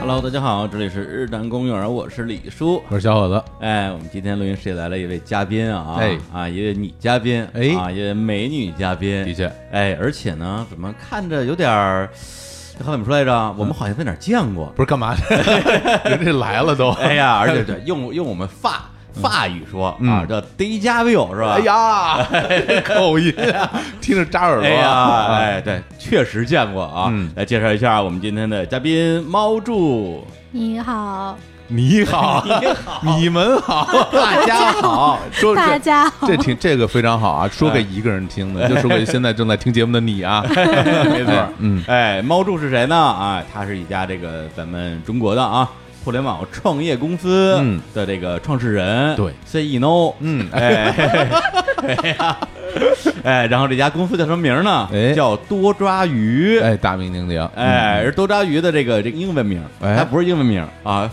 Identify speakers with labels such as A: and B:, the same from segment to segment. A: Hello，大家好，这里是日坛公园，我是李叔。
B: 我是小伙子，
A: 哎，我们今天录音室也来了一位嘉宾啊，
B: 哎
A: 啊，一位女嘉宾，
B: 哎
A: 啊，一位美女嘉宾，
B: 的确，
A: 哎，而且呢，怎么看着有点儿，这话怎么说来着？
B: 嗯
A: 我们好像在哪儿见 过，
B: 不是 干嘛？人家来了都，
A: 哎呀，而且对，用用我们法法语说、啊，
B: 嗯
A: 叫 deja vu 是吧？
B: 哎呀，口音 啊，听着扎耳朵
A: 哎 呀，
B: 啊，
A: 哎，对，确实见过啊。
B: 嗯
A: 来介绍一下我们今天的嘉宾猫 柱，
C: 你好，
B: 你好，你们好，
A: 大家好。
B: 说
C: 大
B: 这
C: 家好
B: 这挺这个非常好啊，说给一个人听
A: 哎
B: 的，就说给现在正在听节目的你 啊，
A: 没错，
B: 嗯，
A: 哎，猫柱是谁呢？啊，他是一家这个咱们中国的啊互联网创业公司
B: 嗯
A: 的这个创始人，
B: 对
A: ，CEO，
B: 嗯
A: 哎， 哎呀，哎，然后这家公司叫什么名呢？
B: 哎
A: 叫多抓鱼，
B: 哎，大名鼎鼎，
A: 哎，而多抓鱼的这个这个英文名，
B: 哎
A: 它不是英文名啊，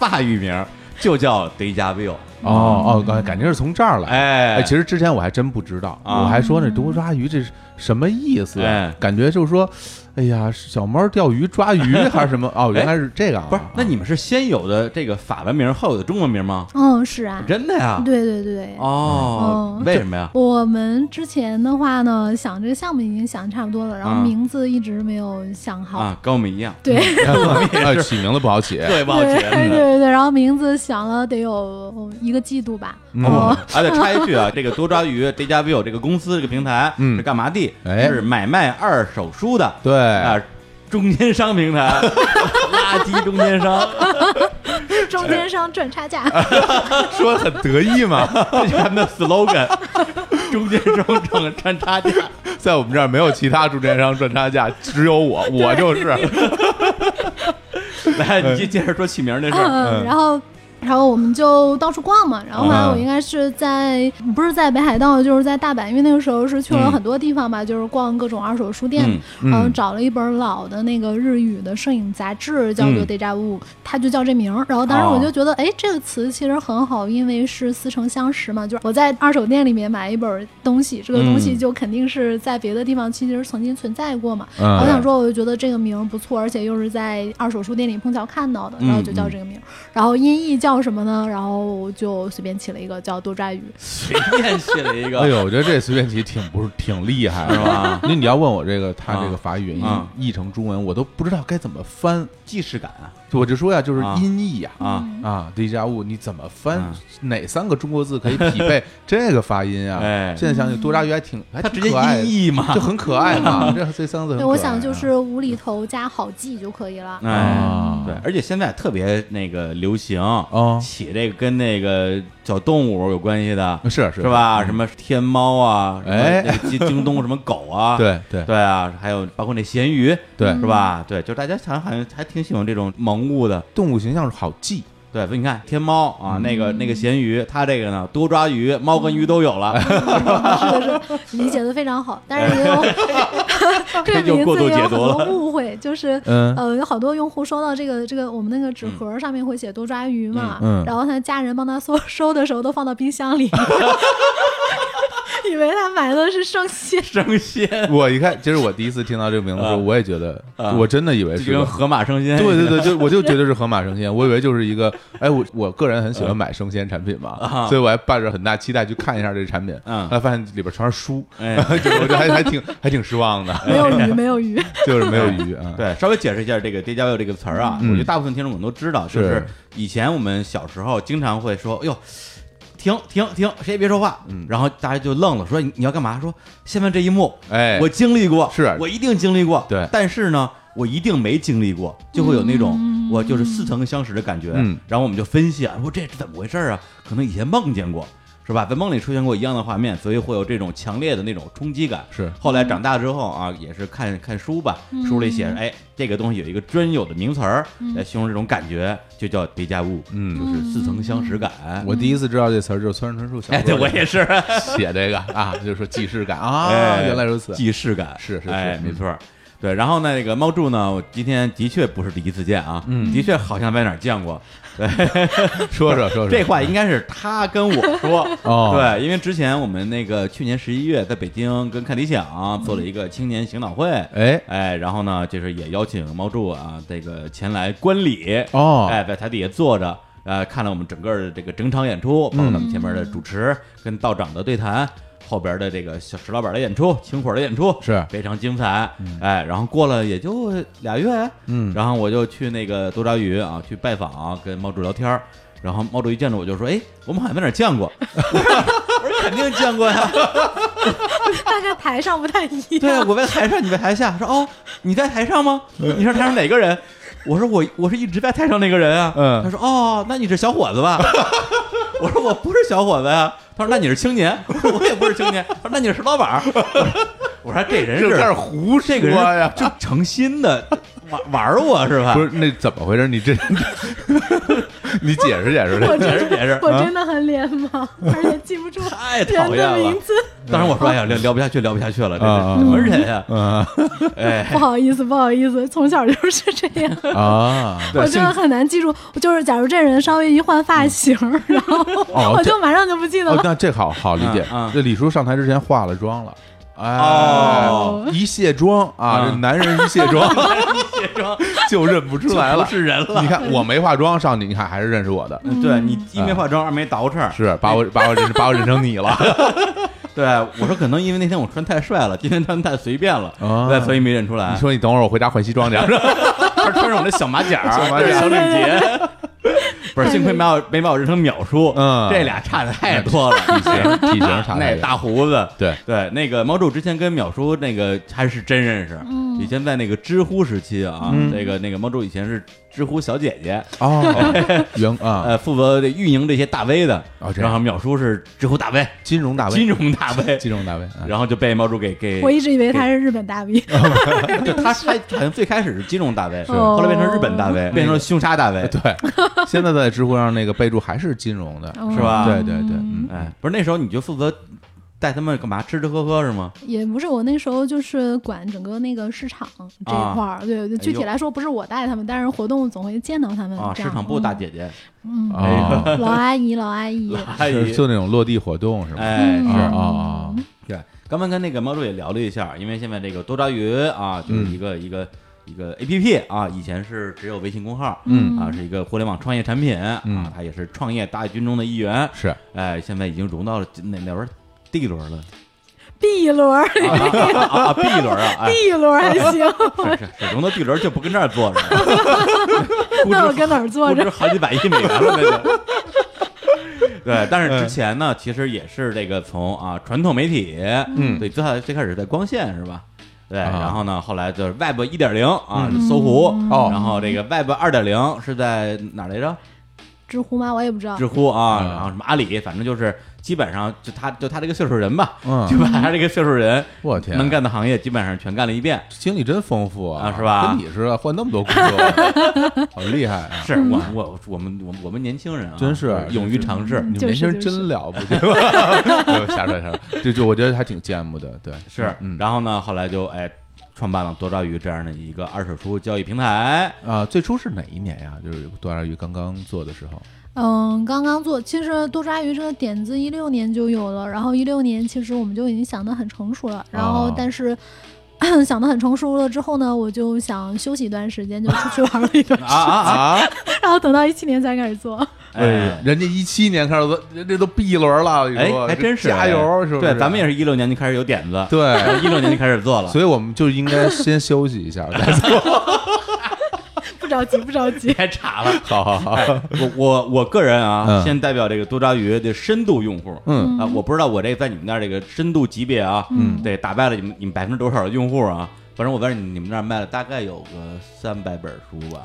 A: 法语名就叫 Deja Vu，
B: 哦哦，感情是从这儿来。
A: 哎，
B: 哎，其实之前我还真不知道，
A: 啊
B: 我还说那多抓鱼这是什么意思？啊
A: 哎
B: 感觉就是说，哎呀，是小猫钓鱼抓鱼还 是什么？哦，原来是这个啊！
A: 哎不是，那你们是先有的这个法文名，后有的中文名吗？
C: 哦，是啊，
A: 真的 呀？
C: 对对对。
A: 哦，
C: 嗯
A: 为什么呀？
C: 我们之前的话呢，想这个项目已经想差不多了，然后
A: 啊
C: 名字一直没有想好。
A: 啊，跟我们一样，
C: 对对
B: 哎起名字不好起，
A: 对，不 好
C: 对
A: 学。
C: 对
A: 嗯
C: 对，然后名字想了得有一个季度吧。
B: 嗯
C: 哦，
A: 啊，对，插一句啊，这个多抓鱼 Deja Vu 这个公司这个平台
B: 嗯
A: 是干嘛的？
B: 哎
A: 是买卖二手书的
B: 对，
A: 啊，中间商平台， 垃圾中间商。
C: 中间商赚差价。
B: 说的很得意 嘛，
A: 这就是他们的 slogan，中间商挣赚差价。
B: 在我们这儿没有其他中间商赚差价，只有我，我就是。
A: 来，你
B: 哎
A: 接接着说起名儿那事儿。
B: 嗯
C: 嗯，然后。然后我们就到处逛嘛，然后后来
B: 嗯
C: 我应该是在、不是在北海道，就是在大阪，因为那个时候是去了
A: 嗯
C: 很多地方吧，就是逛各种二手书店，
B: 嗯
C: 然后
B: 嗯
C: 找了一本老的那个日语的摄影杂志，叫做
A: 嗯
C: 《Deja Vu》，它就叫这名儿。然后当时
A: 哦
C: 我就觉得，哎、这个词其实很好，因为是似曾相识嘛，就是我在二手店里面买一本东西，这个东西
A: 嗯
C: 就肯定是在别的地方其实曾经存在过嘛，
B: 嗯
C: 我想说，我就觉得这个名儿不错，而且又是在二手书店里碰巧看到的，
A: 嗯
C: 然后就叫这个名儿。然后音译叫什么呢？然后就随便起了一个叫多抓鱼。
A: 随便起了一
B: 哎
A: 个，
B: 呦，我觉得这随便起挺不是挺厉害
A: 是
B: 的。
A: 吧？
B: 那你要问我这个，他
A: 啊
B: 这个法语译
A: 啊
B: 译成中文，我都不知道该怎么翻。
A: 既视感啊
B: 我就说呀，就是
A: 啊
B: 音译呀，
A: 啊！
B: 啊，deja vu，你怎么翻、
A: 嗯
B: 哪三个中国字可以匹 配这个发音啊？
A: 哎
B: 现在想起多抓鱼还挺，还
A: 他直接
B: 挺可爱的
A: 音，译嘛
B: 就，很可爱嘛。这这三个字很可爱啊、
C: 对，我想就是无厘头加好记就可以了。
A: 哎。
B: 啊，
A: 对，，而且现在特别那个流行
B: 哦
A: 起这个跟那个小动物有关系的，
B: 是嗯啊是
A: 是？吧？什么天猫啊，什么
B: 哎
A: 那个京京东什么狗啊，
B: 对对
A: 对啊，还有包括那咸鱼，
B: 对
C: 嗯
A: 是吧？对，就大家好像好像还挺喜欢这种萌物的，
B: 动物形象是好记，
A: 对，所以你看天猫啊，那个那个咸鱼，它这个呢多抓鱼，猫跟鱼都有了，
B: 嗯
C: 是的，是的理解的非常好，但是 也有 这个
A: 就
C: 名
A: 过
C: 字
A: 度
C: 也有
A: 解
C: 很
A: 读了
C: 多误会，就是、
B: 嗯
C: 呃，有好多用户收到这个这个我们那个
A: 嗯
C: 纸盒上面会写多抓鱼嘛，
B: 嗯嗯
C: 然后他家人帮他搜收的时候都放到冰箱里。 以为他买的是生鲜，
A: 生鲜，
B: 我一看，其实我第一次听到这个名字的时
A: 啊
B: 候，我也觉得，
A: 啊
B: 我真的以为
A: 就是跟
B: 个。
A: 河马生鲜，
B: 对对对，就我就觉 得是河马生鲜，我以为就是一个，哎，我我个人很喜欢买生鲜产品
A: 嗯啊
B: 嘛，所以我还抱着很大期待去看一下这产品，
A: 嗯
B: 后来发现里边全是书，
A: 哎
B: 就我就还还挺还挺失 望的，
C: 没有鱼，没有鱼。
B: 就是没有鱼啊。
A: 哎对，稍微解释一下这个 “deja vu” 这个词儿啊，
B: 嗯
A: 我觉得大部分听众可能都知道，就是
B: 是
A: 以前我们小时候经常会说，哎呦。停停停！谁也别说话。
B: 嗯
A: 然后大家就愣了，说你你要干嘛？说下面这一幕，
B: 哎
A: 我经历过，
B: 是
A: 我一定经历过。
B: 对
A: 但是呢，我一定没经历过，就会有那种、
C: 嗯
A: 我就是似曾相识的感觉。
B: 嗯
A: 然后我们就分析啊，说这是怎么回事啊？可能以前梦见过，是吧？在梦里出现过一样的画面，所以会有这种强烈的那种冲击感。
B: 是
A: 后来长大之后啊，也是看看书吧，书里写着，哎，这个东西有一个专有的名词儿来形容这种感觉，就叫叠加物，
B: 嗯
A: 就是似曾相识感。
B: 我第一次知道这词儿就是村上春树小
A: 哎，对我也是，
B: 写这个啊，就是说既视感啊，
A: 哎
B: 原来如此。
A: 既视感
B: 是是是嗯
A: 哎，没错儿。对，然后呢，那个猫柱呢，我今天的确不是第一次见啊，嗯，的确好像在哪儿见过。
B: 说说嗯说说
A: 这话应该是他跟我说，
B: 哦
A: 对，因为之前我们那个去年十一月在北京跟看理想做了一个青年行脑会，
B: 哎
A: 哎，然后呢，就是也邀请猫柱啊，这个前来观礼，
B: 哦
A: 哎，在台底下坐着。呃，看了我们整个的这个整场演出，包括咱们前面的
B: 嗯
A: 主持跟道长的对谈，后边的这个小石老板的演出、青火的演出
B: 是
A: 非常精彩。哎，然后过了也就俩月，
B: 嗯
A: 然后我就去那个多抓鱼啊，去拜访、跟猫主聊天儿然后猫主一见着我就说：“哎，我们好像在哪儿见过。” 我说：“肯定见过呀。”
C: 大概台上不太一 样。
A: 对，啊我在台上，你在台下。说哦，你在台上吗？
B: 嗯
A: 你是台上哪个人？我说我我是一直在台上那个人啊。
B: 嗯
A: 他说哦，那你是小伙子 吧？我说我不是小伙子呀、他说那你是青年。我说我也不是青年。他说那你是石老板儿。我说这人
B: 这开始
A: 是
B: 胡说
A: 这个人
B: 呀，
A: 就诚心的玩玩我是吧？
B: 不是那怎么回事？你这你解释解释
C: 我
B: 这，
A: 解释解释
C: 真我真的很脸盲，而且记不住
A: 太
C: 人
A: 嗯 讨厌啊
C: 的
A: 了
C: 名。字。
A: 当时我说哎呀聊聊不下去，聊不下去了，这
B: 啊啊
A: 是什么人 呀、
B: 嗯
A: 哎。
C: 不好意思，不好意思，从小就是这样，
B: 啊，
C: 我真
B: 性
C: 的很难记住。就是假如这人稍微一换发型，
A: 嗯
C: 然后
B: 哦
C: 我
B: 这
C: 就马上就不记得
B: 哦，
C: 了。
B: 那这好好理解
A: 嗯嗯。
B: 这李叔上台之前化了妆了，
A: 哦
B: 哎，一卸妆啊，
A: 嗯
B: 这男人一卸妆
A: 卸妆
B: 就认不出来
A: 就
B: 了
A: 不。是人了嗯
B: 你，嗯看我没化妆上去，你看还是认识我的，
A: 对你一没化妆，二没捯饬，
B: 是把我把我认识把我认成你了。
A: 嗯对，我说可能因为那天我穿太帅了，今天穿太随便了，
B: 啊
A: 对，所以没认出来
B: 你。说你等会儿我回家换西 装去，
A: 他穿上我的小马甲儿，
B: 小马甲儿
A: 对小领结，不是幸亏没把我没把我认成淼叔，
B: 嗯
A: 这俩差的太多 了，体
B: 型 体型差太
A: 那
B: 远
A: 大胡子，
B: 对
A: 对，那个猫柱之前跟淼叔那个还是真认识，以前在那个知乎时期啊，
B: 嗯
A: 那个那个猫柱以前是知乎小姐姐，
B: 哦，员啊，
A: 呃，负责这运营这些大 V 的，
B: 哦这
A: 然
B: 样
A: 后淼叔是知乎大 V，
B: 金融大 V，
A: 金融大 V，
B: 金融大 V，啊
A: 然后就被猫柱给给
C: 我一直以为他是日本大 V，
A: 就他开好像最开始是金融大 V，
C: 是
A: 后来变成日本大 V，变成了凶杀大 V，
B: 对，现在在知乎上那个备注还是金融的，
A: 是吧？
B: 对对对，嗯，
A: 哎，不是那时候你就负责带他们干嘛吃吃喝喝是吗？
C: 也不是我那时候就是管整个那个市场这
A: 啊
C: 一块儿，对，对具体来说不是我带他们，但是活动总会见到他们。
A: 哎啊，
C: 嗯这
A: 市
C: 样
A: 场部大姐姐，
C: 嗯，
A: 哎
B: 哦，
C: 嗯老阿姨，老阿姨，
A: 阿
B: 是
A: 姨，
B: 就那种落地活动是吗？
C: 嗯
A: 哎，
B: 啊
A: 是。
B: 啊啊，
A: 对，刚刚跟那个猫叔也聊了一下，因为现在这个多抓鱼啊，就是一个、一个一个 A P P 啊，以前是只有微信公号，
B: 嗯
A: 啊，是一个互联网创业产品
B: 嗯
A: 啊，它也是创业大军中的一员，
B: 是
A: 哎，现在已经融到了那那轮 D 轮 了
C: B 轮
A: 啊啊啊啊 B 轮啊，哎，
C: ，B 轮还行，
A: 是是是，融到地轮就不跟这儿坐着 了，估
C: 那我
A: 值
C: 跟哪儿坐
A: 估
C: 着
A: 值？好几百亿美元了，那就。对，但是
B: 嗯
A: 之前呢，其实也是这个从啊传统媒体，
B: 嗯
A: 对，最开最开始在光线是吧？对，
B: 啊
A: 然后呢，后来就是 Web 一点零啊，
C: 嗯
A: 是搜狐
B: 哦
A: 然后这个 Web 二点零是在哪儿来着？
C: 知乎吗？我也不知道
A: 知。乎啊，
B: 嗯
A: 然后什么阿里，反正就是基本上就他就他这个岁数人吧，
B: 嗯
A: 就把他这个岁数人
B: 我天，啊
A: 能干的行业基本上全干了一遍。
B: 经历真丰富
A: 啊是吧
B: 跟你似的，换那么多工 作，好厉害啊！
A: 是我我我们我们我们年轻人啊，
B: 真是嗯
A: 勇于尝试，
B: 你们
C: 就
B: 年
C: 是
B: 轻人
C: 就是
B: 真了不起，哎呦 瞎说瞎说，就就我觉得还挺羡慕的，对，
A: 是，
B: 嗯
A: 然后呢，后来就哎创办了多抓鱼这样的一个二手书交易平台，
B: 啊，最初是哪一年呀？就是多抓鱼刚刚做的时候，
C: 嗯，刚刚做，其实多抓鱼这个点子一六年就有了，然后一六年其实我们就已经想得很成熟了，然后
B: 哦
C: 但是。 想得很成熟了之后呢，我就想休息一段时间，就出去玩了 一段
A: 啊啊 啊！
B: 啊，
C: 然后等到一七年才开始做。
A: 哎
B: 人家一七年开始做，人家都 B 轮了，你
A: 哎
B: 说，
A: 还真是
B: 加油，是不是？
A: 对，咱们也是一六年就开始有点子，
B: 对，
A: 一六年就开始做了
B: 所。以我们就应该先休息一下，再做
C: 不着急，不着急。
A: 别查了，
B: 好好嗯好，
A: 哎我我我个人啊，
B: 嗯
A: 先代表这个多抓鱼的深度用户，
B: 嗯
A: 啊，我不知道我这在你们那儿这个深度级别啊，
B: 嗯
A: 对，打败了你们你们百分之多少的用户啊？反正我在你们那儿卖了大概有个三百本书吧，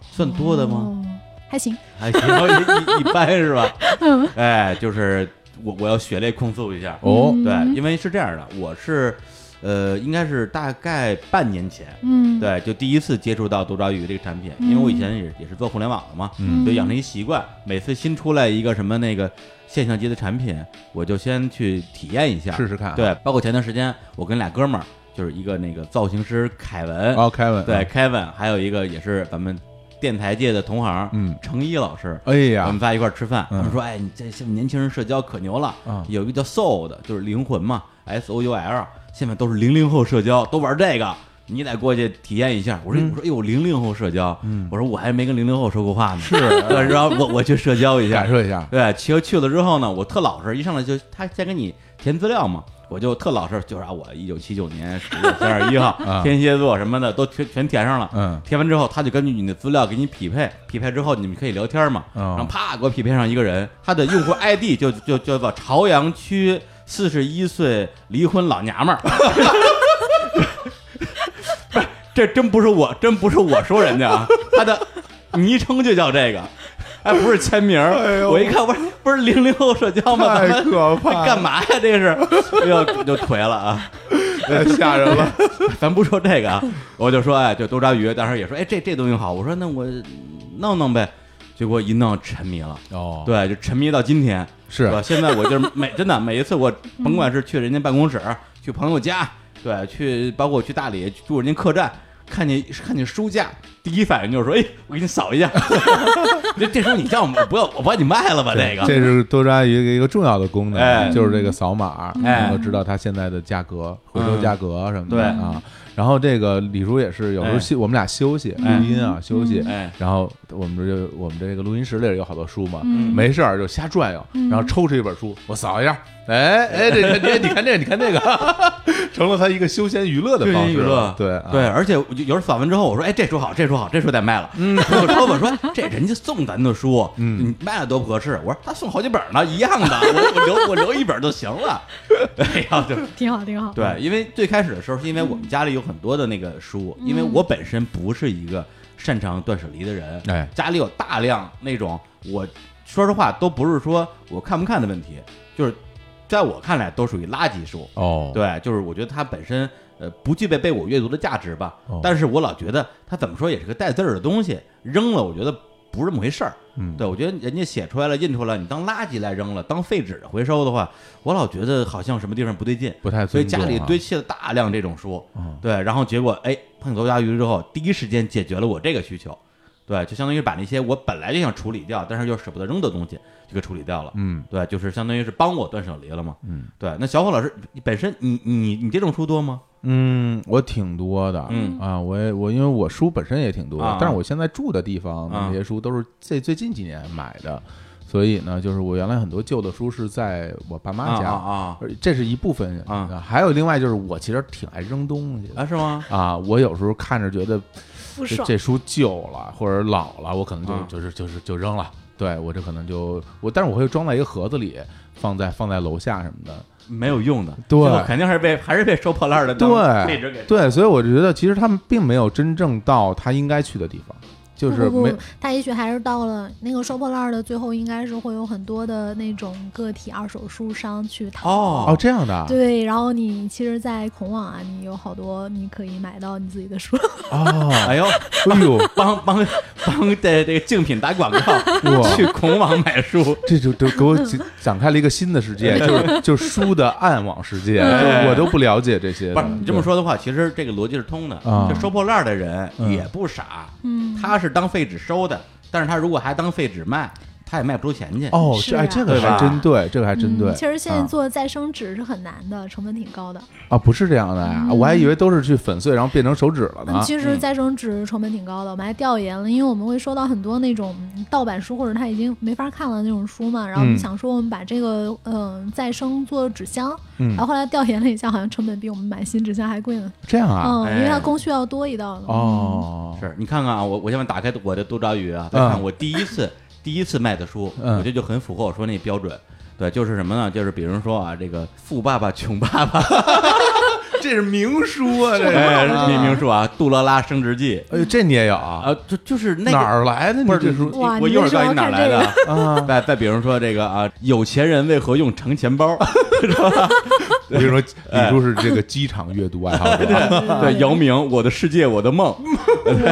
A: 算多的吗？
C: 哦？还行。
A: 还行，一一般是吧？
B: 嗯
A: 哎，就是我我要血泪控诉一下，
B: 哦，
C: 嗯
A: 对，因为是这样的，我是呃，应该是大概半年前，
C: 嗯，
A: 对，就第一次接触到多抓鱼这个产品，因为我以前也也是做互联网的嘛，
B: 嗯
A: 就养成一习惯，每次新出来一个什么那个现象级的产品，我就先去体验一下，
B: 试试看啊
A: 对，包括前段时间我跟俩哥们儿。就是一个那个造型师凯文，
B: 哦，凯文，
A: 对、，Kevin，还有一个也是咱们电台界的同行，
B: 嗯
A: 程一老师。
B: 哎
A: 我
B: 呀
A: 们，仨一块儿吃饭，
B: 嗯
A: 他们说：“哎，你这现在年轻人社交可牛了，
B: 啊
A: 有一个叫 soul 的，就是灵魂嘛，S O U L，现在都是零零后社交，都玩这个，你得过去体验一下。”我说：“
B: 嗯
A: 我说，哎呦，零零后社交，我说我还没跟零零后说过话呢，是，然后我我去社交一下
B: 啊感，受一下，
A: 对，去去了之后呢，我特老实，一上来就他先给你填资料嘛，我就特老实，就是啊，我一九七九年十月三十一号
B: 啊，
A: 天蝎座什么的都全全填上了。
B: 嗯
A: 填完之后，他就根据你的资料给你匹配，匹配之后你们可以聊天嘛。
B: 哦
A: 然后啪给我匹配上一个人，他的用户 ID 就就叫做朝阳区四十一岁离婚老娘们儿。不是这真不是我，真不是我说人家啊，他的昵称就叫这个，还不是签名儿。
B: 哎呦
A: 我一看，不是不是零零后社交吗？咱
B: 太
A: 们
B: 可 怕，
A: 干？嘛呀？这是，哎呦，就颓了啊！
B: 太呃吓人 了，
A: 咱不说这个啊，我就说，哎，就多抓鱼。当时也说，哎，这这东西好。我说，那我弄弄呗。结果一弄沉迷了，
B: 哦，
A: 对，就沉迷到今天。
B: 是
A: 对吧？现在我就是每真的每一次我甭管是去人家办公室、去朋友家，对，去包括我去大理去住人家客栈，看见看见书架，第一反应就是说，哎，我给你扫一下。 这这时候你叫我不要，我把你卖了吧，这个。
B: 这是多抓鱼的一个重要的功能，
A: 哎
B: 就是这个扫码，
A: 哎
B: 能够知道它现在的价格、回收价格什么的、
A: 嗯对
B: 啊。然后这个李叔也是有时候
A: 哎
B: 休，我们俩休息录
A: 哎
B: 音啊，休息。
A: 哎
B: 然后我们这就我们这个录音室里有好多书嘛，
C: 嗯
B: 没事儿就瞎转悠，然后抽出一本书，我扫一下，哎哎，这这你看这，你看这个， 成了他一个休闲娱乐的
A: 休
B: 方
A: 闲
B: 式
A: 娱乐
B: 了，，对啊
A: 哎对，而且我就有时候扫完之后，我说，哎，这书好，这书好，这书得卖了。嗯， 我说我说这人家送咱的书，
B: 嗯
A: 你卖了多不合适。我说他送好几本呢，一样的，我我留我留一本就行了。 哎呀，就
C: 挺好，挺好。
A: 对，因为最开始的时候是因为我们家里有很多的那个书，因为我本身不是一个擅长断舍离的人，
B: 哎
A: 家里有大量那种我说实话都不是说我看不看的问题，就是在我看来都属于垃圾书。
B: 哦，
A: 对，就是我觉得它本身呃不具备被我阅读的价值吧，
B: 哦
A: 但是我老觉得它怎么说也是个带字儿的东西，扔了我觉得不是那么回事儿。
B: 嗯
A: 对我觉得人家写出来了、印出来，你当垃圾来扔了，当废纸回收的话，我老觉得好像什么地方不对劲。
B: 不太
A: 所以
B: 尊
A: 家
B: 重
A: 里
B: 啊
A: 堆砌了大量这种书，
B: 嗯
A: 对，然后结果哎碰头家鱼之后，第一时间解决了我这个需求，对，就相当于把那些我本来就想处理掉，但是又舍不得扔的东西，就给处理掉了，
B: 嗯，
A: 对，就是相当于是帮我断舍离了嘛，
B: 嗯，
A: 对。那小火老师，你哎本身你你你这种书多吗？
B: 嗯，我挺多的，
A: 嗯
B: 啊，我也我因为我书本身也挺多的
A: 啊
B: 但是我现在住的地方
A: 啊
B: 那些书都是最最近几年买的，所以呢，就是我原来很多旧的书是在我爸妈
A: 啊
B: 家，
A: 啊
B: 而这是一部分
A: 啊
B: 还有另外就是我其实挺爱扔东西
A: 啊
B: 的
A: 啊是吗？
B: 啊，我有时候看着觉得
C: 不
B: 这
C: 爽。
B: 这书旧了或者老了，我可能就、
A: 啊
B: 就是就是就扔了，对我这可能就我，但是我会装在一个盒子里，放在放在楼下什么的，
A: 没有用的，
B: 对
A: 最后肯定还是被还是被收破烂的
B: 对
A: 位置给
B: 对，所以我就觉得其实他们并没有真正到他应该去的地方，就是
C: 不
B: 没
C: 不不，他也许还是到了那个收破烂儿的最后，应该是会有很多的那种个体二手书商去淘。
A: 哦
B: 哦，这样的啊
C: 对，然后你其实，在孔网啊，你有好多你可以买到你自己的 书。
B: 哦，
A: 哎呦，
B: 哎 呦，
A: 帮帮帮这这个竞品打广告，
B: 哇
A: 去孔网买书。
B: 这就就给我展展开了一个新的世界，就是就是书的暗网世界，
A: 哎
B: 就我都不了解这些
A: 不
B: 东
A: 是
B: 西。
A: 你这么说的话，其实这个逻辑是通的。
B: 啊
A: 这收破烂的人
B: 嗯
A: 也不傻，
C: 嗯，
A: 他是当废纸收的，但是他如果还当废纸卖，他也卖不出钱去。
B: 哦，
C: 是
B: 这哎，
C: 啊
B: 这个
A: 对吧
B: 还真对，这个还真对
C: 嗯。其实现在
B: 啊
C: 做再生纸是很难的，成本挺高的。
B: 啊，不是这样的呀，我还以为都是去粉碎，然后变成手指了
C: 嗯，
B: 呢。
C: 其实再生纸成本挺高的，我们还调研了，因为我们会收到很多那种嗯盗版书，或者他已经没法看了那种书嘛。然后我
B: 嗯
C: 们想说，我们把这个嗯、呃再生做纸箱，
B: 嗯
C: 然后后来调研了一下，好像成本比我们买新纸箱还贵呢。
B: 这样啊，
C: 嗯，因为它
A: 哎
C: 工序要多一道呢。
B: 哦，
A: 是你看看啊，我我现在打开我的多抓鱼啊，再看我第一次、第一次卖的书，
B: 嗯
A: 我觉得就很符合我说那标准。对，就是什么呢？就是比如说啊，这个富爸爸穷爸爸，
B: 这是明书啊，这
A: 哎，明明说啊，《杜拉拉升职记
B: 哎呦，这你也有啊？
A: 啊，就就是那个
B: 哪儿来的？你
A: 不是
B: 这
A: 你
B: 书
A: 你
C: 哇
A: 我
C: 你
A: 一会儿
C: 为什
A: 告
C: 么
A: 诉你
C: 要
A: 哪儿
C: 看
A: 来
C: 这
A: 的啊。
B: 啊？
A: 再再比如说这个啊，有钱人为何用长钱包？
B: 我 跟你说，李叔是哎这个机场阅读爱好者啊。
C: 嗯
A: 对，姚明，《我的世界，我的 梦》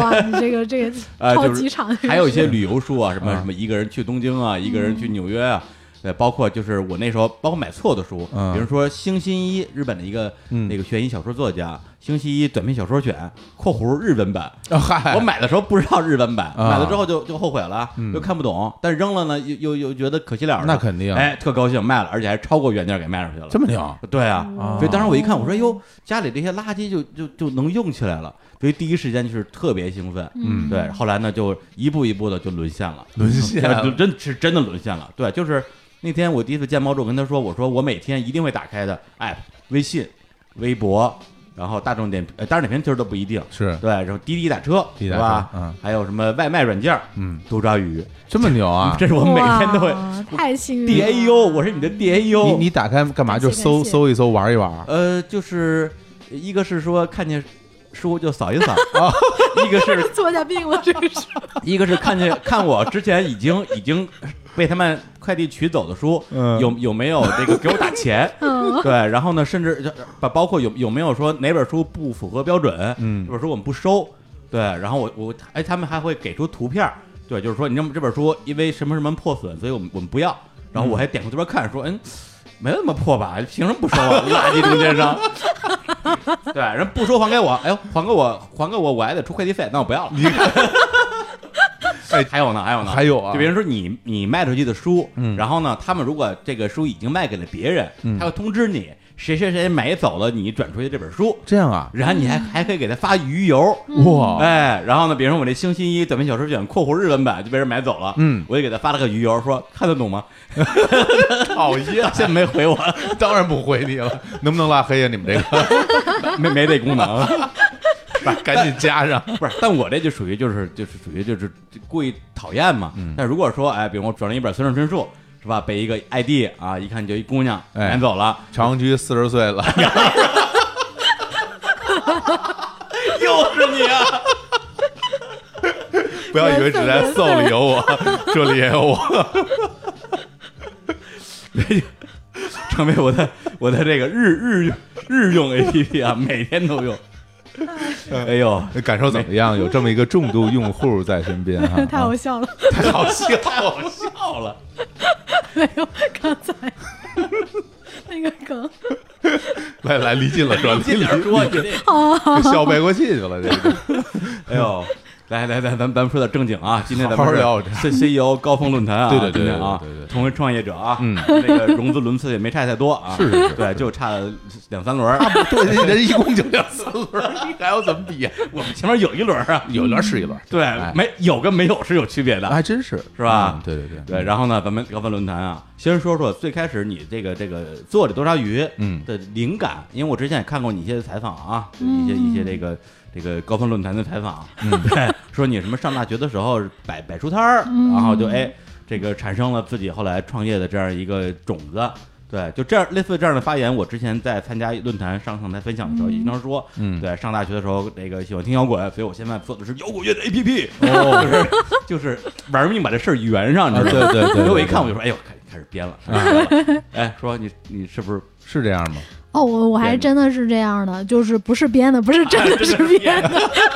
C: 哇，你这个这个
A: 呃
C: 超
A: 就是
C: 级长，
A: 还有一些旅游书啊，什么
B: 啊
C: 嗯
A: 什么一个人去东京啊，一个人去纽约啊，对，包括就是我那时候，包括买错的书，
B: 嗯
A: 比如说星新一，日本的一个、
B: 嗯
A: 那个悬疑小说作家，星期一短篇小说选（括弧日文版），
B: 啊嗨，
A: 我买的时候不知道日文版，
B: 啊
A: 买了之后就就后悔了，
B: 嗯
A: 又看不懂，但是扔了呢，又又又觉得可惜了了。
B: 那肯定
A: 哎，特高兴卖了，而且还超过原价给卖出去了。
B: 这么牛，
A: 对啊，
B: 啊
A: 所以当时我一看，我说哟，家里这些垃圾就就就能用起来了，所以第一时间就是特别兴奋。
B: 嗯
A: 对，后来呢，就一步一步的就沦陷了，
B: 沦陷
A: 对就真是真的沦陷了。对，就是那天我第一次见猫之后，我跟他说，我说我每天一定会打开的 app，微信、微博，然后大众点，呃，大众点评其实都不一定，
B: 是
A: 对，然后滴滴打车，
B: 滴滴
A: 是
B: 打
A: 吧？
B: 车嗯
A: 还有什么外卖软件儿，
B: 嗯，
A: 多抓鱼，
B: 这么牛 啊！
A: 这是我每天都会
C: 哇太幸运了
A: D A U，我是你的 D A U，
B: 你你打开干嘛？就
C: 感谢
B: 搜
C: 感谢
B: 搜一搜，玩一玩。
A: 呃，就是一个是说看见书就扫一 扫，一个是
C: 作家病了，这是
A: 一个是看见看我之前已经已经被他们快递取走的书，
B: 嗯
A: 有有没有这个给我打钱？
C: 嗯
A: 对，然后呢，甚至就把包括有有没有说哪本书不符合标准，
B: 嗯
A: 这本书我们不收，对，然后我我哎，他们还会给出图片儿，对，就是说你这么这本书因为什么什么破损，所以我们我们不要，然后我还点过这边看说，嗯，没那么破吧，凭什么不收啊？垃圾中间商， 对，人不收还给我，哎呦，还给我还给我，我还得出快递费，那我不要了。你看， 哎，还有呢，还有呢，
B: 还有啊
A: 就比如说你你卖出去的书，
B: 嗯
A: 然后呢，他们如果这个书已经卖给了别人，
B: 嗯
A: 他会通知你谁谁谁买走了你转出去这本书，
B: 这样啊？
A: 然后你还还可以给他发鱼油，
B: 哇，
A: 哎，然后呢，比如说我这星期一短篇小说卷（括弧日文版）就被人买走了，
B: 嗯
A: 我就给他发了个鱼油，说看得懂吗？
B: 讨厌，
A: 现在没回我，
B: 当然不回你 了，能不能拉黑呀？你们这 个
A: 没没这功能，
B: 把赶紧加上。
A: 不是，但我这就属于就是就是属于就是故意讨厌嘛。但如果说哎，比如我转了一本村上春树。是吧？被一个 ID 啊，一看就一姑娘
B: 哎
A: 买走了，
B: 长居四十岁了，
A: 又是你啊！
B: 不要以为只在 SO 里有我，这里也有我。
A: 成为我的我的这个日日日用 APP 啊，每天都用。哎呦，
B: 感受怎么样？有这么一个重度用户在身边 哈，
C: 太好笑了，
B: 太好笑了。
A: 我笑了。
C: 没有刚才那个梗，
B: 来来，离近了说，
A: 近
B: 离
A: 点说，你这
B: 笑背过气去了，这个
A: 哎呦，来来来，咱咱们说点正经啊，今天咱们
B: 好好
A: 是
B: 聊这
A: C C E O 高峰论坛啊，
B: 对对对
A: 今天啊
B: 对对对，对
A: 同为创业者啊，
B: 嗯
A: 那个融资轮次也没差太多啊，
B: 是是是啊
A: 对，就差两三轮儿，
B: 对，人一共就两三轮，你还要怎么比呀？
A: 我们前面有一轮儿啊，
B: 有一轮是一轮，
A: 对，没有跟没有是有区别的，
B: 还真是
A: 是吧
B: 嗯对对对
A: 对，然后呢，咱们高分论坛啊，先说说最开始你这个这个做这多抓鱼
B: 嗯
A: 的灵感，因为我之前也看过你一些采访啊，就一些
C: 嗯
A: 一些这个这个高分论坛的采访，
B: 嗯
A: 对，说你什么上大学的时候摆摆书摊儿，
C: 嗯
A: 然后就哎这个产生了自己后来创业的这样一个种子。对，就这样类似这样的发言，我之前在参加论坛上上台分享的时候也经常说，
B: 嗯
A: 对，上大学的时候那个喜欢听摇滚，所以我现在做的是摇滚乐的 APP，
B: 哦，
A: 就是玩命把这事儿圆上，你知道吗？
B: 啊对 对对，
A: 所以我一看我
B: 就
A: 就说，哎呦，开开始编了，
B: 啊
A: 哎，说你你是不是
B: 是这样吗？
C: 哦，我我还真的是这样的，就是不是编的，不是真的是编的，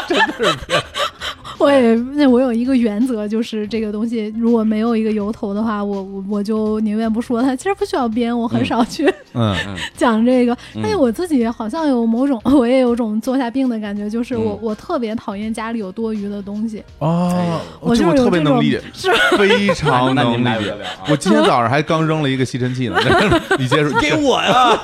C: 真的是编。 我也那我有一个原则，就是这个东西如果没有一个由头的话，我我我就宁愿不说它。其实不需要编，我很少去
B: 嗯
C: 讲这个。
A: 嗯
C: 但是我自己好像有某种， 我也有种坐下病的感觉，就是我、
A: 嗯
C: 我特别讨厌家里有多余的东西，
B: 哦，
C: 我
B: 这
C: 就是有
B: 特
C: 这
B: 别
C: 种
B: 能理解，
C: 是吧
B: 非
A: 那
B: 常
A: 那你们
B: 能
A: 俩
B: 理
A: 有
B: 解
A: 得。聊啊？
B: 我今天早上还刚扔了一个吸尘器呢，你接着说，
A: 给我 呀！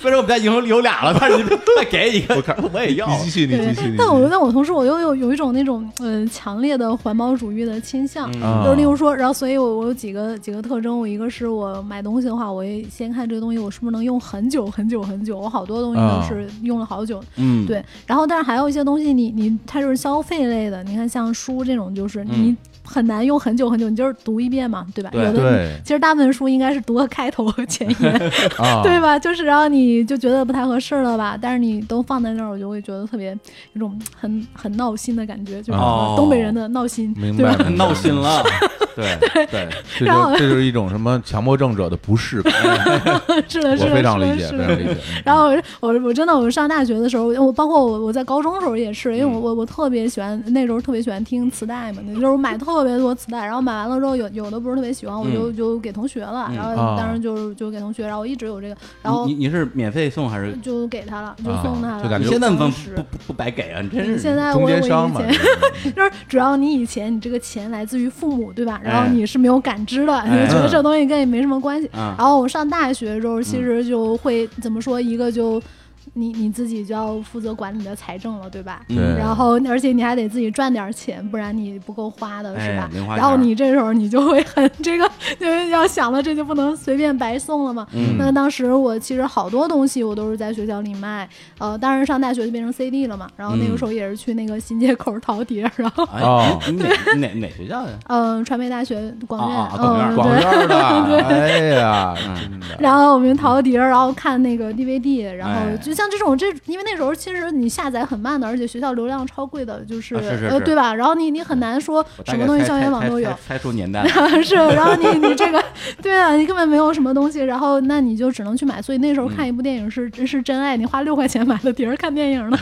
A: 虽然我们家已经有俩了，但是你们再给一个，
B: 我看
A: 我也要
B: 你。继续，你
C: 对
B: 继续，你继续
C: 但我但我同时我又有有一种那种呃强烈的环保主义的倾向，
A: 嗯
B: 啊
C: 就是例如说，然后所以我我有几个几个特征，我一个是我买东西的话，我会先看这个东西我是不是能用很久很久很久，我好多东西
B: 啊
C: 都是用了好久。
A: 嗯，
C: 对，然后但是还有一些东西你，你它就是消费类的，你看像书这种，就是你很难用很久很久，你就是读一遍嘛，对吧？
A: 对
C: 有的
B: 对
C: 其实大部分书应该是读个开头和前言，
B: 啊，
C: 对吧？就是然后你就觉得不太合适了吧，但是你都放在那儿，我就会觉得特别有种很很闹心的感觉，就是
A: 哦
C: 东北人的闹心，
B: 明
C: 对
B: 白
C: 吧？
B: 明白，
A: 闹心了，对对，
B: 这
C: 然后
B: 就这就是一种什么强迫症者的不适感，
C: 是的，是
B: 我
C: 的，
B: 非
C: 是
B: 常理
C: 的，
B: 解，非
C: 是
B: 常
C: 的
B: 理。解。
C: 然后我我我真的我上大学的时候，我包括我我在高中的时候也是，因为
B: 嗯
C: 我我我特别喜欢那时候特别喜欢听磁带嘛，那时候买特别多磁带，然后买完了之后有有的不是特别喜欢，我就就给同学了，
A: 嗯
C: 然
B: 啊
C: 后当时就是就给同学，然后我一直有这个， 然后嗯
A: 你你你是免费送还是？
C: 就给他了，就
B: 啊
C: 送他了。
B: 就感
A: 你
B: 觉
A: 现在不
C: 当
A: 不
C: 时
A: 不不白给啊！你真是
C: 嗯现在我
B: 中
C: 我以
B: 间商嘛，
C: 前就是只要你以前你这个钱来自于父母，对吧？然后
A: 哎
C: 你是没有感知的，
A: 哎
C: 你就觉得这东西跟你没什么关系。
A: 啊嗯
C: 然后我上大学的时候，其实就会怎么说，一个就你你自己就要负责管理的财政了，对吧？
A: 嗯
B: 对
C: 然后，而且你还得自己赚点钱，不然你不够花的是吧
A: 哎？零花钱
C: 然后你这时候你就会很这个， 就是要想了，这就不能随便白送了嘛。
A: 嗯
C: 那当时我其实好多东西我都是在学校里卖，呃，当然上大学就变成 CD 了嘛。然后
A: 嗯
C: 那个时候也是去那个新街口淘碟，然后
A: 哎
B: 哦
A: 你你哪哪哪学校呀？
C: 嗯、呃传媒大学广院，
A: 啊啊广院
C: 嗯、
B: 广
C: 对。
B: 院儿的，哎呀，
A: 嗯
B: 真的，
C: 然后我们淘碟，然后看那个 DVD，然后
A: 哎
C: 就像这种这，因为那时候其实你下载很慢的，而且学校流量超贵的，就是,、
A: 啊是是
C: 呃
A: 是嗯
C: 对吧？然后你你很难说
A: 我大
C: 什
A: 概
C: 么东西
A: 猜
C: 校园网都有
A: 猜，猜猜出年代了。
C: 是，然后你 你这个，对啊，你根本没有什么东西，然后那你就只能去买。所以那
A: 嗯
C: 时候看一部电影是、是真爱，你花六块钱买的碟儿看电 影呢，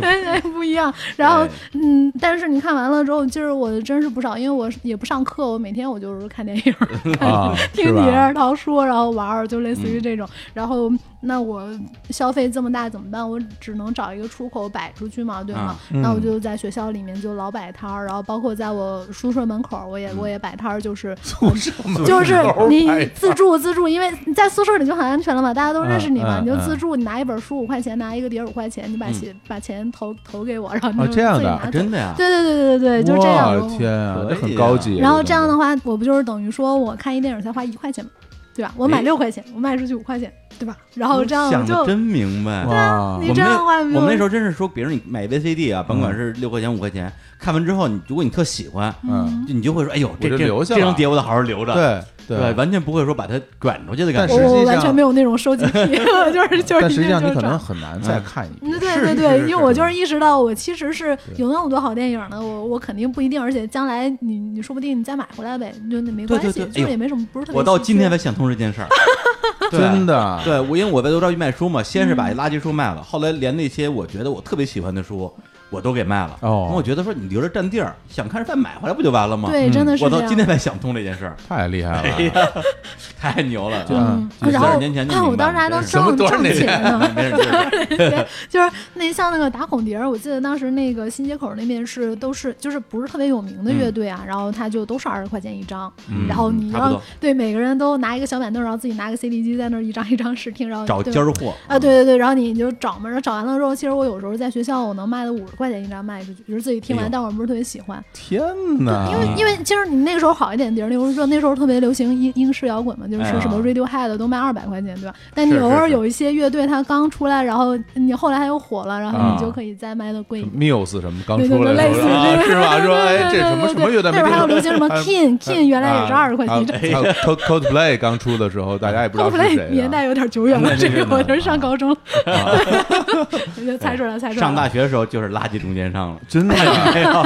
C: 哎不一样。然后
A: 对
C: 嗯，但是你看完了之后，就是我真是不少，因为我也不上课，我每天我就是看电影儿、
B: 啊
C: 看听
B: 是吧嗯
C: 碟儿、淘书，然后玩儿，就类似于这种。然后那我消费这么大怎么办？我只能找一个出口摆出去嘛，对吗？
A: 啊
C: 那
B: 嗯
C: 我就在学校里面就老摆摊儿，然后包括在我宿舍门口儿，我也、我也摆摊儿，就是
B: 嗯宿舍门
C: 就是
B: 口摆
C: 你
B: 摊
C: 自助自助，因为你在宿舍里就很安全了嘛，大家都认识你嘛，
B: 嗯嗯
C: 你就自助，你拿一本书五块钱，拿一个碟儿五块钱，你把钱、把钱投投给我，然后你
B: 啊
C: 就自
B: 这
C: 己
B: 样的
C: 拿
A: 啊
C: 走。
A: 真的呀？
C: 对对对对对，就这样。
B: 我的天啊，
A: 可
B: 那
A: 以
B: 很
A: 啊
B: 高级。
C: 然后这样
B: 的
C: 的话，我不就是等于说我看一电影才花一块钱嘛，对吧？我买
A: 哎
C: 六块钱，我卖出去五块钱，对吧？然哦后这样我
A: 想的
C: 就
A: 真明白。
B: 哇
C: 你
A: 我们
C: 这样
A: 那
C: 的啊话没有，
A: 我们那时候真是说，比如你买 VCD 啊，甭管是六块钱五块钱，看完之后，你如果你特喜欢，
B: 嗯，
A: 就你就会说，哎呦，这
B: 我就
A: 这
B: 留下
A: 这
B: 了
A: 张碟我得好好留着。
B: 对
A: 嗯对，，完全不会说把它转出去的感
B: 但
A: 觉。
B: 实
C: 我
B: 际
C: 我完
B: 上
C: 全没有那 种收集癖，就是就是
B: 但实际上
C: 就
B: 你
C: 是
B: 可
C: 找
B: 能很难再看一遍。
C: 嗯，对
A: 是
C: 对
A: 是
C: 对，
A: 是
C: 因为
A: 是
C: 我就是意识到，我其实是有那么多好电影的，我我肯定不一定，而且将来你你说不定你再买回来呗，就那没
A: 对
C: 关
A: 对
C: 系，
A: 对哎
C: 就
A: 呦
C: 是也没什么，不是特别稀缺。
A: 我到今天才想通这件事儿，对
B: 真。的，
A: 对，我因为我在罗昭去卖书嘛，先是把垃圾书卖了，后来连那些我觉得我特别喜欢的书，我都给卖了。
B: 哦
A: 然后我觉得说你留着占地儿，想看再买回来不就完了吗？
C: 对，真的
A: 嗯
C: 是
A: 我
C: 这
A: 到
C: 样
A: 今天才想通这件事儿，
B: 太厉害
A: 哎
B: 了，
A: 呀，太牛了！
B: 对
C: 嗯，
A: 就
C: 然
A: 四十
C: 后
A: 年前就
C: 看
A: 明
C: 我
A: 白
C: 当时
A: 了
C: 还能
A: 真是
B: 什么
C: 挣
B: 多少
C: 挣
B: 年
C: 钱呢，
A: 啊没事，没事
C: 对，就是那像那个打孔碟儿，我记得当时那个新街口那边是都是就是不是特别有名的乐队啊，然后他就都是二十块钱一张，
A: 嗯
C: 然后你
A: 差不
C: 让
A: 多
C: 对每个人都拿一个小板凳，然后自己拿个 CD 机在那儿一张一张试听，然后
A: 找
C: 对
A: 尖儿货
C: 啊，对对对，然后你就找嘛，然后找完了之后，其实我有时候在学校我能卖到五十块钱一张卖出去，就是自己听
A: 哎
C: 完，
A: 呦
C: 但我不是特别喜欢，
B: 天哪！
C: 因为因为其实你那个时候好一点地儿，例如说那时候特别流行英英式摇滚嘛，就是
A: 哎呀
C: 什么 Radiohead 都卖二百块钱，对吧？但你
A: 是是
C: 偶尔
A: 是
C: 有一些乐队它刚出来，然后你后来它又火了，然后
B: 啊
C: 你就可以再卖的贵一点。
B: Muse 什么刚
C: 对对
B: 出
C: 对，
B: 来
C: 类
B: 的
C: 似
B: 时
C: 这
B: 候啊
C: 个
B: 是吧？说哎，这
C: 对对对
B: 什么
C: 对
B: 什么乐队没
C: 那会儿
B: 听
C: 还
B: 过？哎啊
C: 有流行什么 King King，原来也是二十块钱一张。
B: 还有 Cold Coldplay 刚出的时候，大家哎也不知道是
C: Coldplay
B: 谁啊。
C: 年代有点久远了，
A: 那
C: 这
A: 那
C: 个
A: 是
C: 我
A: 哪
C: 就是上高中了，
B: 啊
C: 我就猜出来，猜出来了。
A: 上大学的时候就是垃圾中间商了。
B: 真的 呀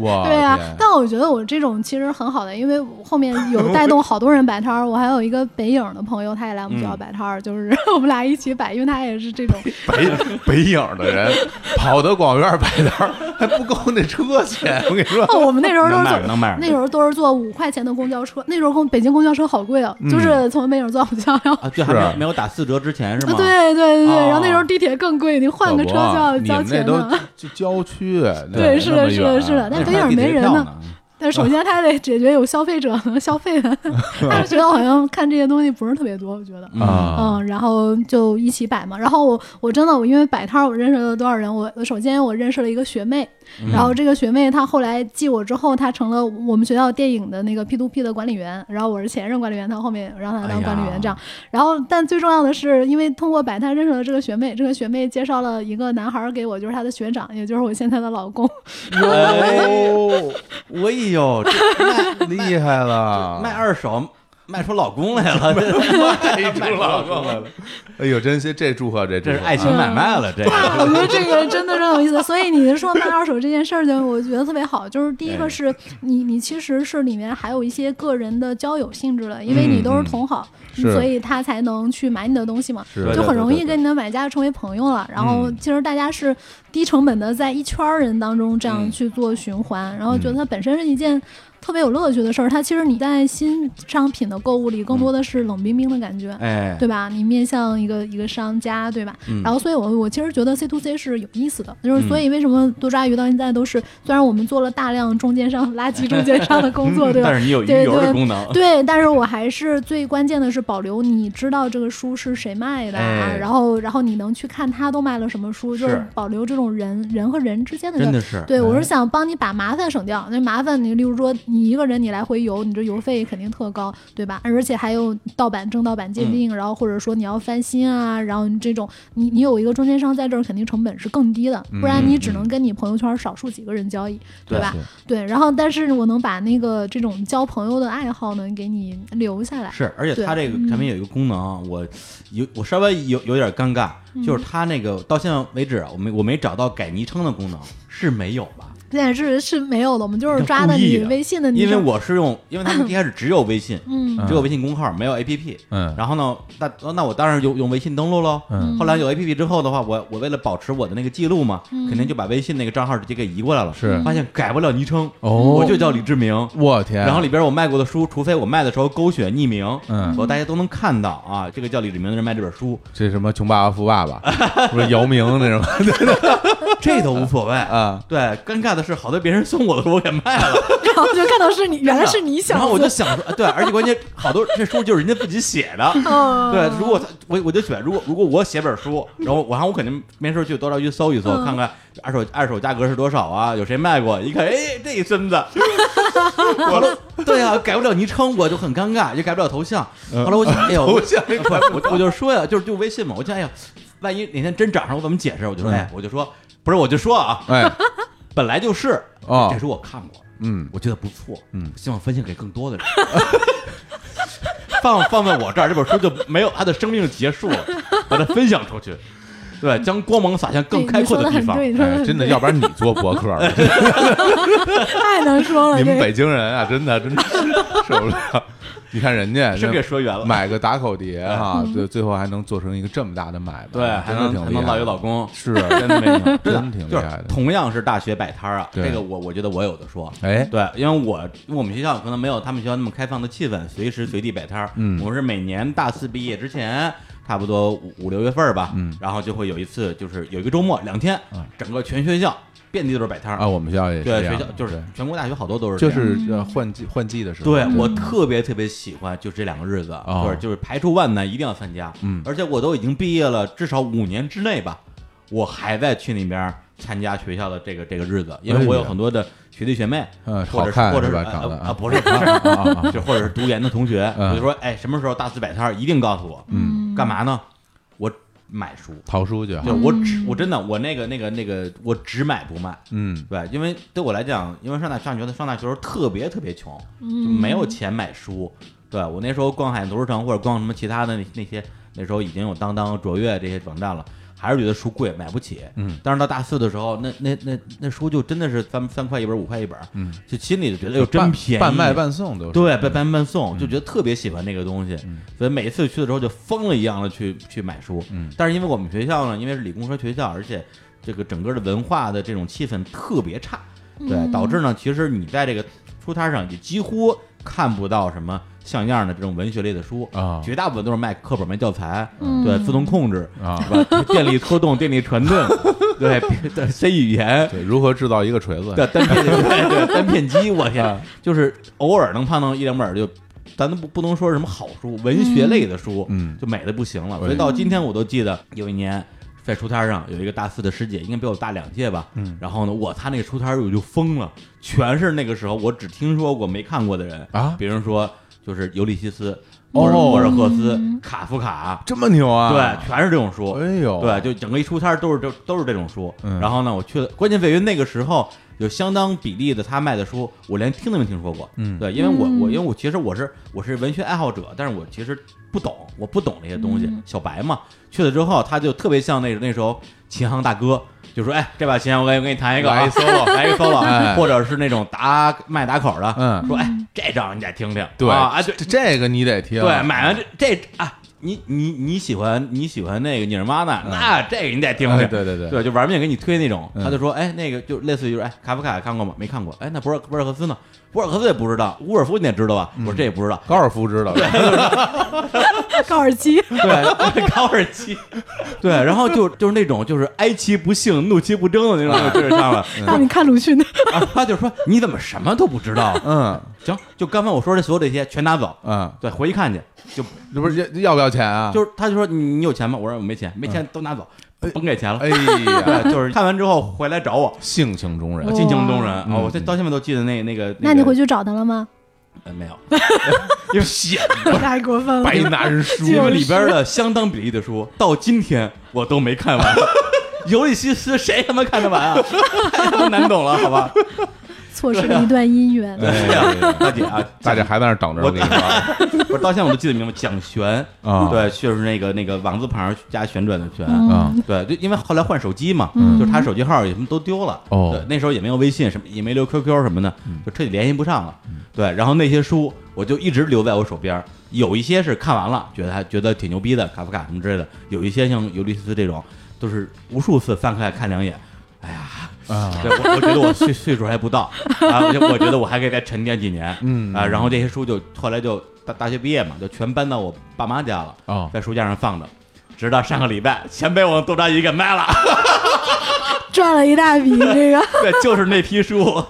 B: 哇！
C: 对啊
B: 天，
C: 但我觉得我这种其实很好的，因为我后 面有带动好多人摆摊儿。我还有一个北影的朋友，他也来我们
A: 嗯
C: 学校摆摊儿，就是 我们俩一起摆，因为他也是 这种，
B: 北北影的人跑到广院摆摊儿，还不够那车钱。我跟你说，
C: 哦，我们那时候都
A: 能
C: 是
A: 卖
C: 坐。
A: 能卖
C: 那时候都是坐五块钱的公交车，那时候公北京公交车好贵哦，就是从北影坐到我们学校，然后
A: 嗯啊，对，还没有
B: 是
A: 没有打四折之前是吗？
C: 啊对对对对，
A: 哦啊
C: 然后那时候地铁更贵，你换个车就
B: 老
C: 要
B: 伯你
C: 交
B: 们那
C: 钱
B: 都
C: 呢。
B: 就郊区，那
C: 对是的
B: 那么
C: 是
B: 远啊
C: 的是的
A: 那
C: 但
A: 还
C: 北影
A: 有地铁
C: 没人
A: 票
C: 呢
A: 呢。
C: 但首先他得解决有消费者能消 费的，他们学校好像看这些东西不是特别多，我觉得。
B: 啊，
C: 嗯，然后就一起摆嘛。然后我我真的我因为摆摊儿，我认识了多少人？我我首先我认识了一个学妹，
A: 嗯
C: 然后这个学妹她后来继我之后，她成了我们学校电影的那个 P to P 的管理员，然后我是前任管理员，她后面让她
A: 哎
C: 当
A: 呀
C: 管理员这样。然后但最重要的是，因为通过摆摊认识了这个学妹，这个学妹介绍了一个男孩儿给我，就是她的学长，也就是我现在的老公。
A: 哎呦，哎呦，这
C: 嗯
B: 厉害了！
A: 卖二手卖出老公来了，
B: 卖出老公来了。哎呦，真心这祝贺啊这
A: 这
B: 真
A: 是爱情买卖了，这
C: 啊，我
A: 个
C: 觉得这个真的真有意思。所以你说卖二手这件事儿情，我觉得特别好。就是第一
A: 哎
C: 个是你，你其实是里面还有一些个人的交友性质的，因为你都是同好，
B: 嗯是
C: 所以他才能去买你的东西嘛，
B: 是
A: 对
C: 就很容
A: 对对
C: 易
A: 对
C: 跟你的买家成为朋友了。然后
B: 嗯
C: 其实大家是低成本的在一圈儿人当中这样
A: 嗯
C: 去做循环，然后觉得它本身是一件。特别有乐趣的事儿，它其实你在新商品的购物里，更多的是冷冰冰的感觉。
A: 嗯哎，
C: 对吧？你面向一个一个商家，对吧？
A: 嗯
C: 然后，所以我我其实觉得 C to C 是有意思的，就是所以为什么多抓鱼到现在都是，虽然我们做了大量中间商、垃圾中间商的工 作，对吧
A: 但？是你有鱼
C: 对
A: 油的
C: 对
A: 功能，
C: 对，但是我还是最关键的是保留，你知道这个书是谁卖的、啊，
A: 哎
C: 然后然后你能去看他都卖了什么书，就是
A: 是
C: 保留这种人人和人之间的
A: 真
C: 交
A: 的是
C: 对，我是想帮你把麻烦省掉。那麻烦你，例如说你一个人你来回游，你这邮费肯定特高，对吧？而且还有盗版、正盗版鉴
A: 嗯
C: 定，然后或者说你要翻新啊，然后你这种你你有一个中间商在这儿，肯定成本是更低
A: 嗯
C: 的，不然你只能跟你朋友圈少数几个人交易，对吧？对，然后但是我能把那个这种交朋友的爱好呢给你留下来。
A: 嗯是，而且
C: 对嗯
A: 它这个产品有一个功能啊，我有我稍微有有点尴尬，
C: 嗯
A: 就是它那个到现在为止啊，我没我没找到改昵称的功能，是没有吧？
C: 现在是是没有的，我们就是抓
A: 故意
C: 你
A: 的
C: 微信的嗯你
A: 因
C: 这，
A: 为我是用，因为他们一开始只有微信，
C: 嗯
A: 只有微信公号，没有 APP。
B: 嗯
A: 然后呢，那那我当然用用微信登录喽。
B: 嗯
A: 后来有 APP 之后的话，我我为了保持我的那个记录嘛，肯定就把微信那个账号直接给移过来了。
B: 是
A: 发现改不了昵称，
B: 哦
A: 我就叫李志明。
B: 我天，
A: 然后里边我卖过的书，除非我卖的时候勾选匿名，
B: 嗯
A: 我大家都能看到啊，这个叫李志明的人卖这本 书，
B: 这什么穷爸爸富爸爸，不是姚明那什么
A: 这都无所谓啊。
B: 啊？
A: 对，尴尬的是，好多别人送我的书我给卖了，
C: 然后就看到是你，原来是你想
A: 然
C: 的，
A: 后我就想说，呃对，而且关键好多这书就是人家自己写的，
C: 嗯
A: 对，如果他我我就选，如果如果我写本书，然后我还我肯定没事儿去多少去搜一搜，
C: 嗯
A: 看看二手二手价格是多少啊，有谁卖过？一看，哎，这一孙子，我 都对啊，改不了昵称，我就很尴尬，也改不了头像。后来我想，哎呦，
B: 嗯 头像也
A: 不是我我就说呀，就是就微信嘛，我就哎呀，万一哪天真涨上，我怎么解释？我
B: 嗯
A: 就说，哎，我就说不是，我就说啊，
B: 哎，
A: 本来就是，
B: 哦
A: 这书我看过，
B: 嗯，
A: 我觉得不错，
B: 嗯
A: 希望分享给更多的人。放放在我这儿，这本书就没有它的生命就结束了，把它分享出去， 对，将光芒洒向更
C: 对
A: 开
C: 你
A: 阔
C: 说
A: 的
C: 的
A: 地
C: 很
A: 方。
C: 对，你说的
B: 哎
C: 很
B: 真的，
C: 对
B: 要不然你做博 客吧，
C: 太能说了，
B: 你们
C: 这个
B: 北京人啊，真的真的是受不了。你看人家
A: 是给说圆了，
B: 买个打口碟哈，最最后还能做成一个这么大的买卖，
A: 对，还
B: 真的
A: 能
B: 挺
A: 还
B: 厉
A: 能
B: 害
A: 老
B: 的
A: 有老公，
B: 是
A: 真的没 有，
B: 真
A: 的
B: 挺厉
A: 就
B: 害
A: 是
B: 的
A: 同样是大学摆摊儿啊，
B: 对
A: 这个我我觉得我有的说，
B: 哎
A: 对，因为我因为我们学校可能没有他们学校那么开放的气氛，随时随地摆摊儿。
B: 嗯
A: 我们是每年大四毕业之前，差不多五五六月份儿吧，
B: 嗯
A: 然后就会有一次，就是有一个周末两天，整个全学校遍地都是摆摊儿。
B: 啊，我们学校也是
A: 对，
B: 这样
A: 学校就是
B: 对
A: 全国大学好多都是这
B: 就
A: 样。
B: 是呃换季换季的时候，
A: 对
B: 真的
A: 我特别特别喜欢，就这两个日子，
B: 哦
A: 就是就是排除万难一定要参加。
B: 嗯
A: 而且我都已经毕业了，至少五年之内吧，我还在去那边儿参加学校的这个这个日子，因
B: 哎
A: 为我有很多的学弟学妹，
B: 嗯
A: 或
B: 好
A: 者是
B: 看
A: 或者
B: 是
A: 是
B: 吧？
A: 呃
B: 长得
A: 呃啊不是不是，
B: 啊啊
A: 就或者是 读研的同学，
B: 嗯
A: 我就说，哎，什么时候大四摆摊儿一定告诉我。
B: 嗯，
A: 干嘛呢？我买书，
B: 淘书去哈，
A: 就我只我真的我那个那个那个我只买不卖，
B: 嗯
A: 对，因为对我来讲，因为上大上学的上大学的时候特别特别穷，
C: 嗯
A: 就没有钱买书。对我那时候逛海洋图书城或者逛什么其他的那那些，那时候已经有当当、卓越这些网站了，还是觉得书贵，买不起。
B: 嗯，
A: 但是到大四的时候，那那那那书就真的是三三块一本，五块一本，
B: 嗯，
A: 就心里就觉得哟真
B: 半
A: 便宜，
B: 半卖半送都是
A: 对，半搬搬送，就觉得嗯特别喜欢那个东西，所以每次去的时候就疯了一样的去去买书。
B: 嗯
A: 但是因为我们学校呢，因为是理工科学校，而且这个整个的文化的这种气氛特别差，
C: 嗯
A: 对，导致呢，其实你在这个书摊上也几乎看不到什么像样的这种文学类的书
B: 啊
A: 绝大部分都是卖课本、卖教材，
C: 嗯
A: 对，自动控制。
B: 啊，
A: 是吧？电力拖动、电力传动， 对对，C 语言，
B: 对，如何制造一个锤子？
A: 对单片对对单片机，我天
B: 啊，
A: 就是偶尔能碰到一两本儿就。咱都不不能说是什么好书，文学类的书，
B: 嗯
A: 就美的不行了。
B: 对
A: 所以到今天我都记得有一年在书摊上有一个大四的师姐，应该比我大两届吧。
B: 嗯
A: 然后呢，我她那个书摊儿我就疯了，全是那个时候我只听说过没看过的人
B: 啊
A: 比如说就是尤利西斯、摩尔
B: 哦
A: 摩尔赫斯、卡夫卡，
B: 这么牛啊！
A: 对，全是这种书。
B: 哎呦，
A: 对，就整个一出摊儿都是这都是这种书。
B: 嗯
A: 然后呢，我去了，关键在于那个时候有相当比例的他卖的书，我连听都没听说过。
B: 嗯
A: 对，因为我我
C: 嗯
A: 因为我其实我是我是文学爱好者，但是我其实不懂，我不懂这些东西。
C: 嗯
A: 小白嘛，去了之后他就特别像那那时候琴行大哥，就说哎，这把琴我给我给你弹一个、啊，
B: 来一 solo
A: 来一 solo，、啊
B: 哎
A: 或者是那种打卖打口的，
B: 嗯，
A: 说哎这张你得听听，
B: 对
A: 啊，哎对
B: 这这个你得听，
A: 对，买完这这啊，你你你喜欢你喜欢那个尼尔玛纳，那这个你得听
B: 嗯哎
A: 听，
B: 对对对
A: 对，就玩命给你推那种。
B: 嗯。
A: 他就说，哎，那个就类似于就是，哎，卡夫卡看过吗？没看过。哎，那博尔博尔赫斯呢？博尔赫斯也不知道，乌尔夫你也知道吧？我说这也不知道
B: 嗯 高尔夫知道，
C: 高尔基，
A: 对，高尔 基，对，然后就就是那种就是哀其不幸，怒其不争的那
B: 嗯
A: 种就是上了。
C: 让你看鲁迅的，
A: 然后他就说你怎么什么都不知道？啊
B: 嗯
A: 行，就刚才我说的所有这些全拿走，
B: 嗯，
A: 对，回去看去。就
B: 这不是要要不要钱啊？嗯
A: 就是他就说你你有钱吗？我说我没钱，没钱都拿走，甭给钱了。
B: 哎呀，
A: 对， 就是看完之后回来找我，
B: 性情中人
A: 我，进京东人
B: 哇
A: 啊，我这到现在都记得 那那个。
C: 那你回
A: 去
C: 去找他了吗？
A: 没有？ 因为 写
C: 太过分了
B: 白拿人书，
A: 因为里边的相当比例的书，到今天我都没看完。 尤利西斯谁他妈看得完啊？ 太难懂了，好吧？
C: 错失了一段姻缘。
B: 对
A: 是啊，大姐啊，
B: 大家还在那儿等着，
A: 我
B: 我跟你说，
A: 不是到现 在我都记得明白，蒋璇
B: 啊
A: 对，就是那个那个王字旁加旋转的旋，
B: 啊，
A: 对，就因为后来换手机嘛，
C: 嗯
A: 就是他手机号也什么都丢了，
B: 哦嗯
A: 对，那时候也没有微信，什么也没留 QQ 什么的，就彻底联系不上了。对，然后那些书我就一直留在我手边儿，有一些是看完了，觉得还觉得挺牛逼的，卡夫卡什么之类的；有一些像尤利西斯这种，都是无数次翻开看两眼。
B: 啊，
A: 对我，我觉得我岁岁数还不到啊，我就我觉得我还可以再沉淀几年，
B: 嗯
A: 啊，然后这些书就后来就大大学毕业嘛，就全搬到我爸妈家了，
B: 哦
A: 在书架上放着，直到上个礼拜全被我豆渣姨给卖了。
C: 赚了一大笔，这 个
A: 对，就是那批书。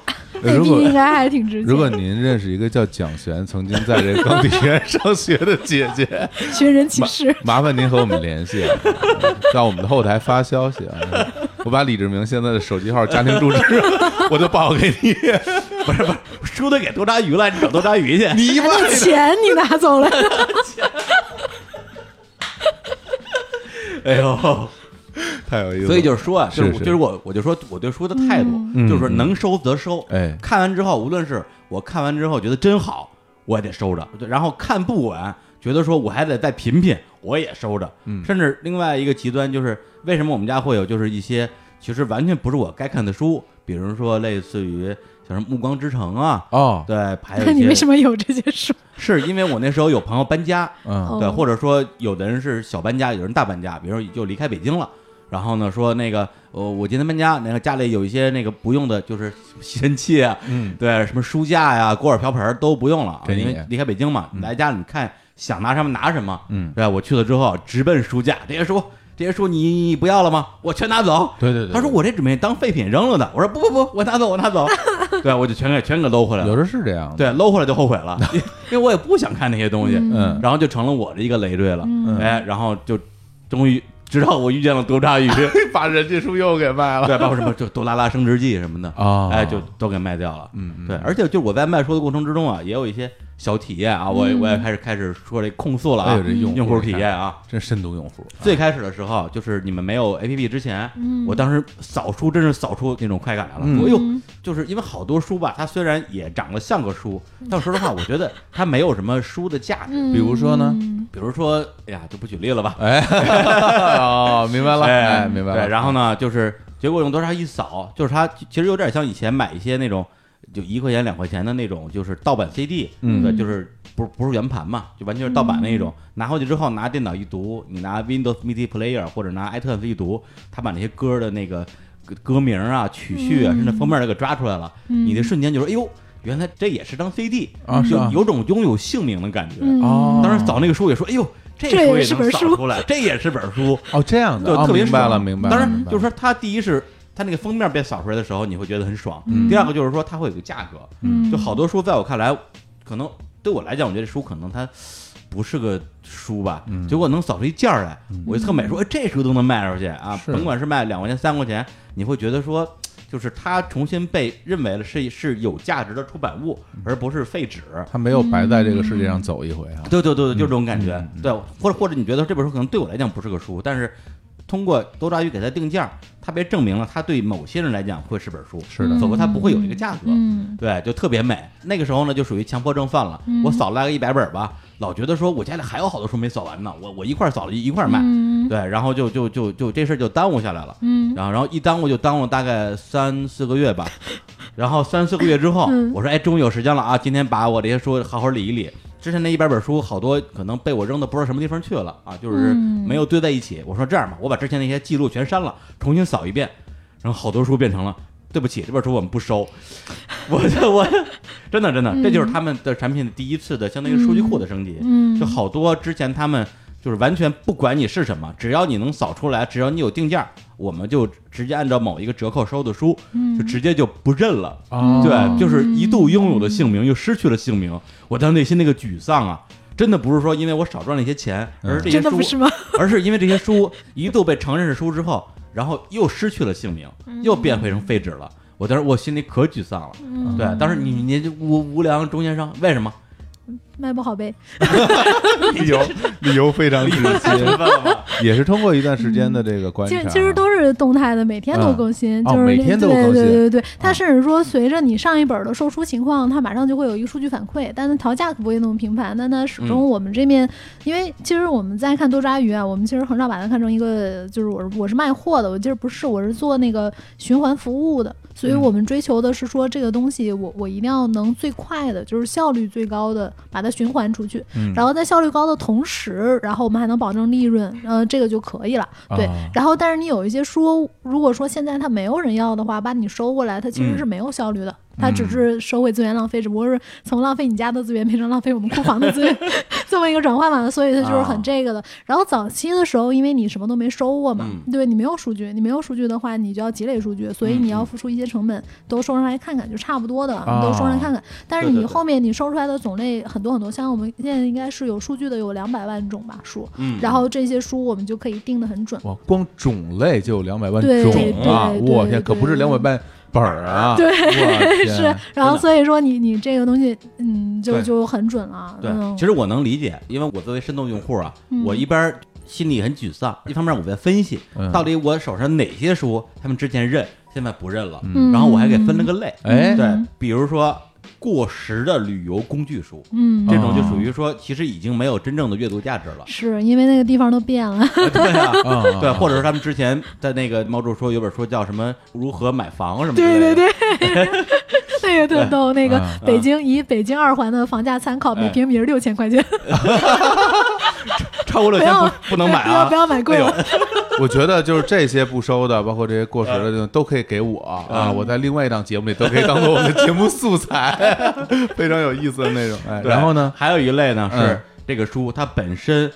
C: 那
B: 如
C: 笔
B: 果
C: 应该还挺值
B: 如果
C: 钱。
B: 您认识一个叫蒋璇，曾经在这钢铁学院上学的姐 姐，
C: 寻人启事，
B: 麻烦您和我们联系，啊，到我们的后台发消息啊。我把李志明现在的手机号、家庭住 址，我都报给你。
A: 不是不是，书都给多抓鱼了，你找多抓鱼去。
B: 你妈
C: 钱你拿 走了，
A: 哎呦，
B: 太有意思了，
A: 所以就是说啊，就是
B: 是
A: 我就是我，我就说我对书的态度，
B: 嗯
A: 就是能收则收。
B: 哎
A: 看完之后，无论是我看完之后觉得真好，我也得收着；对然后看不完，觉得说我还得再品品，我也收着。
B: 嗯
A: 甚至另外一个极端就是，为什么我们家会有就是一些其实完全不是我该看的书，比如说类似于像什么《暮光之城》啊，
B: 哦，
A: 对，还有
C: 那
A: 一
C: 你
A: 些
C: 为什么有这些 书？
A: 是因为我那时候有朋友搬家，
B: 嗯
C: 哦
A: 对，或者说有的人是小搬家，有人大搬家，比如说就离开北京了，然后呢说那个呃我今天搬家，那个家里有一些那个不用的，就是吸尘器啊，
B: 嗯，
A: 对，什么书架呀、锅碗瓢盆儿都不用了啊，
B: 给你
A: 因为离开北京嘛，你来家里你看想拿什么拿什么，
B: 嗯，
A: 对，我去了之后直奔书架，这些书这些书你你不要了吗？我全拿走。
B: 对对对，
A: 他说我这准备当废品扔了的，我说不不不，我拿走我拿走， 对我就全给全给搂回来了
B: 有。的是这样的，
A: 对，搂回来就后悔 了，因因为我也不想看那些东西，
B: 嗯
A: 然后就成了我的一个累赘了，
C: 嗯
A: 哎，然后就终于直到我遇见了多 抓鱼，
B: 把人家书又给卖了
A: 对，包括什么就多拉拉升职记什么的，
B: 哦
A: 哎，就都给卖掉了，
B: 嗯嗯
A: 对，而且就我在卖书的过程之中啊，也有一些小体验啊，我也我也开始开始说这控诉了
B: 哎呦
A: 啊
B: 这，用户
A: 用户体验啊，
B: 真深度用户，
A: 最开始的时候，就是你们没有 A P P 之前，
C: 嗯
A: 我当时扫书真是扫出那种快感来了。
B: 嗯
A: 哎呦，就是因为好多书吧，它虽然也长得像个书，但说实话，我觉得它没有什么书的价值。
C: 嗯
B: 比如说呢
A: 比如说，哎呀，就不举例了吧。
B: 哎， 哦，明白了，哎，明白
A: 对，
B: 了，
A: 然后呢，就是结果用多少一扫，就是它其实有点像以前买一些那种就一块钱两块钱的那种，就是盗版 CD，
B: 嗯
A: 对，就是不不是圆盘嘛，就完全是盗版那种。拿回去之后，拿电脑一读，你拿 Windows Media Player 或者拿 iTunes 一读，它把那些歌的那个歌歌名啊、曲序啊，甚至封面都给抓出来了，你的瞬间就说，哎呦。原来这也是张 CD
B: 啊嗯是
A: 就
B: 啊
A: 有种拥有姓名的感觉。
C: 嗯
B: 哦，
A: 当时扫那个书也说，哎呦，这
C: 这
A: 书
C: 也
A: 也
C: 是
A: 能
C: 本
A: 扫
C: 书
A: 出来，这也是本书。
B: 哦这样的，
A: 对，
B: 哦
A: 特别
B: 明白
A: 爽
B: 了，明白了，
A: 当然
B: 明白
A: 就是
B: 了
A: 说，它第一是它那个封面被扫出来的时候，你会觉得很爽；
B: 嗯
A: 第二个就是说，它会有个价格。
C: 嗯
A: 就好多书在我看来，可能对我来讲，我觉得这书可能它不是个书吧，
B: 嗯
A: 结果能扫出一件儿来，我就特美说，哎这书都能卖出去啊！
B: 是
A: 甭管是卖两块钱、三块钱，你会觉得说。就是它重新被认为了是是有价值的出版物，而不是废纸。
B: 他没有白在这个世界上走一回啊，
A: 对对对，对，就这种感觉。对，或者或者你觉得这本书可能对我来讲不是个书，但是通过多抓鱼给它定价，它被证明了，它对某些人来讲会是本书，
B: 是的
A: 否则它不会有这个价格。
C: 嗯
A: 对，就特别美。那个时候呢，就属于强迫症犯了。
C: 嗯
A: 我扫了个一百本吧，老觉得说我家里还有好多书没扫完呢，我我一块儿扫了一一块儿卖。
C: 嗯
A: 对，然后就就就就这事儿就耽误下来了。
C: 嗯
A: 然后然后一耽误就耽误了大概三四个 月吧。然后三四个月之后，
C: 嗯
A: 我说哎，终于有时间了啊！今天把我这些书好好理一理。之前那一百本书，好多可能被我扔到不知道什么地方去了啊，就是
C: 嗯
A: 没有堆在一起。我说这样吧，我把之前那些记录全删了，重新扫一遍，然后好多书变成了对不起，这本书我们不 收。我就我真的真的，这就是他们的产品的第一次的相当于数据库的升级。
C: 嗯
A: 就好多之前他们就是完全不管你是什么，只要你能扫出来，只要你有定价，我们就直接按照某一个折扣收的书，
C: 嗯
A: 就直接就不认了。
C: 哦
B: 啊
A: 对，就是一度拥有的姓
C: 嗯
A: 名又失去了姓名，我当时内心那个沮丧啊，真的不是说因为我少赚了一些钱，而是这些
C: 嗯真的
A: 书
C: 不是吗？
A: 而是因为这些书一度被承认是书之后，然后又失去了姓名，又变回成废纸了。我当时我心里可沮丧了，
C: 嗯
A: 对，当时你你这无无良中间商为什么？
C: 卖不好呗。
B: 理由理由非常直接，
A: 吧？
B: 也是通过一段时间的这个观
C: 其
B: 察
C: 实
B: 啊，
C: 其实都是动态的，每天都
B: 嗯
C: 更新，
B: 哦
C: 就是
B: 每
C: 那
B: 天都有
C: 对
B: 更
C: 对
B: 新啊
C: 对对，它甚至说随着你上一本的售出情况，它马上就会有一个数据反馈，但是调价可不会那么频繁。但它始
B: 嗯
C: 终我们这边，因为其实我们在看多抓鱼啊，我们其实很少把它看成一个，就是我是我是卖货的，我其实不是，我是做那个循环服务的，所以
A: 嗯
C: 我们追求的是说这个东西我我一定要能最快的，就是效率最高的把它循环出去，
B: 嗯
C: 然后在效率高的同时，然后我们还能保证 利润，呃，这个就可以了。对
B: 啊，
C: 然后但是你有一些书，如果说现在它没有人要的话，把你收过来，它其实
B: 嗯
C: 是没有效率的，它只是收回资源浪费，只不过是从浪费你家的资源变成浪费我们库房的资 源这么一个转换嘛，所以它就是很这个的。然后早期的时候，因为你什么都没收过嘛，
A: 嗯
C: 对你没有数据，你没有数据的话，你就要积累数据，所以你要付出一些成本，都收上来看看，就差不多的，
B: 啊
C: 你都收上来看看。但是
A: 对对
C: 你
A: 对
C: 后面你收出来的种类很多很多，像我们现在应该是有数据的，有两百万种吧书，
A: 嗯，
C: 然后这些书我们就可以定得很准。
B: 哇，光种类就有两百万
C: 对
B: 种啊！
C: 对
B: 我
C: 对
B: 天，可不是
C: 对
B: 两百万本儿啊！
C: 对
B: 对
C: 是，然
A: 真
C: 后
A: 的
C: 所以说你你这个东西，嗯，就
A: 对
C: 就很准了。
A: 对，
C: 嗯、
A: 其实我能理解，因为我作为深度用户啊，
C: 嗯
A: 我一边儿心里很沮丧，一方面我在分析、
B: 嗯
A: 到底我手上哪些书他们之前认，现在不认了，
C: 嗯
A: 然后我还给分了个类，
B: 哎，
A: 对，比如说过时的旅游工具书。
C: 嗯，。
A: 这种就属
B: 哦
A: 于说，其实已经没有真正的阅读价值了
C: 是因为那个地方都变了，
A: 对啊，
B: 啊
A: 对，
B: 啊
A: 或者是他们之前在那个猫柱说有本书叫什么“如何买房”什么之
C: 对
A: 类的
C: 对对，那个特逗，那个
B: 啊
C: 北京以北京二环的房价参考，每
A: 哎
C: 平米是六千块钱，
A: 超过六
C: 不
A: 千
C: 要
A: 不不能买
C: 不要
A: 啊
C: 不！要买贵
A: 哎呦
C: 了，
B: 我觉得就是这些不收的，包括这些过时的这种，都可以给我啊！
A: 嗯
B: 我在另外一档节目里都可以当做我们的节目素材， 非常有意思的那种。哎，
A: 对
B: 然后呢？
A: 还有一类呢
B: 嗯
A: 是这个书它本身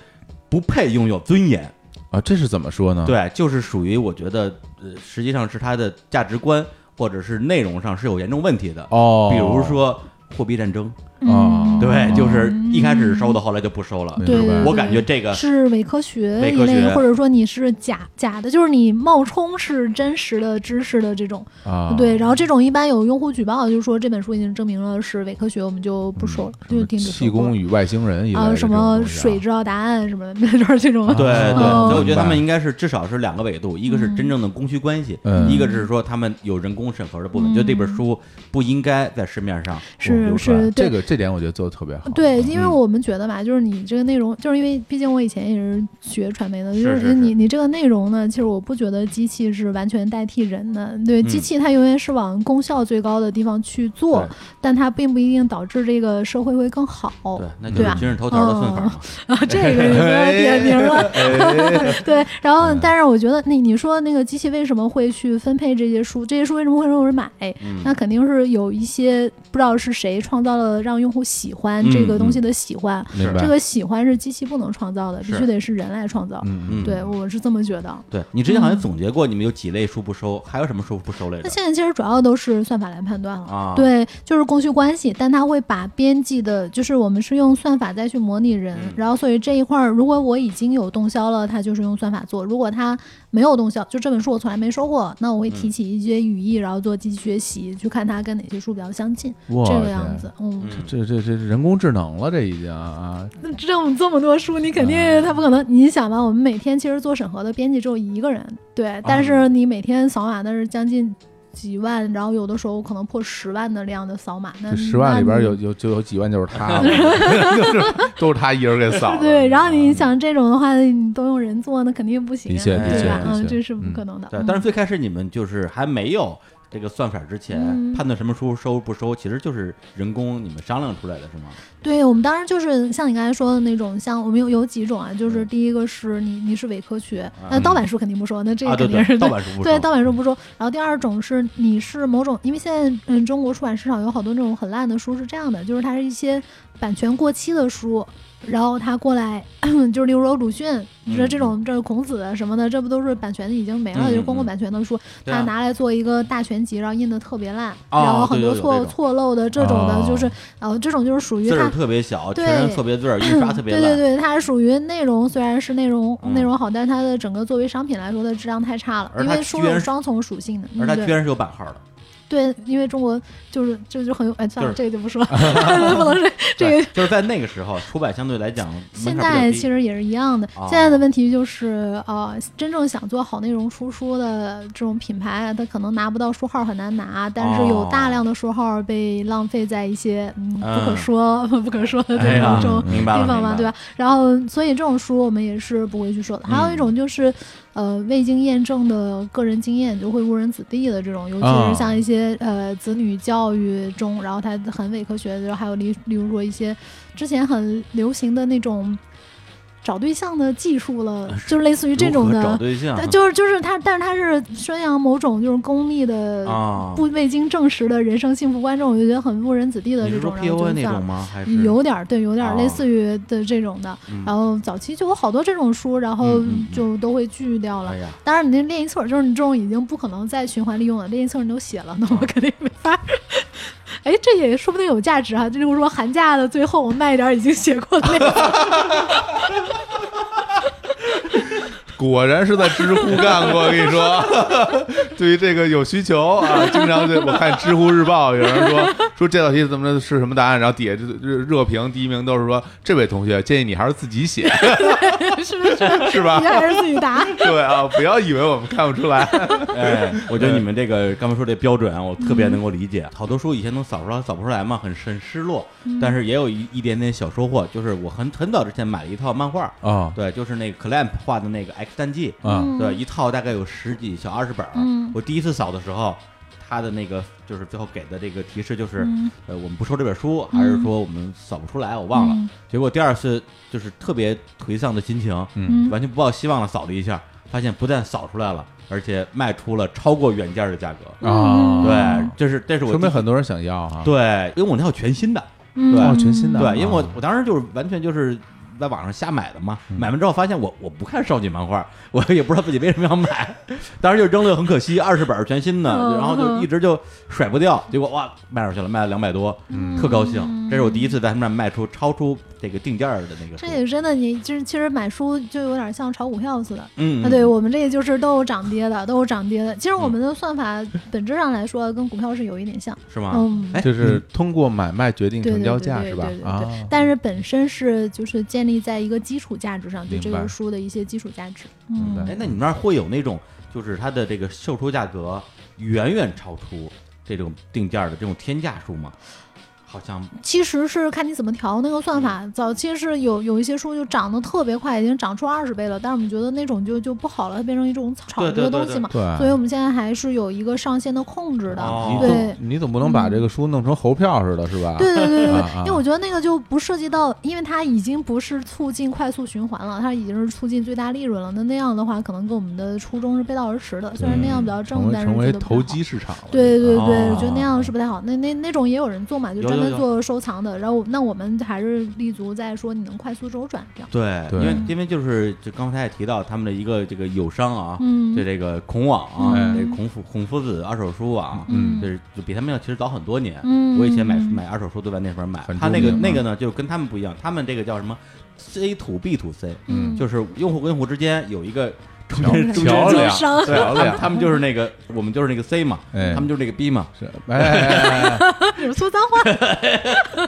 A: 不配拥有尊严，
B: 啊，这是怎么说呢？
A: 对，就是属于我觉得，呃，实际上是它的价值观或者是内容上是有严重问题的。
B: 哦，
A: 比如说货币战争，
B: 哦
C: 嗯，
A: 对，就是一开始收的，后来就不收了。
B: 对
C: 对对，对
A: 我感觉这个
C: 嗯是伪科学
A: 伪
C: 一
A: 科
C: 类
A: 学，
C: 或者说你是假假的，就是你冒充是真实的知识的这种。
B: 啊，
C: 对，然后这种一般有用户举报，就是说这本书已经证明了是伪科学，我们就不收了，
B: 嗯什
C: 就
B: 么
C: 停止
B: 气
C: 收购
B: 功。与外星人一类
C: 啊，
B: 的
C: 什
B: 这种
C: 么
B: 东西啊
C: 水知道答案什么的， 就是这种。
B: 啊
A: 对对，
C: 哦
A: 所以我觉得他
B: 明白
A: 们应该是至少是两个维度，一个是真正的供需关系，
B: 嗯
A: 一个是说他们有人工审核的部分，
C: 嗯
A: 就这本书不应该在市面上
C: 是
A: 流传
C: 是对
B: 这个这点我觉得做的特别好。
C: 对，因为
A: 嗯
C: 我们觉得吧，就是你这个内容，就是因为毕竟我以前也是学传媒的，就是
A: 是是
C: 你你这个内容呢，其实我不觉得机器是完全代替人的，对，机
A: 嗯
C: 器它永远是往功效最高的地方去做，
B: 对
C: 但它并不一定导致这个社会会更好。
A: 对，哎那就
C: 对
A: 是
C: 啊
A: 今日头条的算法嘛。
C: 啊，这个你不要点名了。
A: 哎
C: 对，然后
A: 嗯
C: 但是我觉得，那你说那个机器为什么会去分配这些书？这些书为什么会有人买？
A: 嗯
C: 那肯定是有一些不知道是谁创造了让用户喜欢这个东西的喜欢。
B: 明白
C: 这个喜欢是机器不能创造的，必
A: 是
C: 须得是人来创造。
B: 嗯嗯
A: 嗯，
C: 对，我是这么觉得。
A: 对，你之前好像总结过，你们有几类书不收，还有什么书不收来
C: 嗯那
A: 着？
C: 现在其实主要都是算法来判断了。
A: 啊，，
C: 对，就是供需关系，但它会把编辑的，就是我们是用算法再去模拟人，
A: 嗯
C: 然后所以这一块儿，如果我已经有动销了，它就是用算法做；如果它没有东西，就这本书我从来没收过，那我会
A: 嗯
C: 提起一些语义，然后做继续学习，去看它跟哪些书比较相近，
B: 哇
C: 这
B: 塞
C: 个样子。嗯，
A: 嗯
B: 这这这人工智能了，这已经啊，
C: 那这么这么多书，你肯定
B: 嗯
C: 它不可能。你想吧，我们每天其实做审核的编辑只有一个人，对，但是你每天扫码那是将近。几万，然后有的时候可能破十万的量的扫码，那
B: 这十万里边
C: 嗯那你
B: 有有就有几万就是他了， 就是都是他一人给扫了。
C: 对，然后你想这种的话，你都用人做，那肯定不行、
B: 嗯的
C: 啊，
B: 确
A: 的
C: 对
A: 确
C: 吧？
B: 的
C: 嗯，
B: 确
C: 这是不
B: 嗯
C: 可能的。
A: 对
C: 嗯，
A: 但是最开始你们就是还没有这个算法之前，
C: 嗯
A: 判断什么书收不收，其实就是人工你们商量出来的，是吗？
C: 对我们当然就是像你刚才说的那种，像我们有有几种啊，就是第一个是你你是伪科学，那
A: 嗯
C: 盗版书肯定不说，那这
A: 啊，
C: 个
A: 对
C: 肯定
A: 对，
C: 是
A: 盗版书不
C: 对
A: 收。
C: 盗版书不说。然后第二种是你是某种，因为现在嗯中国出版市场有好多那种很烂的书是这样的，就是它是一些版权过期的书，然后他过来 就是例如说鲁迅，你说这种这孔子什么的，这不都是版权已经没了，
A: 嗯
C: 就是公
A: 嗯
C: 共
A: 嗯
C: 版权的书，
A: 对啊
C: 他拿来做一个大全集，然后印的特别烂，
A: 哦
C: 然后很多
A: 对对有
C: 错
A: 这种
C: 错漏的这种的，就是
B: 哦
C: 呃这种就是属于
A: 字儿
C: 他。
A: 特别小，确
C: 对
A: 认错别字儿，印刷特别
C: 对对
A: 烂。
C: 对，它是属于内容，虽然是内容、
A: 嗯
C: 内容好，但是它的整个作为商品来说的质量太差了，
A: 而
C: 因
A: 它
C: 为书
A: 居然
C: 有
A: 是
C: 双重属性的，
A: 而
C: 嗯
A: 它
C: 对
A: 居然是有版号的，
C: 对，因为中国就是这就很有哎，算了，
A: 就
C: 这个就不说 了，不能说这
A: 对
C: 个。
A: 就是在那个时候，出版相对来讲
C: 现
A: 门槛
C: 在
A: 比较低。
C: 其实也是一样的，
A: 哦
C: 现在的问题就是，呃，真正想做好内容出书的这种品牌，它可能拿不到书号很难拿，但是有大量的书号被浪费在一些嗯不可
A: 哦嗯
C: 说 不可说的
A: 哎
C: 这
A: 呀
C: 种
B: 种
A: 明白了，
C: 地方
A: 明白
C: 嘛，
A: 了
C: 对吧？？然后，所以这种书我们也是不会去说的。还有
A: 嗯
C: 一种就是，呃，未经验证的个人经验就会误人子弟的这种，尤其
B: 啊
A: 哦
C: 是像一些呃子女教育中，然后它很伪科学，然后还有例例如说一些之前很流行的那种找对象的技术了，就是类似于这种
A: 呃如何找
C: 的。
A: 对象
C: 但就是就是他，但是他是宣扬某种就是功利的、
A: 啊，
C: 不未经证实的人生幸福观，这种我就觉得很误人子弟的
A: 你
C: 这
A: 是
C: 种
A: 说，
C: 然后
A: PUA
C: 就
A: 那
C: 算了
A: 种。吗？还是
C: 有点儿，对，有点儿类
A: 哦
C: 似于的这种的。
A: 嗯
C: 然后早期就有好多这种书，然后
A: 嗯嗯嗯
C: 就都会拒掉了。
A: 哎呀，
C: 当然，你那练习册就是你这种已经不可能再循环利用了，练习册你都写了，那我
A: 哦
C: 肯定没法儿。哎，这也说不定有价值哈、啊就例如说寒假的最后，我卖一点儿已经写过的那个，
B: 果然是在知乎干 过，我跟你说， 对于这个有需求啊，经常就我看知乎日报有人说 说这道题怎么着是什么答案，然后底下就热热评第一名都是说这位同学建议你还是自己 写，
C: 是不是？
B: 是吧
C: 你？还是自己 答。
B: 对啊，不要以为我们看不出 来，
A: 哎，我觉得你们这个刚才说这标准啊，我特别能够理解。好多书以前能扫出来，扫不出来嘛，很很失落。
C: 嗯
A: 但是也有一一点点小收获，就是我很很早之前买了一套漫画，
B: 啊
A: 对，就是那个 Clamp 画的那个《X 战记》，
B: 啊
C: 嗯
A: 对，一套大概有十几小二十本儿。啊
C: 嗯
A: 我第一次扫的时候，他的那个就是最后给的这个提示就是，
C: 嗯
A: 呃，我们不收这本书，还是说我们扫不出来，我忘了。
C: 嗯
A: 结果第二次就是特别颓丧的心情，
C: 嗯
A: 完全不抱希望了，扫了一下，发现不但扫出来了，而且卖出了超过原价的价格。
C: 嗯
B: 啊，
C: 哦
A: 对，这是这是我
B: 说明
A: 第
B: 很多人想要啊，
A: 对，因为我那套全新的，对
B: 哦
C: 嗯，嗯
B: 全新的
A: 对，因为我
B: 啊
A: 我当时就是完全就是。在网上瞎买的嘛，买完之后发现我我不看少女漫画，我也不知道自己为什么要买，当时就扔了，很可惜，二十本全新的，
C: 嗯
A: 然后就一直就甩不掉，结果哇卖出去了，卖了两百多，嗯特高兴，这是我第一次在他们那儿卖出超出这个定价的那个书，
C: 嗯这也真的，你就是其实买书就有点像炒股票似的，
A: 嗯，
C: 啊，对我们这个就是都有涨跌的，都有涨跌的。其实我们的算法本质上来说跟股票是有一点像，
A: 是吗？
C: 嗯，
A: 哎
B: 就是通过买卖决定
C: 对
B: 成
C: 对
B: 交
C: 对
B: 价
C: 对
B: 是吧
C: 对对？
B: 啊，
C: 对，但是本身是就是建立在一个基础价值上，就
B: 明
C: 这
B: 白
C: 本书的一些基础价值。
B: 明白
C: 嗯，
A: 哎，那你们那儿会有那种，就是它的这个售出价格远远超出这种定价的这种天价书吗？好像
C: 其实是看你怎么调那个
A: 嗯
C: 算法。早期是有有一些书就涨得特别快，已经涨出二十倍了，但是我们觉得那种就就不好了，它变成一种炒
A: 对
C: 这
A: 对
C: 个
A: 对嗯
C: 东西嘛。
B: 对，啊
C: 所以我们现在还是有一个上限的控制的。
A: 哦
B: 你
C: 对
B: 总你总不能把这个书弄成猴票似的，是吧？
C: 对对对对，
B: 啊
C: 对，因为我觉得那个就不涉及到，因为它已经不是促进快速循环了，它已经是促进最大利润了。那那样的话，可能跟我们的初衷是背道而驰的。虽然那样
A: 嗯
C: 比较
B: 成为
C: 正，但是
B: 成为
C: 觉得不太
B: 投
C: 好。
B: 机市场了。啊
C: 对对对，
A: 哦
C: 我觉得那样是不太好。那那那种也有人做嘛，就
A: 有
C: 专
A: 有
C: 门
A: 有
C: 做收藏的。然后那我们还是立足在说你能快速周转这样。
A: 对，
B: 对
A: 因为因为就是就刚才也提到他们的一个这个友商啊，
C: 嗯
A: 对这个孔网啊，
B: 嗯
A: 这个孔夫孔夫子二手书网，
B: 嗯
A: 就是就比他们要其实早很多年。
C: 嗯，
A: 我以前买
C: 嗯
A: 买二手书都在那边买
B: 很，
A: 他那个
B: 著名啊
A: 那个呢，就跟他们不一样，他们这个叫什么 C to B to C，
B: 嗯
A: 就是用户跟用户之间有一个中 间中
B: 桥
A: 间
B: 梁，
C: 中伤
B: 桥梁，
A: 他们就是那个我们就是那个 C 嘛，
B: 哎
A: 他们就是那个 B 嘛，
B: 是哎哎，哎哎
C: 有说脏话，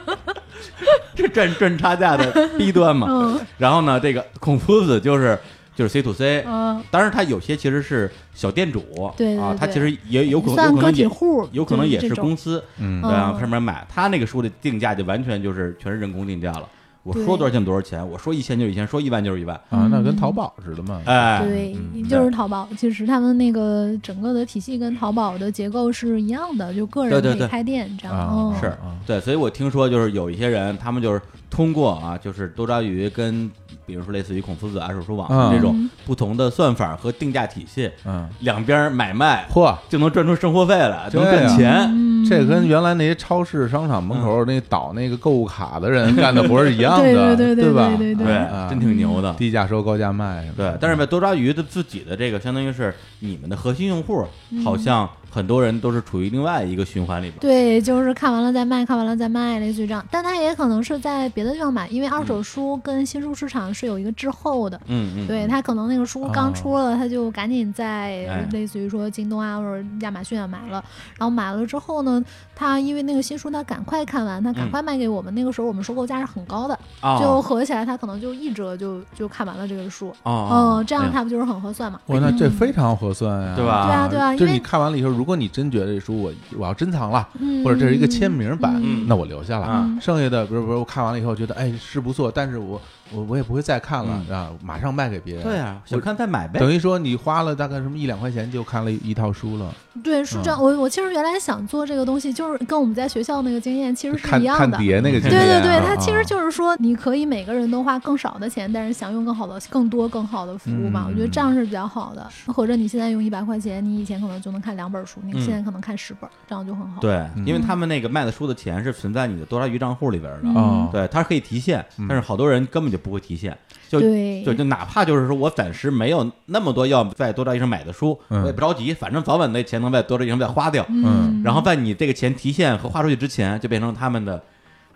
A: 这赚赚差价 的 B 端嘛
C: 嗯。
A: 然后呢，这个孔夫子就是就是 C to C，
C: 嗯，
A: 当然他有些其实是小店主，
C: 对对
A: 啊，他
C: 对
A: 其实也有可能
C: 算
A: 有可
C: 个
A: 能
C: 体
A: 也
C: 户，
A: 有可能也
C: 就是这种
A: 公司
B: 嗯
A: 对啊
C: 嗯
A: 上面买，他那个书的定价就完全就是全是人工定价了。我
C: 对
A: 说多少钱多少钱，我说一千就是一千，说一万就是一万，
B: 啊，那跟淘宝似的嘛，
A: 哎，
C: 对
B: 嗯，
C: 就是淘宝，其实他们那个整个的体系跟淘宝的结构是一样的，就个
A: 对
C: 人
A: 对
C: 可以
A: 对
C: 开店这样。
B: 啊
C: 嗯
A: 是
B: 啊
A: 对，所以我听说就是有一些人，他们就是通过啊，就是多抓鱼跟，比如说类似于孔夫子啊、手书网
B: 嗯
A: 这种不同的算法和定价体系，
B: 嗯，
A: 两边买卖
B: 嚯，
A: 就能赚出生活费来，
B: 对
A: 能
B: 啊
A: 赚钱。
C: 嗯，
B: 这跟原来那些超市、商场门口那倒那个购物卡的人干的活是一样的，
C: 对对对对
B: 吧？
C: 对对
A: 对
B: 啊，
A: 真挺牛的。
B: 低价收、高价卖什么
A: 对
B: 的，，
A: 但是吧，多抓鱼的自己的这个，相当于是你们的核心用户，好像很多人都是处于另外一个循环里边。
C: 对，就是看完了再卖，看完了再卖，类似于这样。但他也可能是在别的地方买，因为二手书跟新书市场是有一个滞后的。
A: 嗯嗯，哦
C: 对他可能那个书刚出了，他就赶紧在
A: 哎
C: 类似于说京东啊或者亚马逊啊买了，然后买了之后呢，他因为那个新书他赶快看完，他
A: 嗯
C: 赶快卖给我们，那个时候我们收购价是很高的，
A: 啊，
C: 就合起来他可能就一折就就看完了这个书，
A: 哦
C: 嗯，这样他不就是很合算嘛？
B: 哇，那这非常合算呀，
A: 对吧
C: 嗯对啊对啊因为
B: 就是你看完了以后，如果你真觉得这书我我要珍藏了，
C: 嗯
B: 或者这是一个签名版，
A: 嗯
B: 那我留下了。
A: 啊，
B: 剩下的，比如比如我看完了以后觉得，哎，是不错，但是我我我也不会再看了、啊，马上卖给别人。
A: 对啊，想看再买呗。
B: 等于说你花了大概什么一两块钱就看了一套书了，
C: 对，是
A: 嗯
C: 这样。我我其实原来想做这个东西，就是跟我们在学校那个经验其实是
B: 看
C: 一样
B: 看
C: 的。
B: 碟那个经
C: 对对
B: 验
C: 对，
B: 啊
C: 它其实
B: 啊
C: 就是说，你可以每个人都花更少的钱，但是享用更好的、更多、更好的服务嘛。
B: 嗯
C: 我觉得这样是比较好的。或者你现在用一百块钱，你以前可能就能看两本书，你
A: 嗯
C: 现在可能看十本，这样就很好。
A: 对，
B: 嗯
A: 因为他们那个卖的书的钱是存在你的多抓鱼账户里边
C: 嗯
A: 的，
B: 哦
A: 对，它是可以提现，但是好多人根本就不会提现，就
C: 对
A: 就就哪怕就是说我暂时没有那么多要在多抓鱼上买的书，
B: 嗯
A: 我也不着急，反正早晚那钱能在多抓鱼上再花掉，
B: 嗯
A: 然后在你这个钱提现和花出去之前，就变成他们的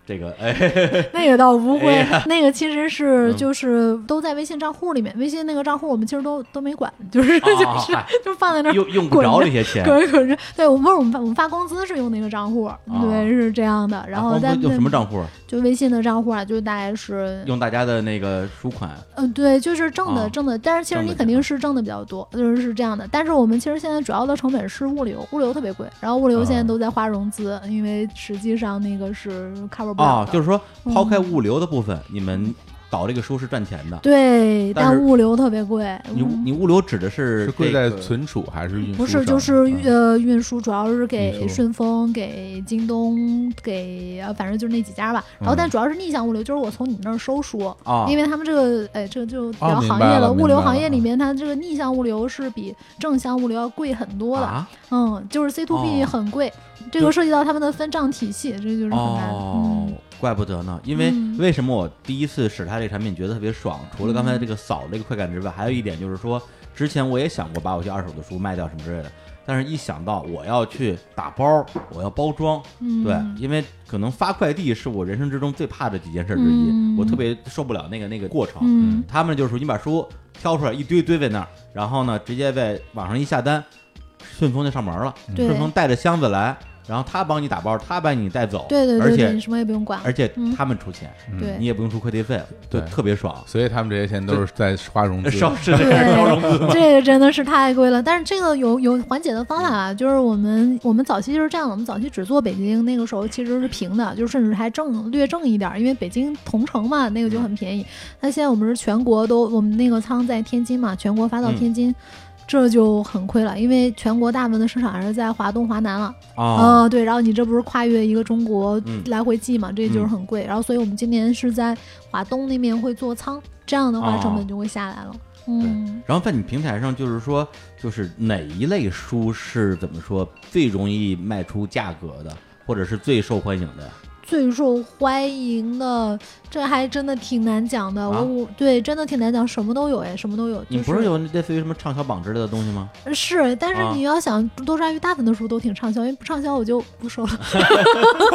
A: 这个 哎
C: 那个倒不
A: 哎
C: 会， 那个其实是
A: 嗯
C: 就是都在微信账户里面，微信那个账户我们其实都都没管，就是就
A: 哦
C: 是
A: 嗨
C: 就放在那儿
A: 用用不
C: 滚
A: 着
C: 着
A: 这些钱，
C: 可是可是，对我们我们发我们发工资是用那个账户，对是这样的。然后
A: 啊
C: 在
A: 光哥用什么账户？
C: 就微信的账户啊，就大概是，
A: 用大家的那个书款，
C: 嗯，对，就是挣
A: 啊
C: 的挣的，但是其实
A: 挣的
C: 你肯定是挣的比较多，就是是这样的。但是我们其实现在主要的成本是物流，物流特别贵，然后物流现在都在花融资，因为实际上那个是 cover 不了
A: 哦
C: 的。，
A: 就是说
C: 嗯
A: 抛开物流的部分，你们导这个书是赚钱的。
C: 对，
A: 但
C: 但
A: 是
C: 物流特别贵。嗯
A: 你你物流指的是
B: 是贵
A: 这
B: 在
A: 个
B: 存储还是运输上？
C: 不是，就是
B: 嗯
C: 呃，运输主要是
B: 运
C: 给
B: 输
C: 顺丰、给京东、给呃，反正就是那几家吧。然后，但主要是逆向物流，就是我从你那儿收书，
A: 啊，
C: 因为他们这个哎，这个就比
B: 哦
C: 较
B: 明
C: 行
B: 白
C: 业
B: 了明
C: 物流
B: 白
C: 行
B: 了
C: 业里面，它这个逆向物流是比正向物流要贵很多的。
A: 啊
C: 嗯，就是 C to B
A: 哦
C: 很贵，这
A: 就
C: 个涉及到他们的分账体系，这就是很难的。
A: 哦
C: 嗯，
A: 怪不得呢，因为
C: 嗯
A: 为什么我第一次使它这个产品觉得特别爽？除了刚才这个扫这个快感之外，还有一点就是说，之前我也想过把我去二手的书卖掉什么之类的，但是一想到我要去打包，我要包装，
C: 嗯
A: 对，因为可能发快递是我人生之中最怕的几件事之一，
C: 嗯
A: 我特别受不了那个那个过程。
C: 嗯，
A: 他们就是说你把书挑出来一堆堆在那儿，然后呢直接在网上一下单，顺丰就上门了。
C: 对
A: 顺丰带着箱子来，然后他帮你打包，他把你带走，
C: 对对
A: 而
C: 对对，你
A: 且
C: 什么也不用管了。
A: 而且
C: 嗯
A: 他们出钱，你
C: 对
A: 也不用出快递费，就
B: 对
A: 特别爽。
B: 所以他们这些钱都是在花融资。
A: 烧是这样烧融资
C: 对，这个真的是太贵了。但是这个有有缓解的方法啊，就是我们我们早期就是这样的，我们早期只做北京，那个时候其实是平的，就甚至还挣略挣一点儿，因为北京同城嘛，那个就很便宜。那现在我们是全国都，我们那个仓在天津嘛，全国发到
A: 嗯
C: 天津。这就很亏了，因为全国大部分的市场还是在华东、华南了。
D: 哦
A: 啊，
C: 呃，对，然后你这不是跨越一个中国
A: 嗯
C: 来回寄嘛，这就是很贵。然后，所以我们今年是在华东那边会做仓，这样的话
A: 哦
C: 成本就会下来了。嗯，
A: 然后在你平台上，就是说，就是哪一类书是怎么说最容易卖出价格的，或者是最受欢迎的？
C: 最受欢迎的，这还真的挺难讲的。
A: 啊
C: 我我对真的挺难讲，什么都有哎，什么都有。就
D: 你不是有类似于什么畅销榜之类的东西吗？
C: 是，但是
D: 啊
C: 你要想多抓鱼大部分的书都挺畅销，因为不畅销我就不收 了。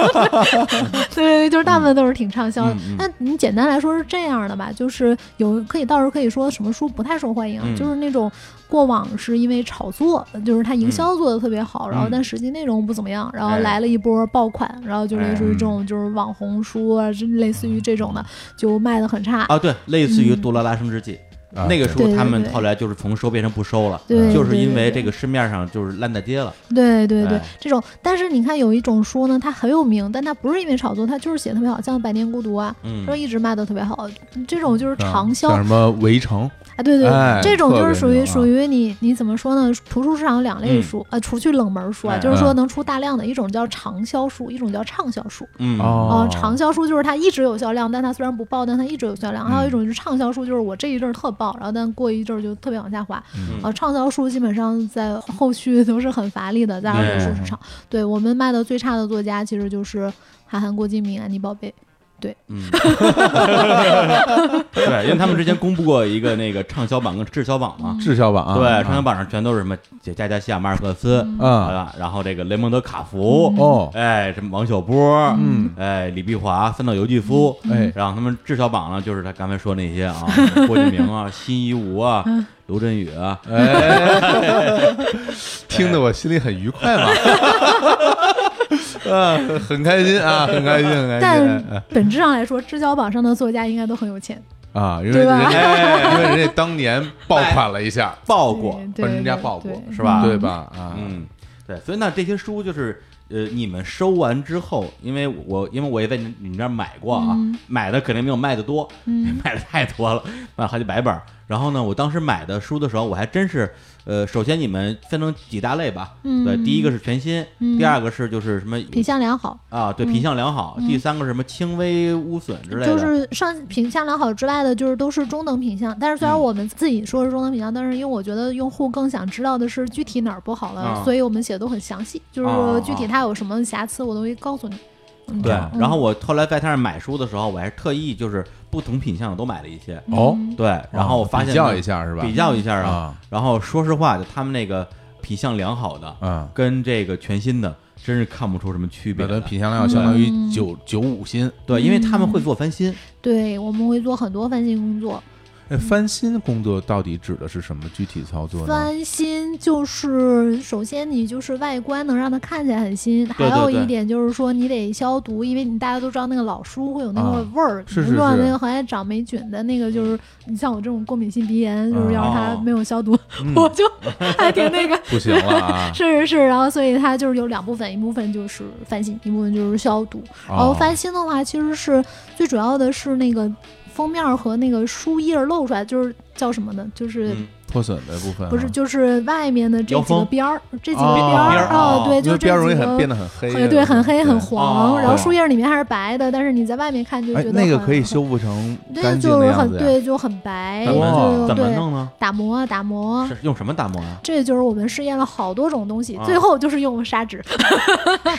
C: 对，就是大部分都是挺畅销的
D: 嗯嗯。
C: 那、你简单来说是这样的吧，就是有可以到时候可以说什么书不太受欢迎，
D: 嗯
C: 就是那种过往是因为炒作，就是它营
D: 嗯
C: 销做的特别好，
A: 嗯
C: 然后但实际内容不怎么样，然后
D: 哎
C: 来了一波爆款，然后就类似于这
A: 嗯
C: 种就是网红书啊，这类似于这种的就卖的很差。
A: 啊，对，类似
C: 嗯
A: 于《杜拉拉升职记》
B: 啊
A: 那个
B: 对
A: 书，他
C: 对对
A: 们
C: 对
A: 后来就是从收变成不收了，
C: 对，
A: 就是
C: 对
A: 因为这
C: 对
A: 个市面上就是烂大街了。
C: 对对对
A: 哎，
C: 这种，但是你看有一种书呢，它很有名，但它不是因为炒作，它就是写得特别好，像《百年孤独》啊，
A: 嗯啊
C: 说一直卖的特别好，这种就是长销
B: 嗯像什么围城，
C: 啊，对对，
B: 哎
C: 这种就是属于
B: 特别牛啊
C: 属于你你怎么说呢？图书市场有两类
A: 嗯
C: 书，呃，除去冷门书啊，
A: 哎
C: 就是
B: 嗯
C: 说能出大量的，一种叫长销书，一种叫畅销书。
A: 嗯，
B: 哦
C: 呃，长销书就是它一直有销量，但它虽然不爆，但它一直有销
B: 嗯
C: 量。还有一种就是畅销书，就是我这一阵儿特爆，然后但过一阵儿就特别往下滑。
A: 嗯
C: 呃，畅销书基本上在后续都是很乏力的，在二手书市
B: 嗯
C: 场。对我们卖的最差的作家其实就是韩寒、郭敬明、安妮宝贝。
A: 嗯， 对，因为他们之前公布过一个那个畅销榜跟滞销榜嘛，
B: 滞销榜
C: 嗯
B: 啊，
A: 对，
B: 啊
A: 畅销榜上全都是什么杰加加西亚、马尔克斯，好
B: 啊，
A: 吧，然后这个雷蒙德·卡福，
C: 嗯
B: 哦，
A: 哎，什么王小波，
B: 嗯，
A: 哎，李碧华、三岛由纪夫，
B: 哎，
A: 然后他们滞销榜呢，就是他刚才说那些啊，郭敬明 啊、辛夷坞啊、
C: 嗯
A: 刘震宇啊，
B: 哎， 听得我心里很愉快嘛，啊，很开心啊，很开心，哎很开心
C: 但本质上来说，滞销榜上的作家应该都很有钱，
B: 啊，因为
C: 对
B: 人
C: 吧
B: 家，因为人家当年爆款了一下，
A: 爆过，
C: 对
B: 帮人家
C: 对
B: 爆过
C: 对
A: 是吧？
B: 对吧？啊，
A: 嗯，对，所以那这些书就是呃，你们收完之后，因为我因为我也在你你们那儿买过啊，
C: 嗯
A: 买的肯定没有卖的多，
C: 嗯
A: 卖的太多了，买了好几百本儿。然后呢，我当时买的书的时候，我还真是呃，首先你们分成几大类吧，
C: 嗯
A: 对，第一个是全新，
C: 嗯
A: 第二个是就是什么
C: 品相良好。
A: 啊，对，品相良好，第三个是什么轻微污损之类的，
C: 就是上品相良好之外的，就是都是中等品相。但是虽然
A: 嗯
C: 我们自己说是中等品相，但是因为我觉得用户更想知道的是具体哪儿不好了，
A: 啊
C: 所以我们写的都很详细，就是
A: 啊啊啊
C: 说具体它有什么瑕疵，我都会告诉你。嗯
A: 对。
B: 嗯
A: 然后我后来在他那儿买书的时候，我还特意就是不同品相的都买了一些，
B: 哦，
C: 嗯
A: 对，然后我发现
B: 比较一下是吧？
A: 比较一下啊，
B: 啊，
A: 然后说实话，就他们那个品相良好的，
B: 嗯，
A: 跟这个全新的，真是看不出什么区别
B: 那咱
A: 的。
B: 品相量要相当于
C: 嗯
B: 九九五新，
A: 对，因为他们会做翻新，
C: 对，我们会做很多翻新工作。
B: 哎，
C: 嗯
B: 翻新工作到底指的是什么具体操作呢？
C: 翻新就是首先你就是外观能让它看起来很新，
A: 对对
C: 还有
A: 对
C: 一点就是说你得消毒，因为你大家都知道那个老书会有那个
B: 啊
C: 味儿，
B: 是是
C: 你说
B: 是
C: 那个很爱长霉菌的那个就是你像我这种过敏性鼻炎，就
B: 啊
C: 是要是它
A: 哦
C: 没有消毒，
B: 嗯
C: 我就还挺那个。！
B: 不行了啊
C: 是是是，然后所以它就是有两部分，一部分就是翻新，一部分就是消毒。然后
B: 哦
C: 翻新的话，其实是最主要的是那个封面儿和那个书页儿露出来，就是叫什么呢？就是
A: 嗯
B: 破损的部分啊
C: 不是，就是外面的这
A: 腰
C: 几个
A: 封
C: 边儿，这几个
B: 哦
C: 边
A: 边儿
C: 儿啊，
A: 哦
C: 对，
B: 因
C: 就
B: 为
C: 是
B: 边儿容易
C: 这几
B: 很变
C: 个，呃
B: 得很黑，啊
C: 对，很黑很
A: 哦
C: 黄，然后
A: 对
C: 树叶里面还是白的，但是你在外面看就
B: 哎
C: 觉得，
B: 那个
C: 很
B: 可以，修复成
C: 很
B: 干
C: 对，
B: 净
C: 就
B: 的
C: 是
B: 样
C: 很
B: 子呀。啊
C: 对，就很白，
A: 怎
B: 么
C: 就
A: 怎么
C: 对，嗯
A: 弄呢？
C: 打磨打磨。
A: 是用什么打磨啊？
C: 这就是我们试验了好多种东西，
A: 啊
C: 最后就是用砂纸。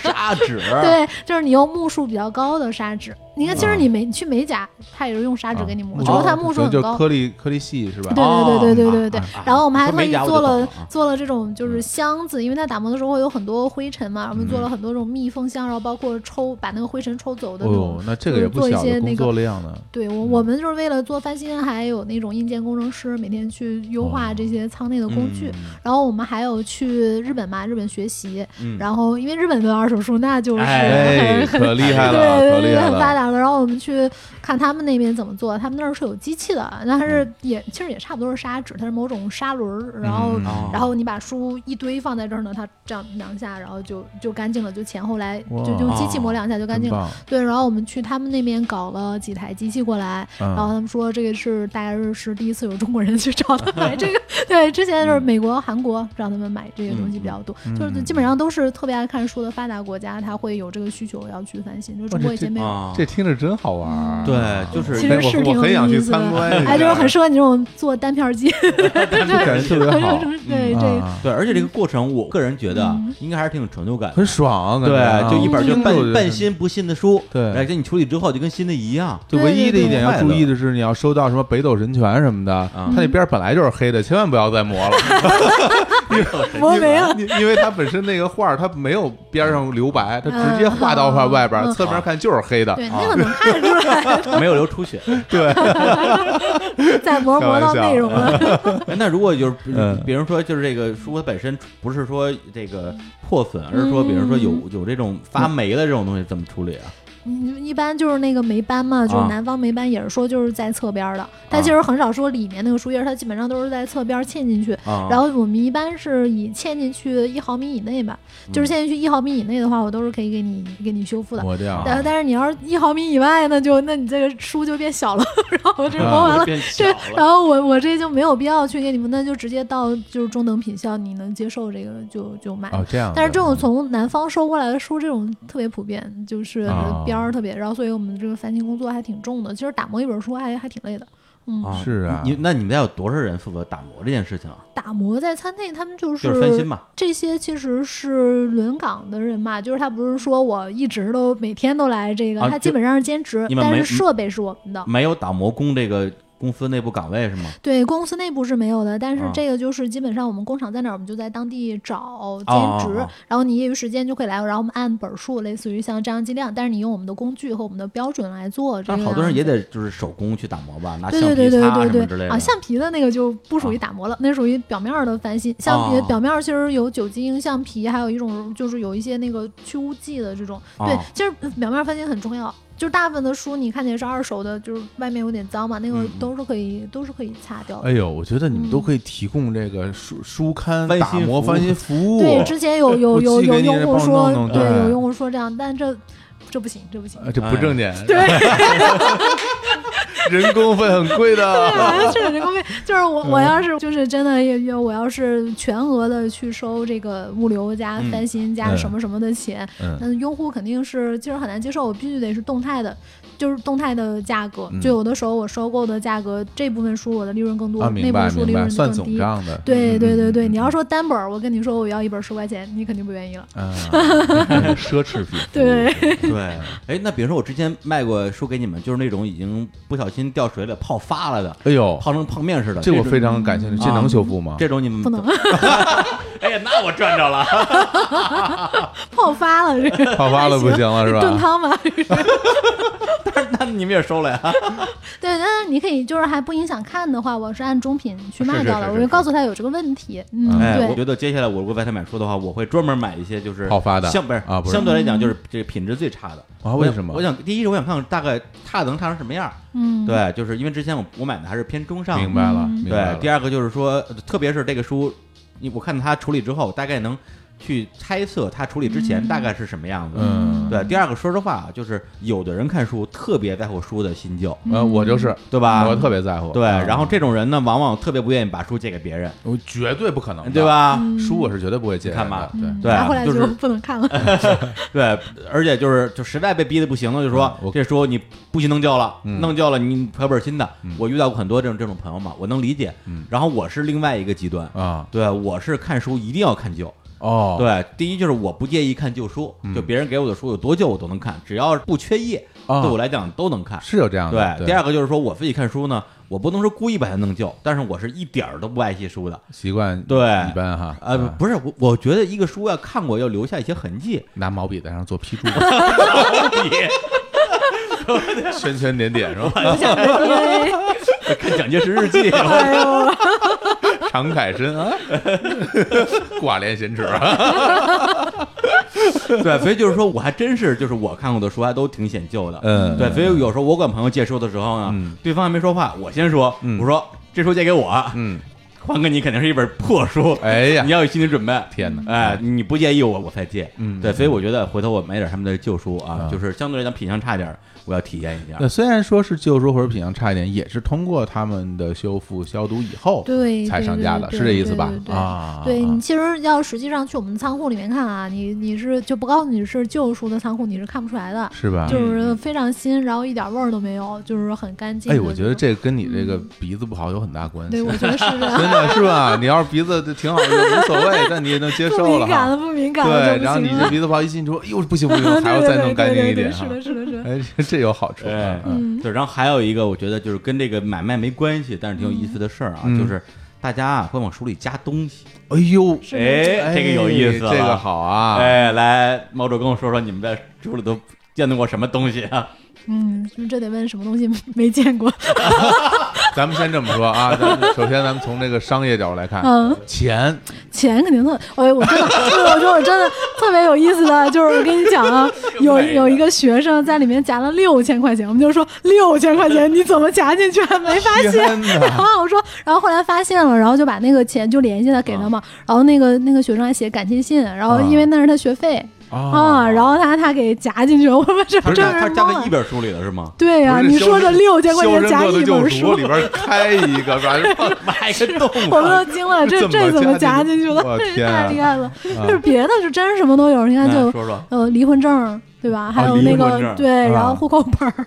A: 砂纸。
C: 啊
A: 啊
C: 对，就是你用目数比较高的砂纸。你看，其实你美你去美甲，它也是用砂纸给你
A: 哦
C: 磨，
B: 啊
C: 只不过它目数
B: 就
C: 很
B: 就
C: 高。
B: 颗粒颗粒细是吧？
C: 对对对对对对
B: 啊
C: 对
A: 啊
C: 然后我们还
A: 说
C: 特
A: 美
C: 意
A: 甲我
C: 做
A: 就懂
C: 了
A: 了啊
C: 做了这种就是箱子，因为它打磨的时候会有很多灰尘嘛，我们做了很多这种密封箱，然后包括抽把那个灰尘抽走的
B: 哦
C: 那种。
B: 呦，那这个也不小
C: 做一
B: 的
C: 些
B: 工
C: 那
B: 作
C: 个
B: 量呢。
C: 对我我们就是为了做翻新，还有那种硬件工程师每天去优化这些舱内的工具。然后我们还有去日本嘛，日本学习，
A: 嗯
C: 然后因为日本的二手书那就是
B: 哎，
C: 很很
B: 可厉害了，
C: 对
B: 可
C: 对
B: 厉
C: 对，
B: 害
C: 很发
B: 了！
C: 达了。然后我们去看他们那边怎么做，他们那儿是有机器的，但是也其实也差不多是砂纸，它是某种砂轮
B: 嗯
C: 儿，然后、
A: 哦
C: 然后你把书一堆放在这儿呢，它这样两下，然后就就干净了，就前后来
B: 哇哦
C: 就就用机器磨两下就干
B: 真
C: 净了。
B: 棒，
C: 对，然后我们去他们那边搞了几台机器过来，
B: 嗯
C: 然后他们说这个是大概是是第一次有中国人去找他 买这个，对，之前就是美国、韩国让他们买这些东西比较多，
B: 嗯
C: 就是基本上都是特别爱看书的发达国家，他会有这个需求要去翻新，就中国以前没有。
A: 啊，
B: 哦这听听着真好玩儿。
A: 对，就是
C: 其
B: 哎
C: 实
B: 我
C: 是挺
B: 我
C: 有
B: 很想
C: 意
B: 去
C: 思的
B: 参观一下，
C: 哎，就是很适合你这种做单 片机，
B: 就感觉特别
C: 或
B: 好
C: 者什，么对这个。
B: 啊
A: 对，而且这个过程，我个人觉得啊
C: 嗯
A: 应该还是挺有成就感的。
B: 很爽啊，感觉啊
A: 对，就一本就
B: 听着我觉
A: 半
B: 得
A: 半新不信的书，
B: 对
A: 哎，给你处理之后就跟新的一 样。
B: 就唯一的一点要
A: 对对对
B: 注意的是，你要收到什么北斗神拳什么的，
A: 嗯
B: 它那边本来就是黑的，千万不要再磨了。
C: 我没有，
B: 因因为它本身那个画儿它没有边上留白，它直接画到画外边儿，
C: 嗯
B: 侧面看就是黑的。
C: 对，那个能看出 来，
A: 没有流出血。
B: 对，
C: 再磨磨到内容了。
A: 哎那如果就是
B: 嗯
A: 比如说就是这个书本身不是说这个破损，而是说比如说有有这种发霉的这种东西怎么处理啊？
C: 嗯一般就是那个梅斑嘛，就是
A: 啊
C: 南方梅斑，也是说就是在侧边
E: 啊
C: 的，它其实很少说里面那个树叶，它基本上都是在侧边嵌进去。
A: 啊，
C: 然后我们一般是以嵌进去一毫米以内吧，就是
E: 嗯
C: 嵌进去一毫米以内的话，我都是可以给你给你修复的。
B: 磨掉
C: 但但是你要是一毫米以外，那就那你这个书就变小了， 然后我这磨完了。
E: 啊变小
C: 这，
E: 了。
C: 然后我我这就没有必要去给你们，那就直接到就是中等品相，你能接受这个就就买。
B: 哦，这
A: 啊
B: 样的。
C: 但是这种从南方收过来的书，这种特别普遍，就是
A: 啊
B: 哦
C: 边儿特别，然后所以我们这个繁星工作还挺重的。其实打磨一本书还还挺累的，嗯，
A: 啊
B: 是啊
A: 你那你们家有多少人负责打磨这件事情啊？
C: 打磨在餐内他们就
A: 就是翻新嘛，
C: 这些其实是轮岗的人嘛，就是他不是说我一直都每天都来这个，
A: 啊
C: 他
A: 就
C: 基本上是兼职
A: 你，们
C: 但
A: 没嗯
C: 是设备是我们的。
A: 没有打磨工这个公司内部岗位是吗？
C: 对啊公司内部是没有的，但是
A: 啊
C: 这个就是基本上我们工厂在哪儿，我们就在当地找兼
A: 哦
C: 职，
A: 哦哦
C: 然后你业余时间就可以来，然后我们按本数，类似于像这样计量，但是你用我们的工具和我们的标准来做。这
A: 但
C: 个
A: 好多人也
C: 样子。
A: 得就是手工去打磨吧，拿
C: 对
A: 橡
C: 对对
A: 皮
C: 对
A: 擦
C: 对
A: 什么之
C: 对
A: 类
C: 啊，
A: 的。啊
C: 橡皮的那个就不属于打磨了，那属于表面儿的翻新。橡皮
A: 哦
C: 表面儿其实有酒精、橡皮，还有一种就是有一些那个去污剂的这种。对
A: 哦，
C: 其实表面儿翻新很重要。就是大部分的书你看见是二手的，就是外面有点脏嘛，那个
A: 嗯嗯
C: 都是可以都是可以擦掉的。
B: 哎呦，我觉得你
C: 嗯
B: 们都可以提供这个书书刊
A: 翻新
B: 打磨
A: 服务
B: 翻新服务。
C: 对，之前 有有有
B: 我寄给
C: 有
B: 你
C: 用户说
B: 帮我弄，弄
C: 对，
B: 对
C: 有用户说这样，但这这不行，这不行。
B: 啊这不挣
A: 哎
B: 钱，
C: 对，
B: 人工费很贵的。
C: 这个人工费就是我，
B: 嗯
C: 我要是就是真的也也，我要是全额的去收这个物流加翻新加
B: 嗯
C: 什么什么的钱，
B: 嗯，
C: 那用户肯定是其实很难接受，我必须得是动态的，就是动态的价格
B: 嗯。
C: 就有的时候我收购的价格，这部分书我的利润更多，
B: 啊，
C: 那
B: 明
C: 部分
B: 白
C: 书
B: 明
C: 利
B: 白，
C: 润
B: 算
C: 更
B: 总
C: 低。
B: 账的。
C: 对对对对，
B: 嗯
C: 你要说单本儿，我跟你说我要一本十块钱，你肯定不愿意了。
B: 嗯，嗯奢侈品。
C: 对，
A: 对，哎，那比如说我之前卖过书给你们，就是那种已经不小心掉水里泡发了的，
B: 哎呦，
A: 泡成泡面似的。
B: 这我
A: 种
B: 非常感兴趣，这
A: 啊
B: 能修复吗？
A: 这种你们
C: 不能
E: 哎呀，那我赚着 了。
C: 泡发了这个。
B: 泡发了不行了是
C: 炖
B: 吧？
C: 汤吧，
E: 那你们也收了呀？
C: 对，但是你可以就是还不影响看的话，我是按中品
B: 是
C: 去卖
B: 是
C: 掉
B: 是
C: 的，
B: 是
C: 我就是告诉他有这个问题，嗯，
A: 哎，我
C: 对，
A: 觉得接下来我如果在他买书的话，我会专门买一些就是
B: 泡发的
A: 相不是
B: 啊不是
A: 相对来讲就是这品质最差的。
B: 啊，
A: 我
B: 为
A: 想
B: 什么？
A: 我想第一是我想看看大概差能差成什么样儿。
C: 嗯，
A: 对，就是因为之前我我买的还是偏中上
B: 明白了，
C: 嗯
B: 明白
A: 对，
B: 了
A: 第二个就是说，呃特别是这个书，你我看它处理之后，大概能去猜测它处理之
C: 嗯
A: 前大概是什么样子。
B: 嗯，
A: 对，第二个说实话，啊就是有的人看书特别在乎书的新旧，
B: 呃，我就是，
A: 对吧？
B: 我特别在乎，
A: 对，
B: 啊
A: 然后这种人呢，往往特别不愿意把书借给别人，
B: 我绝对不可能的，
A: 对吧？
C: 嗯
B: 书我是绝对不会借人的，
A: 看吧
C: 嗯
B: 对，
A: 对
B: 啊
C: 拿回来
A: 就是
C: 就不能看了，
A: 对，而且就是就实在被逼的不行了，就说
B: 嗯我
A: 这书你不行弄旧了，
B: 嗯
A: 弄旧了你赔本新的
B: 嗯。
A: 我遇到过很多这种这种朋友嘛，我能理解
B: 嗯。
A: 然后我是另外一个极端，
B: 啊，
A: 对我是看书一定要看旧。
B: 哦，，
A: 对，第一就是我不介意看旧书，就
B: 嗯
A: 别人给我的书有多旧我都能看，只要不缺页，
B: 啊
A: 对我来讲都能看。
B: 是有这样的，
A: 对，第二个就是说我自己看书呢，我不能说故意把它弄旧，但是我是一点儿都不爱惜书的。
B: 习惯
A: 对
B: 一般哈，
A: 呃，
B: 啊
A: 不是，我我觉得一个书要看过要留下一些痕迹，
B: 拿毛笔在上做批注，
E: 你
B: 圈圈点点是吧？
E: 看蒋介石日记，
C: 哎呦，
B: 常凯申啊，挂脸闲齿啊，
A: 对，所以就是说我还真是就是我看过的书还都挺显旧的，
B: 嗯
A: 对，所以有时候我管朋友借书的时候呢，
B: 嗯
A: 对方还没说话，我先说，
B: 嗯
A: 我说这书借给我，
B: 嗯，
A: 还给你肯定是一本破书，
B: 哎呀
A: 你，要有心理准备。
B: 天哪！
A: 哎，你不介意我，我才借。
B: 嗯
A: 对，所以我觉得回头我买点他们的旧书啊，
B: 嗯
A: 就是相对来讲品相差一点儿，我要体验一下。
B: 那虽然说是旧书或者品相差一点，也是通过他们的修复消毒以后
C: 对
B: 才
C: 对
B: 上
C: 对
B: 架的，
C: 对
B: 是这意
C: 对
B: 思吧
C: 对？对
B: 啊，
C: 对嗯
B: 啊
C: 你其实要实际上去我们仓库里面看啊，你你是就不告诉你是旧书的仓库，你是看不出来的，
B: 是吧？
C: 就是非常新，然后一点味儿都没有，就是很干净。
B: 哎，我觉得，这跟你这个鼻子不好有很大关系
C: 对，。我觉得是这样。
B: 真的是吧？你要是鼻子就挺好，就无所谓，但你也能 接
C: 不
B: 受
C: 敏
B: 了
C: 感了，
B: 哈。
C: 不敏感了
B: 对，
C: 就
B: 然后
C: 不
B: 你
C: 行
B: 这
C: 了。
B: 鼻子不好一进出，哎呦，不行不行，
C: 对
B: 还要
C: 对
B: 再
C: 对
B: 弄干净
C: 对
B: 一
C: 对
B: 点
C: 是
B: 哈。
C: 的，是的， 是的。
B: 哎，这这有好处
A: 对
B: 啊。嗯
C: 嗯，
A: 哎对，然后还有一个，我觉得就是跟这个买卖没关系，但是挺有意思的事儿啊，
B: 嗯
A: 就是大家啊会往书里加东西。
B: 哎呦，
C: 是的
A: 哎这个有意思了
B: 这个好啊。
A: 哎，来，毛主跟我说说你们在书里都见到过什么东西啊？
C: 嗯，这得问什么东西没见过？
B: 咱们先这么说啊，咱们首先咱们从这个商业角度来看，
C: 嗯，
B: 钱
C: 钱肯定特，哎，我真的，我说我真的特别有意思的，就是我跟你讲啊，有有一个学生在里面夹了六千块钱，我们就说六千块钱你怎么夹进去还没发现？
B: 天
C: 然
B: 哪，
C: 后我说，然后后来发现了，然后就把那个钱就联系他给他嘛，然后那个那个学生还写感谢信，然后因为那是他学费啊，然后他他给夹进去，我们这
A: 他
C: 这
A: 是
C: 啊
A: 加他是
C: 人
A: 加
C: 懵
A: 在一
C: 了。
A: 本书里了是吗？
C: 对哎呀、
B: 不是
C: 你说这
B: 肖申
C: 六千块
B: 肖
C: 钱
B: 申
C: 夹
B: 克的
C: 一
B: 救
C: 本
B: 赎
C: 书
B: 里， 边开一个，反正
A: 买个洞
C: 我
A: 啊！
C: 们都惊了，这
B: 这
C: 这
B: 怎
C: 怎
B: 么
C: 么
B: 夹
C: 夹
B: 进去
C: 进去了？
B: 我
C: 这也
B: 天啊
C: 太厉害了！就是别的是真什么都有，你看
A: 哎
C: 就
A: 说说，
C: 呃离婚证对吧？还有
A: 离
C: 那
A: 婚
C: 个
A: 证
C: 对，然
B: 啊
C: 后户口本儿，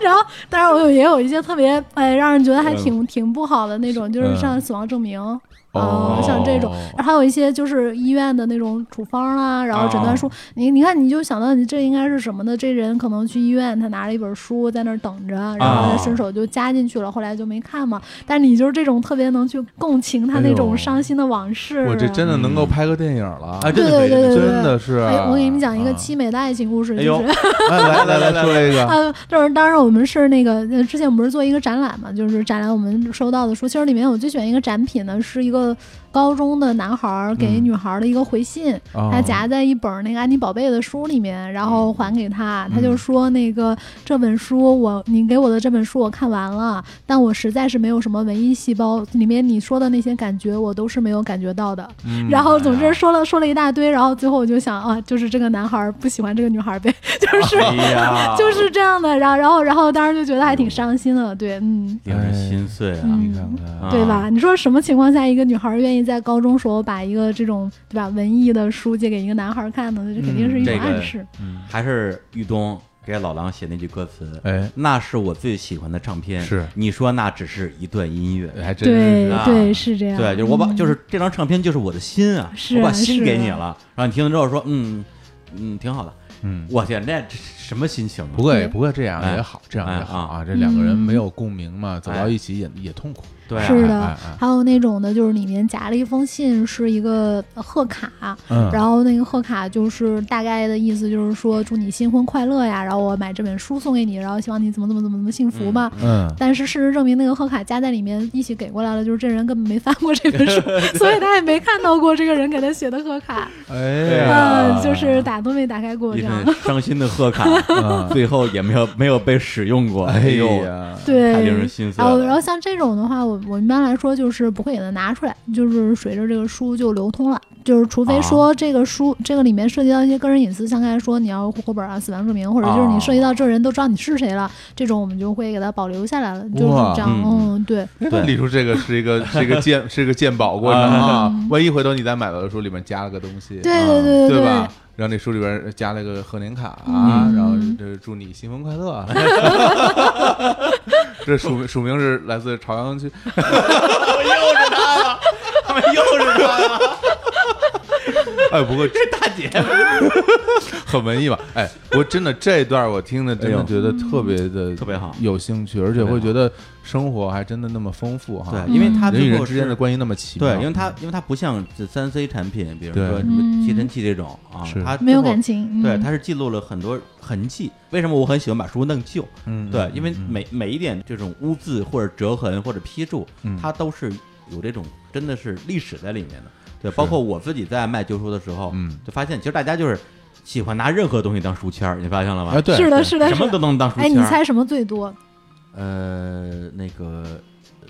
C: 然后当然我有也有一些特别哎让人觉
B: 嗯
C: 得还挺挺不好的那种，就是像死亡证明啊，
B: 哦
C: 像这种。然后还有一些就是医院的那种处方啦，然后诊
B: 啊
C: 断书，你你看你就想到你这应该是什么呢？这人可能去医院，他拿了一本书在那儿等着，然后
B: 啊
C: 他顺手就加进去了，后来就没看嘛。但你就是这种特别能去共情他那
B: 哎呦
C: 种伤心的往事啊。
B: 我这真的能够拍个电影了
A: 啊，，真
C: 对
A: 的可
C: 对
A: 以
C: 对对，对
B: 真的是。
C: 哎，我给你们讲一个
B: 啊
C: 凄美的爱情故事，
A: 哎
C: 就
A: 呦
C: 是，
B: 哎来来来说一个，
C: 呃，就是当时我们是那个呃之前我们不是做一个展览嘛，就是展览我们收到的书，其实里面我最喜欢一个展品呢，是一个高中的男孩儿给
B: 嗯
C: 女孩儿的一个回信，他
B: 哦
C: 夹在一本那个安妮宝贝的书里面，然后还给
B: 嗯
C: 他，他就说那个这本书我你给我的这本书我看完了，但我实在是没有什么文艺细胞，里面你说的那些感觉我都是没有感觉到的。
B: 嗯
C: 然后总之说了说了一大堆，然后最后我就想啊，就是这个男孩儿不喜欢这个女孩儿呗， 就是、
A: 哎呀，
C: 就是这样的。然后然后然后当时就觉得还挺伤心的，对，嗯。
A: 令人心碎啊！
B: 你看看，
A: 啊
C: 对吧？你说什么情况下一个女孩儿愿意在高中时候把一个这种对吧文艺的书借给一个男孩儿看呢？这肯定是一种
A: 这个
C: 暗示。
A: 嗯还是玉东给老狼写那句歌词，
B: 哎，
A: 那是我最喜欢的唱片。
B: 是
A: 你说那只是一段音乐，
B: 还真
C: 对
B: 是
A: 啊
C: 对，是这样。
A: 对，就是我把、
C: 嗯
A: 就是这张唱片就是我的心啊，
C: 是
A: 我把
C: 啊
A: 心
C: 是
A: 给你
C: 啊
A: 了，然后你听了之后说，嗯嗯，挺好的。
B: 嗯。
A: 我天，这什么心情啊？
B: 不过也
C: 对
B: 不过这样
A: 哎
B: 也好，这样也好
A: 哎
B: 啊。这两个人
C: 嗯
B: 没有共鸣嘛，走到
A: 哎
B: 一起也也痛苦。
A: 对啊，
C: 是
B: 哎
C: 的
B: 哎哎，
C: 还有那种的，就是里面夹了一封信，是一个贺卡，
B: 嗯
C: 然后那个贺卡就是大概的意思，就是说祝你新婚快乐呀，然后我买这本书送给你，然后希望你怎么怎么怎么怎么幸福吧。
B: 嗯，
C: 但是事实证明，那个贺卡夹在里面一起给过来了，就是这人根本没翻过这本书，所以他也没看到过这个人给他写的贺卡，
A: 啊
B: 哎呀
C: 嗯，就是打都没打开过
A: 一
C: 这样。
A: 份伤心的贺卡，最后也没有没有被使用过。
B: 哎
A: 呦，
B: 呀，
C: 对，
A: 太令人心碎
C: 然后，然
A: 了。
C: 后像这种的话，我我一般来说就是不会给它拿出来，就是随着这个书就流通了。就是除非说这个书、这个里面涉及到一些个人隐私，像刚才说你要户口本啊、死亡证明，或者就是你涉及到这人都知道你是谁了，这种我们就会给它保留下来了。就是
B: 哇
C: 这样，
A: 嗯
C: 嗯对，
B: 哎那李叔这个是一个是一个鉴是一个鉴宝过程啊，万一回头你在买到的书里面加了个东西，啊
C: 对对
B: 对
C: 对对
B: 吧？然后那书里边加了个贺年卡啊，
C: 嗯
B: 然后这祝你新婚快乐啊。 这署署名是来自朝阳区，
A: 他们又是他呀，
B: 哎，不过
A: 大姐，
B: 很文艺吧？哎，我真的这段我听的真
A: 哎
B: 的
A: 呦
B: 觉得特别的
A: 特别好
B: 有兴趣，而且会觉得生活还真的那么丰富哈。
A: 对，因为他
B: 人与
A: 最
B: 人
A: 后
B: 之间的
A: 是。
B: 关系那么奇妙，
A: 对，因为它因为它不像这三 C 产品，比如
B: 对
A: 说什么
C: 嗯
A: 吸尘器这种啊
B: 是，
A: 它
C: 没有
A: 最后
C: 感情。嗯、
A: 对，它是记录了很多痕迹。为什么我很喜欢把书弄旧？
B: 嗯，
A: 对，
B: 嗯
A: 因为每每一点这种污渍或者折痕或者批注，
B: 嗯
A: 它都是有这种真的是历史在里面的。对，包括我自己在卖旧书的时候，
B: 嗯
A: 就发现其实大家就是喜欢拿任何东西当书签儿，你发现了
B: 哎
A: 吧？
B: 对
C: 呃是的，是的，哎
A: 什
C: 是
A: 么
C: 的。
A: 都能当书
C: 哎，
A: 签
C: 你
A: 儿。
C: 猜什么最多？
A: 呃，那个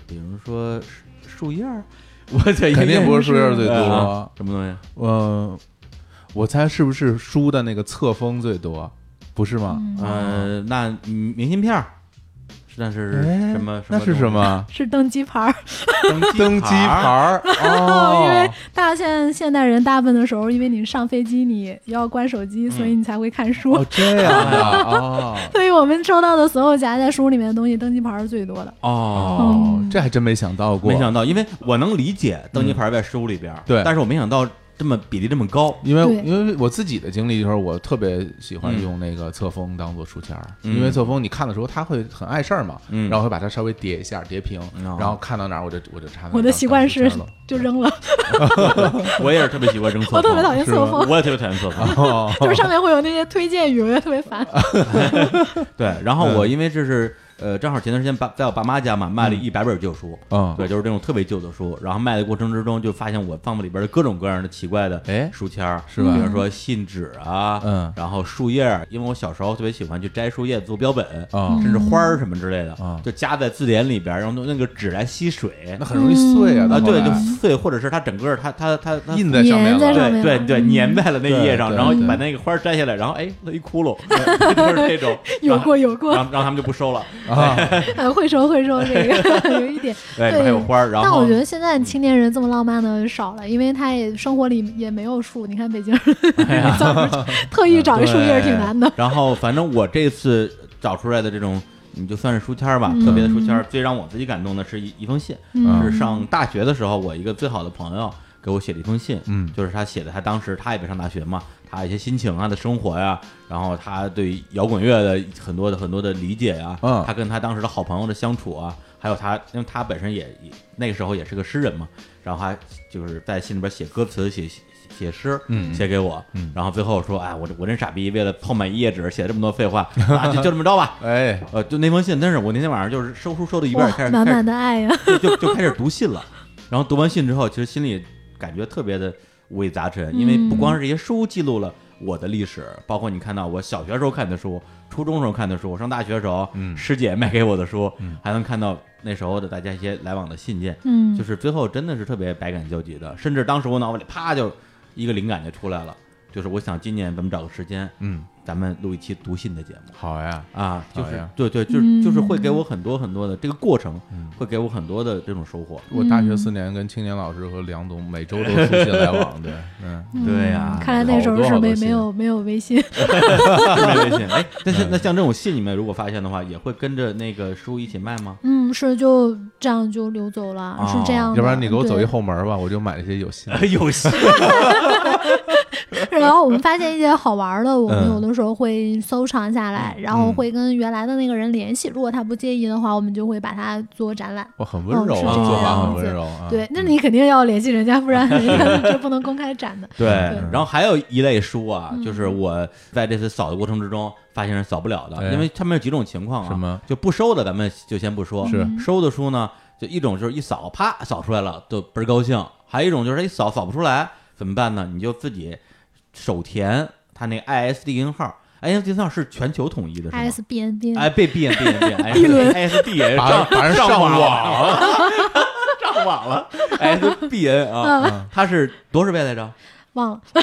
A: 比如说树树叶儿， 我这
B: 肯定不是数叶最
A: 啊
B: 多。
A: 什么东西，
B: 嗯，我猜是不是书的那个册封最多？不是吗？
C: 嗯
A: 呃，那嗯明信片儿，是那是
B: 哎
A: 什么？
B: 那是什么？
C: 是登机牌儿，
A: 东西？
B: 登
A: 登
B: 机牌
A: 牌儿。
B: 儿
C: 因为
B: 哦，
C: 大家现在现代人大部分的时候，因为你上飞机你要关手机，所
A: 嗯
C: 以你才会看书。
B: 哦这样
A: 哎
B: 的哦
C: 所以我们收到的所有夹在书里面的东西，登机牌儿是最多的。
A: 哦，
B: 哦
C: 嗯，
B: 这还真没想到过，嗯
A: 没想到，因为我能理解登机牌在书里边儿，
B: 对
A: 但是我没想到这么比例这么高。
B: 因为
C: 对
B: 因为我自己的经历就是，我特别喜欢用那个册封当做书签儿，
A: 嗯
B: 因为册封你看的时候，它会很碍事儿嘛，
A: 嗯
B: 然后会把它稍微叠一下，叠平，
A: 哦
B: 然后看到哪儿我就我就
A: 哎
B: 插哪儿。
C: 我的习惯是
B: 当书签了
C: 就扔了，
A: 我也是特别喜欢扔
C: 我
A: 册
C: 特别
A: 封，
C: 讨厌
B: 是
C: 册
B: 吗
C: 封，
A: 我也特别讨厌册封。
B: 哦，
C: 就是上面会有那些推荐语，我觉得特别 烦。
A: 对，然后
B: 嗯
A: 我因为这是呃，正好前段时间爸在我爸妈家嘛，卖了一百本旧书，
B: 嗯
A: 对，就是这种特别旧的书。然后卖的过程之中，就发现我放里边的各种各样的奇怪的
B: 哎
A: 书签儿，
B: 是吧
A: 比如说信纸啊，
B: 嗯
A: 然后树叶儿，因为我小时候特别喜欢去摘树叶做标本，
B: 啊
A: 甚至花
C: 嗯
A: 儿什么之类的，
B: 啊
A: 就夹在字典里边，然后用那个纸来吸水
B: 那，很容易碎啊，
A: 啊，
B: 到后
A: 对，
B: 来
A: 就碎，或者是它整个它它它它
B: 印在上面
C: 粘在
B: 了。
C: 上面
A: 对对
C: 了
A: 对，
C: 嗯
A: 粘在了那
B: 对
A: 页上，
B: 对
A: 然后
B: 对
A: 把那个花儿摘下来，然后哎，勒一窟窿， 就是这 种，
C: 有过有
A: 然后，
C: 过，
A: 然后然后他们就不收了。
B: 啊，
C: 呃，会说会说这个 有一点。
A: 对，
C: 对
A: 还有花儿，然
C: 但
A: 后嗯
C: 我觉得现在青年人这么浪漫的少了，因为他也生活里也没有树。你看北京人
A: 哎
C: 造不 出特意找一树叶儿挺难的。
A: 然后反正我这次找出来的这种，你就算是书签儿吧，
C: 嗯
A: 特别的书签儿，最让我自己感动的是一一封信，
C: 嗯
A: 是上大学的时候，我一个最好的朋友给我写了一封信，
B: 嗯
A: 就是他写的，他当时他也没上大学嘛，他一些心情啊的生活呀、然后他对摇滚乐的很多的很多的理解呀、
B: 嗯
A: 他跟他当时的好朋友的相处啊，还有他，因为他本身也也那个时候也是个诗人嘛，然后他就是在信里边写歌词，写写写诗，
B: 嗯
A: 写给我，
B: 嗯
A: 然后最后说，哎，我这我真傻逼，为了泡满一页纸写这么多废 话，啊、就就这么着吧。
B: 哎，
A: 呃，就那封信，真是我那天晚上就是收书收到一半，
C: 哇
A: 开始，
C: 满
A: 开始
C: 满的爱呀！
A: 就就就开始读信了。然后读完信之后，其实心里感觉特别的五味杂
C: 嗯
A: 陈，因为不光是这些书记录了我的历史，包括你看到我小学时候看的书、初中时候看的书，我上大学时候、
B: 嗯
A: 师姐卖给我的书，
B: 嗯
A: 还能看到那时候的大家一些来往的信件，
C: 嗯，
A: 就是最后真的是特别百感交集的，甚至当时我脑子里啪就一个灵感就出来了，就是我想今年咱们找个时间，
B: 嗯，
A: 咱们录一期读信的节目。
B: 好呀，
A: 啊，就
B: 好
A: 是
B: 呀
A: 对对，就是就是会给
C: 嗯
A: 我很多很多的这个过程
B: 嗯，
A: 会给我很多的这种收
C: 嗯
A: 获。
B: 我大学四年跟青年老师和梁董每周都书信来往，对，嗯，
C: 嗯
A: 对呀
C: 看来那时候
B: 好多
C: 是
B: 好多
C: 没
B: 信
C: 没有没有微信。
A: 是卖微信。哎，但是那像这种信，你们如果发现的话，也会跟着那个书一起卖吗？
C: 嗯，是就这样就流走了，
A: 哦
C: 是这样的。
B: 要不然你给我走一
C: 对
B: 后门儿吧，我就买那些有信。
A: 有信，
C: 然后我们发现一些好玩儿的，我们
B: 嗯
C: 有的时候会收藏下来，然后会跟原来的那个人联系。如果他不介意的话，我们就会把它做展览。
B: 哇，很温柔
C: 嗯
B: 啊，
C: 是这
B: 做法
C: 样
B: 很
C: 子
B: 温柔啊。
C: 对，那你肯定要联系人家，不然人 家就不能公开展的。
A: 对，
C: 嗯
A: 然后还有一类书啊，
C: 嗯
A: 就是我在这次扫的过程之中发现是扫不了的，
B: 哎
A: 因为他们有几种情况啊，
B: 什么
A: 就不收的咱们就先不说，
C: 嗯
B: 是
A: 收的书呢，就一种就是一扫啪扫出来了就倍儿高兴，还有一种就是一扫扫不出来怎么办呢？你就自己手填他那个 ISDN 号，ISDN 号是全球统一的，是吗？
C: ISBN 边
A: 哎，被闭眼闭眼闭眼，哎
C: 一轮
A: ISD
B: 把
A: 哎上
B: 把人
A: 上
B: 上
A: 网啊
B: 网
A: 了，上网 了，ISD 啊，
C: 啊，
A: 他是多少倍来着？
C: 忘了。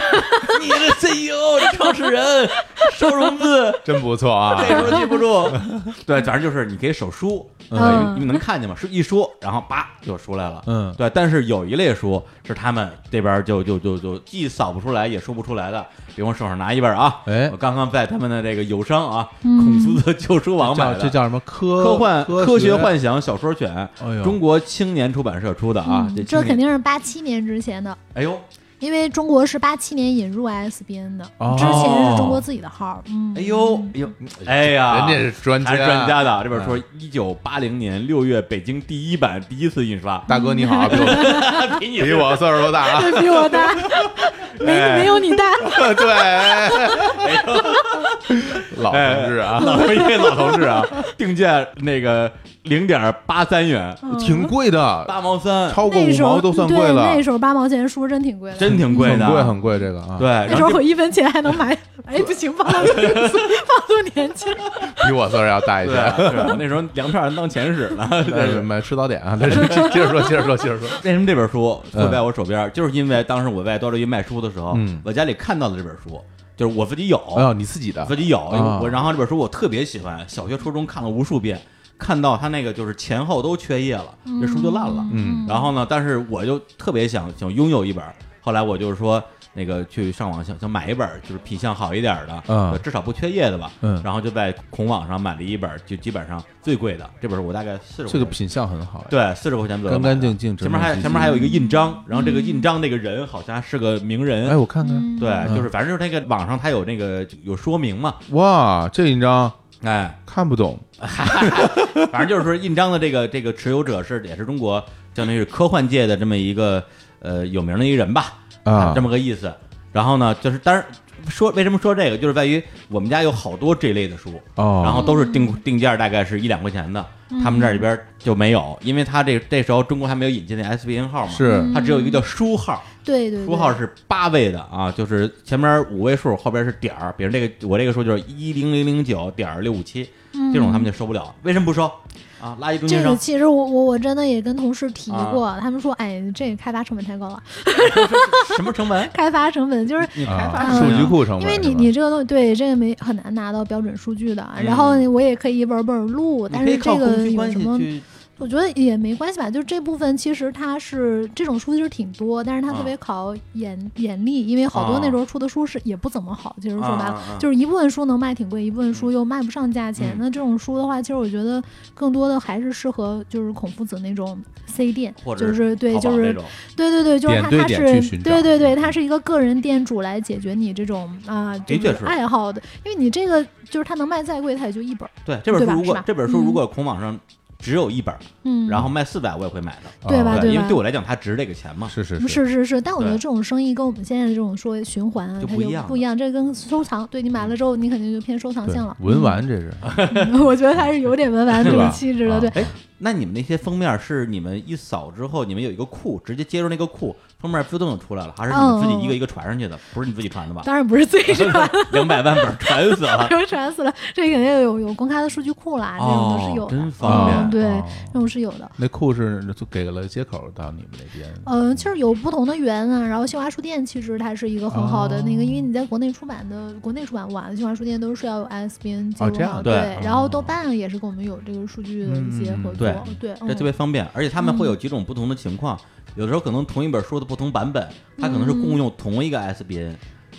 A: 你是 CEO，你创始人，收融资，
B: 真不错啊
A: 这时候记不住。 对，反正就是你可以手书，对
C: 嗯
A: 因为能看见嘛，是一说，然后叭就出来了。
B: 嗯
A: 对，但是有一类书是他们这边就就就就既扫不出来也说不出来的，比如我手上拿一本啊，
B: 哎
A: 我刚刚在他们的这个友商啊，
C: 嗯
A: 孔夫子旧书网买
B: 叫
A: 的，
B: 这叫什么科
A: 科幻科
B: 学
A: 学幻想小说选
B: 哎呦，
A: 中国青年出版社出的啊
C: 嗯，
A: 青
C: 这
A: 年
C: 肯定是八七年之前的，
A: 哎呦
C: 因为中国是八七年引入 ISBN 的，
B: 哦
C: 之前是中国自己的号儿。嗯，
A: 哎呦哎呦哎呀，
B: 人家是专
A: 还
B: 家，，
A: 是专家的，这本书一九八零年六月北京第一版第一次印刷
B: 大哥你好，啊比我
A: 比 你
B: 比 我岁数都大啊，
C: 这比我大，没
A: 哎
C: 没有你大。
B: 对，
A: 没
B: 老同志啊，
A: 老一位老同志 啊，定价那个零点八三元，
C: 嗯
B: 挺贵的，
D: 八毛三，
B: 超过
C: 那
B: 五
C: 时候
B: 毛都算
C: 对
B: 贵了
C: 那，时候八毛钱书真挺贵的，
A: 真挺贵的，
B: 很贵很贵这个啊，
A: 对，，
C: 那
A: 然
C: 时
A: 后
C: 候我一分钱还能买，哎，不行，暴 露年纪暴露年纪了。
B: 比我岁数要大一
A: 对
B: 些。
A: 对，那时候粮票还当钱使呢。
B: 但是买吃早点啊，但是接着说，接着说，接着说，
A: 为什么这本书
B: 嗯
A: 会在我手边儿？就是因为当时我在多乐一卖书的时候
B: 嗯，
A: 我家里看到了这本书，就是我自己有，
B: 哎呦，你自己的
A: 自己有
B: 啊
A: 我，然后这本书我特别喜欢，小学、初中看了无数遍，看到它那个就是前后都缺页了，这书就烂了。
B: 嗯
A: 然后呢，但是我就特别想想拥有一本儿，后来我就是说那个去上网想想买一本儿，就是品相好一点儿的，
B: 嗯
A: 呃至少不缺页的吧。
B: 嗯
A: 然后就在孔网上买了一本儿，就基本上最贵的这本儿，我大概四十。
B: 这个品相很好，，
A: 对，四十块钱左右
B: 干
A: 买的，
B: 干净净，嗯
A: 前面还前面还有一个印章，然后这个印章那个人好像是个名人，
B: 哎，我
C: 嗯
B: 看看，
A: 对，就是反正就是那个网上它有那个有说明嘛，
B: 哇，这印章
A: 哎，
B: 看不懂，
A: 反正就是说印章的这个这个持有者是也是中国相当于是科幻界的这么一个呃有名的一人吧，
B: 啊
A: 这么个意思。然后呢，就是当然说为什么说这个，就是在于我们家有好多这类的书，
B: 哦，
A: 然后都是定定价大概是一两块钱的，
C: 嗯
A: 他们这里边就没有，因为他这这时候中国还没有引进那 SBN 号嘛，
B: 是
A: 它只有一个叫书号。
C: 嗯对对，
A: 书号是八位的啊，就是前面五位数，后边是点儿，比如这个我这个数就是一零零零九点儿六五七，这种他们就收不了，为什么不收啊？垃圾中间
C: 嗯
A: 啊
C: 这
A: 商
C: 个其实我我我真的也跟同事提过，他们说，哎，这个开发成本太高了，
A: 什么成本？
C: 开发成本就是。
A: 你开发
B: 啊，
A: 成
B: 数
A: 本
B: 据库成本
C: 因
B: 是吧，
C: 为你你这个东西对这个没很难拿到标准数据的，然后我也可以一本本录，
A: 嗯你
C: 但
A: 可以
C: 是这
A: 靠供
C: 个
A: 需
C: 有
A: 关
C: 什
A: 系
C: 么
A: 去
C: 我觉得也没关系吧，就是这部分其实它是这种书其实挺多，但是它特别考眼、眼力，因为好多
A: 啊
C: 那时候出的书是也不怎么好，其实说白了，
A: 啊啊啊
C: 就是一部分书能卖挺贵，一部分书又卖不上价钱。
A: 嗯
C: 那这种书的话，其实我觉得更多的还是适合就是孔夫子那种 C 店，
A: 或者
C: 就是对，
A: 淘
C: 就
A: 宝这
C: 是
A: 种嗯
C: 对对对，就是
B: 点
C: 他
B: 对
C: 他
B: 点
C: 是
B: 去寻找
C: 对对对，他是一个个人店主来解决你这种啊，
A: 的确
C: 就是爱好的，因为你这个就是他能卖再贵，他也就一本儿，
A: 对这本
C: 对
A: 书
C: 吧
A: 如
C: 是
A: 果
C: 吧
A: 这本书如果孔网上只有一本，
C: 嗯，
A: 然后卖四百我也会买的，
C: 对吧
B: 啊
A: 因为
C: 吧
A: 对我来讲它值这个钱嘛。
B: 是是
C: 嗯是是是，但我觉得
A: 对
C: 这种生意跟我们现在这种说循环啊，
A: 就
C: 它
A: 不一
C: 就
A: 样
C: 不一样。这跟收藏，对你买了之后，你肯定就偏收藏
B: 嗯对
C: 性了。
B: 文玩这是，
C: 嗯， 我觉得还是有点文玩
B: 是
C: 这
B: 吧
C: 个气质
B: 啊
C: 的。对，
A: 哎，那你们那些封面是你们一扫之后，你们有一个库，直接接入那个库，封面自动就出来了，还是你们自
C: 嗯
A: 己一个一个传上去的？不是你自己传的吧？
C: 当然不是最传的，
A: 两百万本传死
B: 啊
A: 了，
C: 都传死了。这肯定有有公开的数据库啦，这啊种都是有
A: 哦、
C: 的。
A: 真方便。
B: 啊
C: 嗯，对，
B: 哦
C: 这种是有的。
B: 那库是就给了接口到你们那边，
C: 呃，其实有不同的源啊，然后新华书店其实它是一个很好的
B: 哦
C: 那个，因为你在国内出版的，国内出版晚的新华书店都是要有 ISBN 记
B: 哦
C: 录
B: 这样
C: 好
A: 对
C: 对，然
B: 哦
C: 后豆瓣也是跟我们有这个数据的一些
B: 嗯
C: 合作
A: 对，
C: 对，
A: 这特别方便，而且他们
C: 嗯
A: 会有几种不同的情况，有的时候可能同一本书的不同版本，它可能
C: 嗯
A: 是共用同一个 SBN，、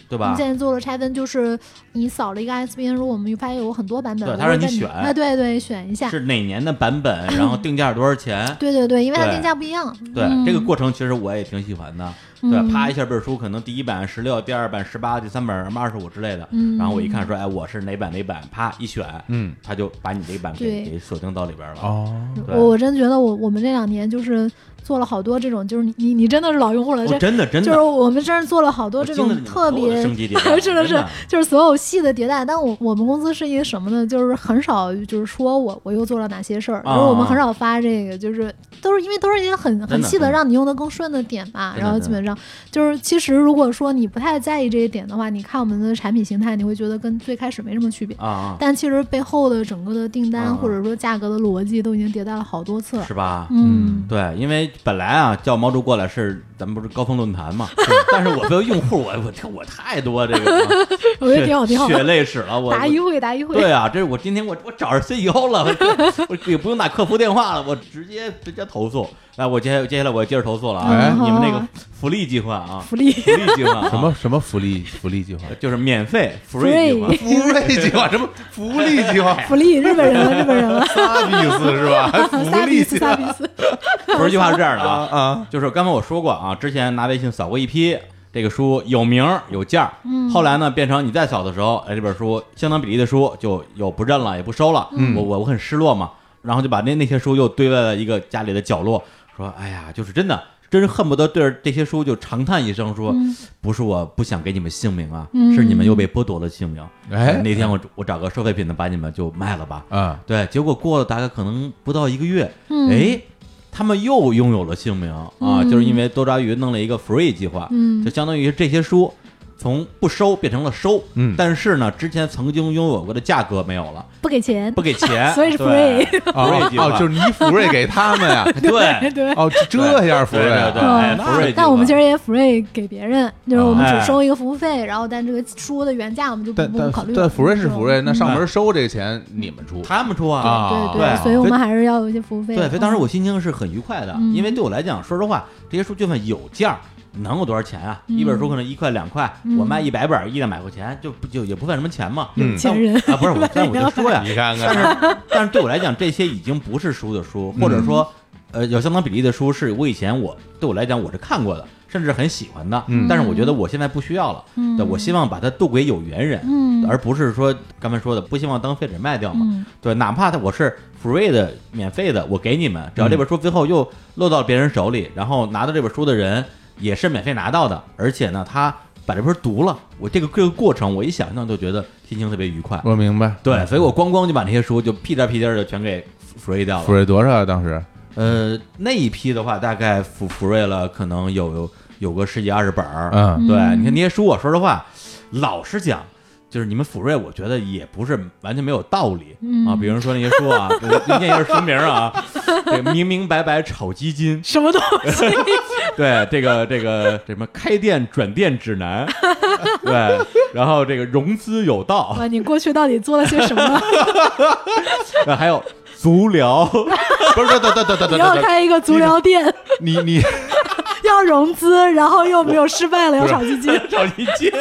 A: 对
C: 我
A: 吧
C: 们？现在做了拆分，就是你扫了一个 ISBN，如果我们发现有很多版本，
A: 对
C: 我
A: 它
C: 会
A: 让你
C: 问
A: 选
C: 哎，对对，选一下。
A: 是哪年的版本，然后定价是多少钱？
C: 对对对，因为它
A: 对
C: 定价不一样。
A: 对、
C: 嗯
A: 这个过程，其实我也挺喜欢的。
C: 嗯
A: 对，啪一下本书，可能第一版十六，第二版十八，第三版什么二十五之类的。
C: 嗯
A: 然后我一看说，哎，我是哪版哪版，啪一选，
B: 嗯，
A: 他就把你这版给
C: 对
A: 给锁定到里边了。
B: 哦，
A: 对
C: 我我真觉得我我们这两年就是做了好多这种，就是你你你真的是老用户了，
A: 我
C: 这
A: 哦真的真
C: 就
A: 的，
C: 是我们真是做了好
A: 我
C: 多这
A: 经历了
C: 种
A: 你们
C: 特
A: 所有的
C: 别
A: 升级迭 代，
C: 是的
A: 啊真
C: 是，就是所有细的迭代。但我我们公司是一个什么呢？就是很少就是说我我又做了哪些事儿，
A: 啊
C: 然后我们很少发这个，就是都是因为都是一些很
A: 真
C: 很
A: 的
C: 细
A: 真
C: 的，
A: 的
C: 让你用的更顺的点嘛。
A: 真的
C: 然后基本上就是，其实如果说你不太在意这一点的话，你看我们的产品形态，你会觉得跟最开始没什么区别。
A: 啊啊，
C: 但其实背后的整个的订
A: 啊
C: 单或者说价格的逻辑都已经迭代了好多次了。
A: 是吧？
C: 嗯，
A: 对，因为本来啊叫毛竹过来是咱们不是高峰论 坛嘛，但是我作为用户，我我我太多这个了
C: 我觉得挺好，挺好。
A: 血泪史了，我
C: 答疑会，答疑会。
A: 对啊，这是我今天我我找着 CEO 了，我我也不用打客服电话了，我直接直接投诉。哎，我接接下来我接着投诉了啊，
B: 哎
A: 你们那
C: 好
A: 个福利计划啊，
C: 福利
A: 福利计划啊
B: 什么什么福利福利计划，
A: 就是免费 free 计划
C: Free
B: 福利计划什么福利计划，
C: 福利，日本人了，日本人了。
B: 啥意思是吧？还
C: 萨
B: 福
C: 比
B: 利
C: 斯，
B: 计划
C: 萨比斯。
A: ，free 计划是这样的
B: 啊
A: 啊，
B: 啊，
A: 就是刚才我说过啊，之前拿微信扫过一批这个书，有名儿有价儿。
C: 嗯
A: 后来呢，变成你再扫的时候，哎，这本书相当比例的书就有不认了，也不收了。
B: 嗯
A: 我我我很失落嘛，然后就把那那些书又堆在了一个家里的角落，说，哎呀，就是真的。真是恨不得对着这些书就长叹一声说，
C: 嗯
A: 不是我不想给你们姓名啊，
C: 嗯
A: 是你们又被剥夺了姓名。
B: 哎
A: 那天我我找个收废品的把你们就卖了吧。
B: 啊，
A: 对，结果过了大概可能不到一个月，
C: 嗯
A: 哎，他们又拥有了姓名啊，
C: 嗯
A: 就是因为多抓鱼弄了一个 free 计划，
C: 嗯
A: 就相当于这些书从不收变成了收，
B: 嗯
A: 但是呢，之前曾经拥有过的价格没有了，
C: 不给钱，
A: 不给钱，
C: 所以是
A: 对
C: free
B: 哦
A: 福瑞计划
B: 哦，就是你福瑞给他们呀，
A: 对
C: 对。
B: 哦，这样福瑞啊，
A: 对哎
C: 嗯
A: 那 free
C: 但我们
A: 计
C: 其
A: 划
C: 实也 free 给别人，就是我们
A: 哎
C: 只收一个服务费，然后但这个书的原价我们就不
B: 但
C: 不
B: 但
C: 考虑了。
B: 但福瑞是福瑞，那
C: 嗯
B: 上门收这个钱你们 出
A: 他们出啊。
B: 啊
C: 对
A: 对
C: 所以我们还是要有一些服务费的。
A: 对，所以当时我
C: 嗯
A: 心情是很愉快的，
C: 嗯
A: 因为对我来讲，说实话，这些书就算有价儿，能有多少钱啊？
C: 嗯
A: 一本书可能一块两块，
C: 嗯
A: 我卖一百本儿，一两百块钱，就不就也不算什么钱嘛。
B: 嗯
C: 钱人
A: 但我啊，不是 我，但我就说呀，
B: 你 看
A: 但
B: 看，
A: 是但是对我来讲，这些已经不是书的书，或者说，呃，有相当比例的书是我以前我对我来讲我是看过的，甚至很喜欢的，
B: 嗯
A: 但是我觉得我现在不需要了，
C: 嗯
A: 对，我希望把它渡给有缘人，
C: 嗯
A: 而不是说刚才说的不希望当废纸卖掉嘛，
C: 嗯
A: 对，哪怕它我是 free 的、免费的，我给你们，只要这本书最后又落到别人手里，然后拿到这本书的人也是免费拿到的，而且呢，他把这本书读了，我这个这个过程，我一想象就觉得心情特别愉快。
B: 我明白，
A: 对，所以我咣咣就把那些书就屁颠儿屁颠儿的全给 free 掉
B: 福
A: 了。
B: 瑞多少啊？当时
A: 呃，那一批的话，大概 f free 了，可能有有有个十几二十本儿。
B: 嗯
A: 对，
C: 嗯
A: 你看那些书，我说实话，老实讲，就是你们 free，我觉得也不是完全没有道理、
C: 嗯
A: 啊。比如说那些书啊，我念一下书名啊，这个明明白白炒基金，
C: 什么都
A: 对，这个这个这什么开店转店指南，对，然后这个融资有道，
C: 哇，你过去到底做了些 什么？
A: 呃还有足疗。
B: 不是，等等等等
C: 你
B: 等
C: 要
B: 等，
C: 开一个足疗店，
B: 你你
C: 要融资，然后又没有失败了，要
B: 不是
C: 炒基金。
A: 找你借。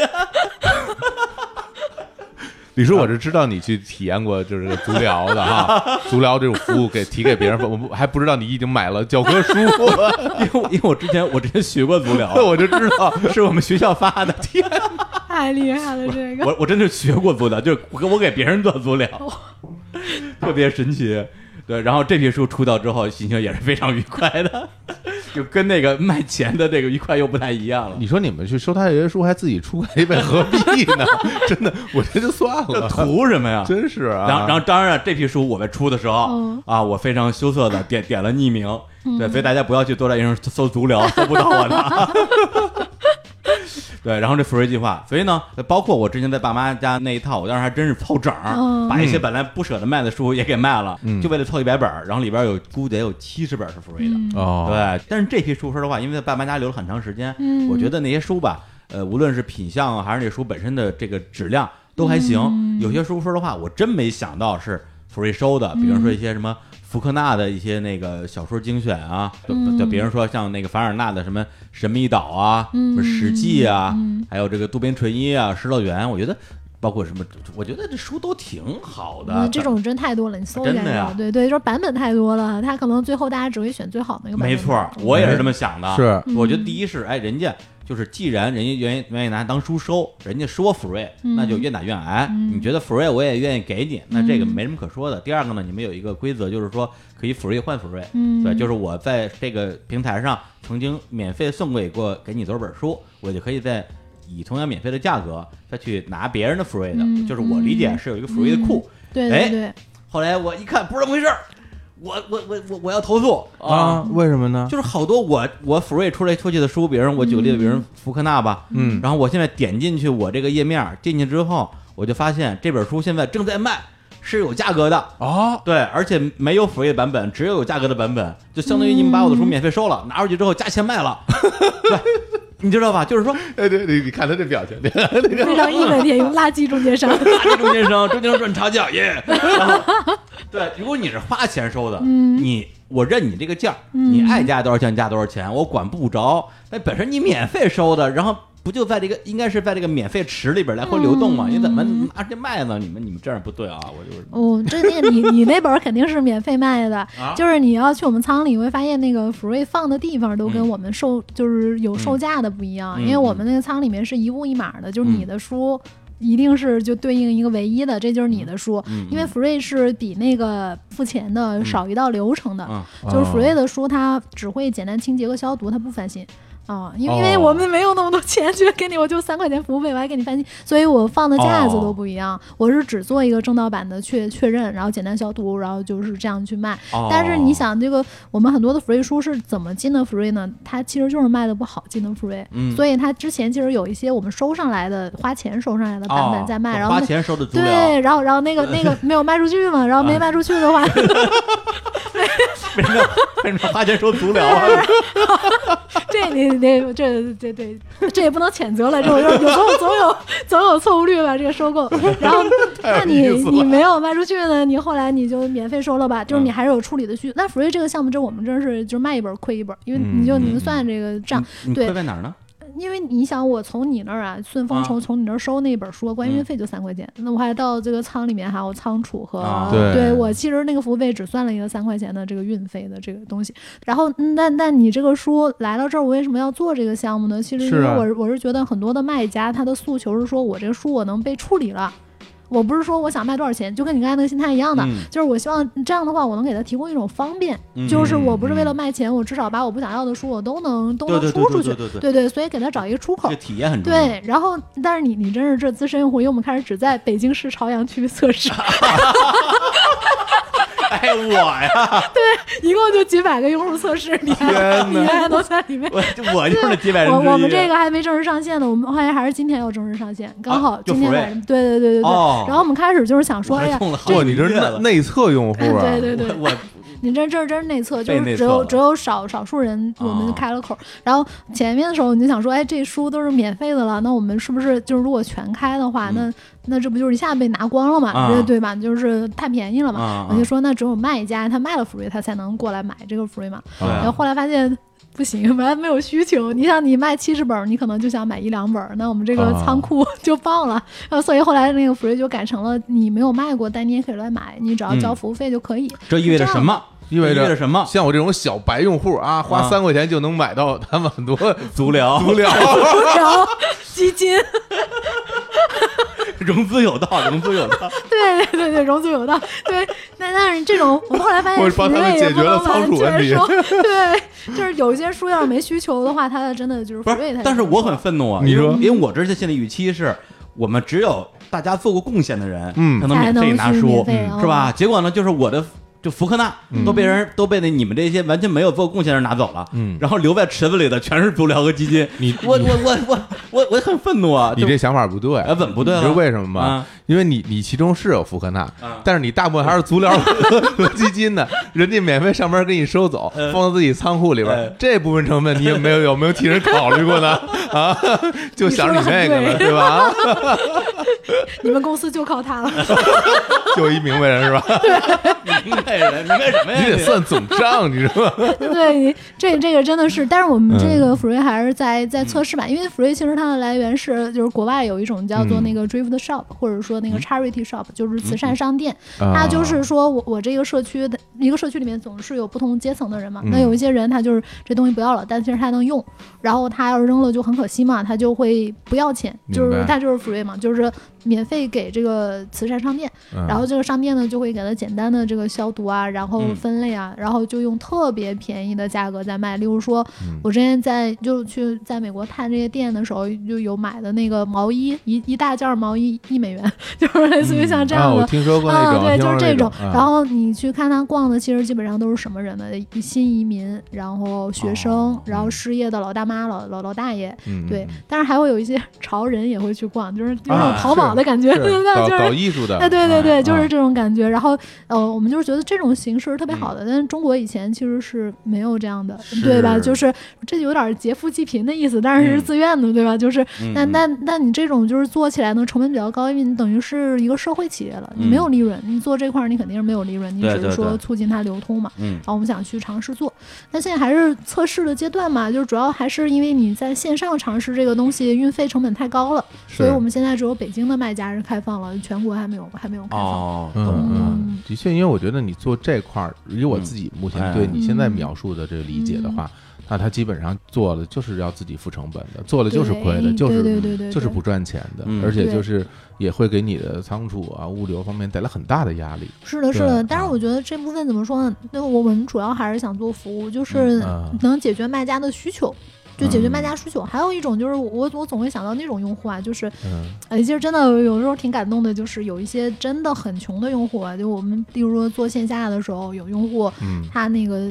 B: 李叔，我是知道你去体验过就是足疗的哈，足疗这种服务给提给别人，我不还不知道你已经买了教科书，
A: 因为我因为我之前我之前学过足 疗，
B: 我就知道
A: 是我们学校发的。天，
C: 太厉害了，这个
A: 我我真的学过足疗，就是我给我给别人做足疗， 特别神奇。对，然后这批书出道之后，心情也是非常愉快的， 就跟那个卖钱的这个愉快又不太一样了。
B: 你说你们去收他这些书，还自己出一本，何必呢？ 真的，我这就算
A: 这
B: 了，
A: 图什么呀？
B: 真是啊。
A: 然后，然后当然了这批书我们出的时候、
C: 嗯
A: 啊，我非常羞涩的点点了匿名，对，所以大家不要去多来人搜足疗，搜不到我 的。对，然后这福瑞计划，所以呢，包括我之前在爸妈家那一套，我当时还真是凑整儿，
C: 嗯
A: 把一些本来不舍得卖的书也给卖了，就为了凑一百本儿，然后里边有估计得有七十本儿是福瑞
C: 嗯
A: 的，
B: 哦，
A: 对，但是这批书，说实话，因为在爸妈家留了很长时间，
C: 嗯
A: 我觉得那些书吧，呃，无论是品相啊，还是那书本身的这个质量，都还行。
C: 嗯
A: 有些书，说实话，我真没想到是福瑞收
C: 嗯
A: 的，比如说一些什么。福克纳的一些那个小说精选啊，就
C: 嗯
A: 就比如说像那个凡尔纳的什么《神秘岛》啊，
C: 嗯
A: 什么《史记》啊，还有这个渡边淳一啊，《石道元》，我觉得包括什么，我觉得这书都挺好的
C: 嗯。这种真太多了，你搜一
A: 真的
C: 下就知道
A: 呀。
C: 对对，就是版本太多了，他可能最后大家只会选最好的那个版本。
A: 没错儿，我也是这么想的。
B: 是
C: 嗯
A: 我觉得第一是，哎，人家就是既然人家愿意愿意拿当书收，人家说福瑞，那
C: 嗯
A: 就愿打愿挨。你觉得福瑞，我也愿意给你，那这个没什么可说的。第二个呢，你们有一个规则，就是说可以福瑞换福瑞，
C: 嗯
A: 对，就是我在这个平台上曾经免费送给过给你多少本书，我就可以在。以同样免费的价格再去拿别人的福瑞的，
C: 嗯
A: 就是我理解是有一个福瑞的库，
C: 对
A: 哎
C: 对对，
A: 后来我一看不是这么回事儿，我我我我我要投诉
B: 啊，为什么呢？
A: 就是好多我我 free 出来出去的书，比如我举个例子，比如福克纳吧，
B: 嗯
A: 然后我现在点进去我这个页面，进去之后我就发现这本书现在正在卖，是有价格的，
B: 哦，
A: 对，而且没有 free 的版本，只有有价格的版本，就相当于你们把我的书免费收了，拿出去之后加钱卖了， 对，你知道吧？就是说
B: 哎，对对，你看他这表 情，
C: 非常义愤填膺，垃圾中 间商。
A: 垃圾中间商，中间商赚差价耶。然后，对，如果你是花钱收的，
C: 嗯
A: 你我认你这个价儿，你爱加多少钱加多少钱，我管不着。那本身你免费收的，然后不就在这个应该是在这个免费池里边来回流动
C: 嗯
A: 嘛？你怎么拿这卖呢？你们你们这样不对啊！我就是
C: 哦，这那你你那本儿肯定是免费卖的，
A: 啊
C: 就是你要去我们仓里，你会发现那个福瑞放的地方都跟
A: 嗯
C: 我们售、就是有售价的不一样，
A: 嗯
C: 因为我们那个仓里面是一物一码的，就是你的书。一定是就对应一个唯一的，这就是你的书。
D: 嗯
C: 因为福瑞是比那个付钱
A: 嗯
C: 的少一道流程的，
D: 嗯
C: 就是福瑞
B: 哦
C: 的书它只会简单清洁和消毒，它不翻新。啊，因为
B: 哦
C: 因为我们没有那么多 钱去给你，我就三块钱服务费，我还给你翻新，所以我放的架
D: 哦
C: 子都不一样。我是只做一个正盗版的确确认，然后简单消毒，然后就是这样去卖。
D: 哦
C: 但是你想，这个我们很多的福瑞书是怎么进的福瑞呢？它其实就是卖的不好进的福瑞，
D: 嗯
C: 所以它之前其实有一些我们收上来的，花钱收上来的
A: 嗯
C: 版本在卖，
D: 哦
C: 然后
D: 花
C: 那
D: 钱收的足疗，
C: 对，然后然后那个那个没有卖出去嘛，然后没
D: 嗯
C: 卖出去的话，
D: 为什么要为什么要花钱收足疗啊？
B: 啊
C: 这你得这这这这也不能谴责了，这我就有时候总有总有错误率吧，这个收购。 然后那你
B: 有意思了嗯
C: 你没有卖出去呢，你后来你就免费收了吧，就是你还是有处理的需。那福瑞这个项目，这我们真是就是卖一本亏一本，因为
B: 嗯
C: 你就你们算这个账，
D: 你
C: 对
D: 亏在哪儿呢？
C: 因为你想，我从你那儿啊，顺丰
D: 啊嗯
C: 从从你那儿收那本书，关于运费就三块钱，那我还到这个仓里面还有仓储和，
D: 啊
B: 对
C: 我其实那个服务费只算了一个三块钱的这个运费的这个东西。然后，嗯但但你这个书来到这儿，我为什么要做这个项目呢？其实因
B: 是
C: 为
B: 啊
C: 我是我是觉得很多的卖家他的诉求是说我这个书我能被处理了。我不是说我想卖多少钱，就跟你刚才那个心态一样的，
D: 嗯
C: 就是我希望这样的话，我能给他提供一种方便，
D: 嗯
C: 就是我不是为了卖钱，我至少把我不想要的书我都能都能
D: 对对对
C: 出出去
D: 对，对对对
C: 对对，所以给他找一个出
D: 这
C: 口
D: 个。体验很重要。
C: 对，然后但是你你真是这资深用户，因为我们开始只在北京市朝阳区 测试，
D: 哎，我呀，
C: 一共就几百个用户测 试，你还
B: 天
C: 你
B: 哪
C: 还能在里面？
D: 我我就是那几百人
C: 我
D: 之一。
C: 我们这个还没正式上线呢，我们好像还是今天要正式上线，刚好
D: 啊就
C: 今天
D: Free
C: 晚上，对对对对对。
D: 哦
C: 然后我们开始就是想说，
D: 我
C: 哎
D: 还
C: 呀，哎
D: 中了好
B: 哇，
D: 几
B: 你
D: 个
B: 这
D: 月
B: 是
D: 了
B: 内。内测用户啊？
C: 对对对，
D: 我
C: 你这这这是内测，就
A: 被内
C: 是只
A: 测
C: 有
A: 了
C: 只有少少数人我们
D: 哦
C: 开了口。然后前面的时候你就想说，哎，这书都是免费的了，那我们是不是就是如果全开的话，那那这不就是一下被拿光了嘛？
D: 啊
C: 对对吧？就是太便宜了嘛。
D: 啊
C: 我就说那只有卖家他卖了福瑞，他才能过来买这个福瑞嘛。
D: 对
C: 然后后来发现。不行，完全没有需求。你想，你卖七十本，你可能就想买一两本，那我们这个
B: 啊
C: 仓库 就爆了。然后，所以后来那个福瑞就改成了，你没有卖过，但你也可以来买，你只要交
D: 嗯
C: 服务费就可以。
D: 这意味着什么？
B: 意味
D: 这
B: 着
D: 什么？
B: 像我这种小白用户啊，哦花
D: 啊
B: 三块钱就能买到他们很多
D: 足疗
B: 足疗。
C: 然后基金，
D: 融资有道， 融资有道。
C: 对对对对，融资有道，对。那但是这种，我后来发现，
B: 我帮他们解决了仓储问题
C: 对，就是有一些书要是没需求的话，它真的就是
A: 不
C: 费
A: 是，但是我很愤怒啊！
B: 你
A: 因为
B: 说
A: 因为我这现在预期是我们只有大家做过贡献的人，
B: 嗯
A: 才能
C: 才
A: 免
C: 能
A: 费拿
C: 去
A: 书嗯
C: 免，费哦
A: 是吧？结果呢，就是我的就福克纳都被人都被那你们这些完全没有做过贡献的人拿走了，
B: 嗯
A: 然后留在池子里的全是足疗和基金，
B: 你
A: 我我我我我我很愤怒啊！
B: 你这想法不对，
A: 哎怎么不对
B: 你
A: 了
B: 知道为什么吗
A: 啊？
C: 嗯
B: 因为你你其中是有福克纳
A: 啊，
B: 但是你大部分还是足疗和 基金 的，人家免费上班给你收走，
A: 嗯
B: 放到自己仓库里边
A: 嗯，
B: 这部分成本你有没有有没有替人考虑 过呢？啊，就想着你那个了，对吧？ 啊
C: 你们公司就靠它了。
B: 就一明白人是吧？
A: 这明白人，明白什么
C: 哎
B: 你得
A: 呀？
B: 算总账，你知道吗？
C: 对，这这个真的是，但是我们这个福瑞还是在在测试版，因为福瑞其实它的来源是就是国外有一种叫做那个 drift shop，、或者说那个 charity shop，就是慈善商店。
B: 啊
C: 它就是说我我这个社区的一个社区里面总是有不同阶层的人嘛，
B: 嗯
C: 那有一些人他就是这东西不要了，但其实他能用，然后他要是扔了就很可惜嘛，他就会不要钱，就
B: 明
C: 是
B: 白
C: 他就是福瑞嘛，就是免费给这个慈善商店。
B: 嗯
C: 然后这个商店呢就会给它简单的这个消毒啊，然后
D: 嗯
C: 分类啊，然后就用特别便宜的价格在卖。例如说，
B: 嗯
C: 我之前在就去在美国探这些店的时候，就有买的那个毛衣，一一大件儿毛衣一美元， 就是类似于像这样
B: 啊，
C: 的。
B: 我听说过那
C: 啊，
B: 种，
C: 对，就
B: 听
C: 是
B: 说那
C: 这种。
B: 嗯
C: 然后你去看他逛的，其实基本上都是什么人呢？新移民，然后学生，
D: 哦
C: 然后失业的老大妈、老老老大爷，
B: 嗯
C: 对。但是还会有一些 潮人也会去逛，就是有种
B: 啊
C: 淘宝的感觉，
B: 是
C: 对 不对？
B: 搞
C: 就是
B: 搞艺术的，
C: 哎，对对对，
B: 嗯
C: 就
B: 嗯
C: 是这种感觉。然后，呃，我们就是觉得这种形式是特别好的，但是中国以前其实是没有这样的，对吧？
B: 是
C: 就是这有点劫富济贫的意思，但是是
D: 嗯
C: 自愿的，对吧？就是，但
D: 嗯
C: 但但你这种就是做起来呢，成本比较高，因为你等于是一个社会企业了，你没有
B: 嗯
C: 利润，你做这块儿你肯定是没有利润，你
D: 对
C: 只是
D: 对
C: 说
D: 对
C: 促进它流通嘛。
D: 嗯
C: 然后我们想去尝试做，但现在还是测试的阶段嘛，就是主要还是因为你在线上尝试这个东西，运费成本太高了，所以
B: 是
C: 我们现在只有北京的卖家是开放了，全国还没有还没有开放。
D: 哦，
B: 嗯
C: 嗯
B: 嗯，的确，因为我觉得你做这块儿，以我自己目前
D: 哎
C: 嗯
B: 对你现在描述的这个理解的话，那他基本上做的就是要自己付成本的，做的就是亏的，
C: 对
B: 就是
C: 对对对对
B: 就是
C: 对
B: 不赚钱的，
D: 嗯
B: 而且
C: 对
B: 就是也会给你的仓储啊、物流方面带来很大的压力。
C: 是的，是
B: 对
C: 的，但是
B: 啊
C: 我觉得这部分怎么说呢？那我们主要还是想做服务，就是
B: 啊
C: 能解决卖家的需求，就解决
B: 嗯
C: 卖家需求。还有一种就是我我总会想到那种用户啊，就是
B: 嗯
C: 哎，其实真的有时候挺感动的，就是有一些真的很穷的用户啊，就我们例如说做线下的时候，有用户
B: 嗯，
C: 他那个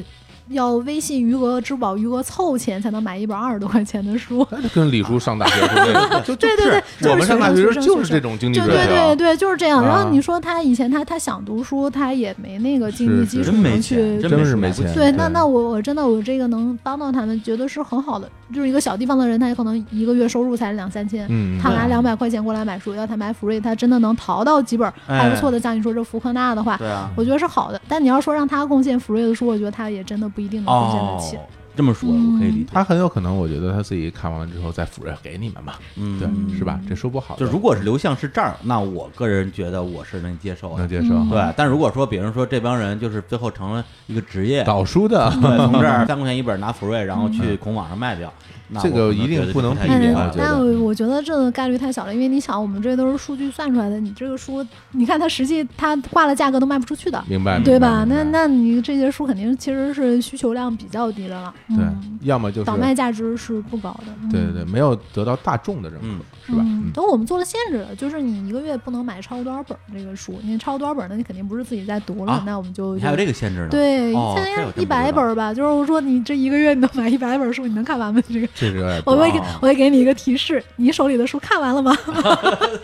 C: 要微信余额、支付宝余额凑钱才能买一本二十多块钱的书。
B: 那就跟李叔上大学似的，就就
C: 对对
B: 是
C: 对就是
B: 我们上大学
C: 学
B: 时候
C: 生学生
B: 就
C: 学
B: 是
C: 生
B: 这种经济
C: 就
B: 水
C: 对
B: 平
C: 对对，就是这样。然后
B: 啊
C: 你说他以前他他想读书，他也没那个经济
B: 是
C: 基础
D: 真没
C: 能
D: 钱，
C: 去
B: 真
D: 没
B: 是没
D: 钱
B: 钱对
C: 对，那那我我真的我这个能帮到他们，觉得是很好的。就是一个小地方的人，他可能一个月收入才两三千，
B: 嗯，
C: 他拿
B: 对
C: 两百块钱过来买书，要他买福瑞，他真的能淘到几本
B: 哎
C: 还不错的。像你说这福克纳的话，
D: 对啊，
C: 我觉得是好的。但你要说让他贡献福瑞的书，我觉得他也真的嗯不一定能贡献得
D: 哦
C: 起。，嗯
D: 这么说我可以理解，
B: 他很有可能，我觉得他自己看完了之后再抚认给你们嘛，
D: 嗯，
B: 对，是吧？这说不好的，
D: 就如果是流向是这儿，那我个人觉得我是能接受
B: 能
D: 的。
B: 接受
C: 嗯
B: 哈，
D: 对，但如果说，比如说这帮人就是最后成了一个职业，
B: 搞 书的
D: 对，从这儿三块钱一本拿福瑞，然后去孔网上卖掉，那
B: 嗯这个
D: 我可能
B: 一定
D: 觉得
B: 不能
D: 太
B: 避
D: 一
B: 免
D: 样
B: 我
C: 但
B: 觉得
C: 嗯但我我觉得这个概率太小了，因为你想，我们这都是数据算出来的，你这个书，你看它实际它挂了价格都卖不出去的，
B: 明白
C: 对
B: 明白
C: 吧？
B: 明
C: 那
B: 白
C: 那你这些书肯定其实是需求量比较低的了，嗯
B: 对，要么就是
C: 倒卖价值是不高的。嗯
B: 对对对，，没有得到大众的认
D: 嗯
B: 可，是吧？
C: 嗯
B: 嗯，
C: 等我们做了限制了，就是你一个月不能买超过多少本儿这个书，你超过多少本儿，那你肯定不是自己在读了，
D: 啊
C: 那我们就
D: 你还有这个限制呢？
C: 对，
D: 哦
C: 现
D: 这我真
C: 在
D: 不
C: 一百
D: 知道
C: 本儿吧，就是说你这一个月你能买一百本儿书，你能看完吗？这个
B: 这个也不
C: 我会给
D: 哦
C: 我会给你一个提示，你手里的书看完了吗？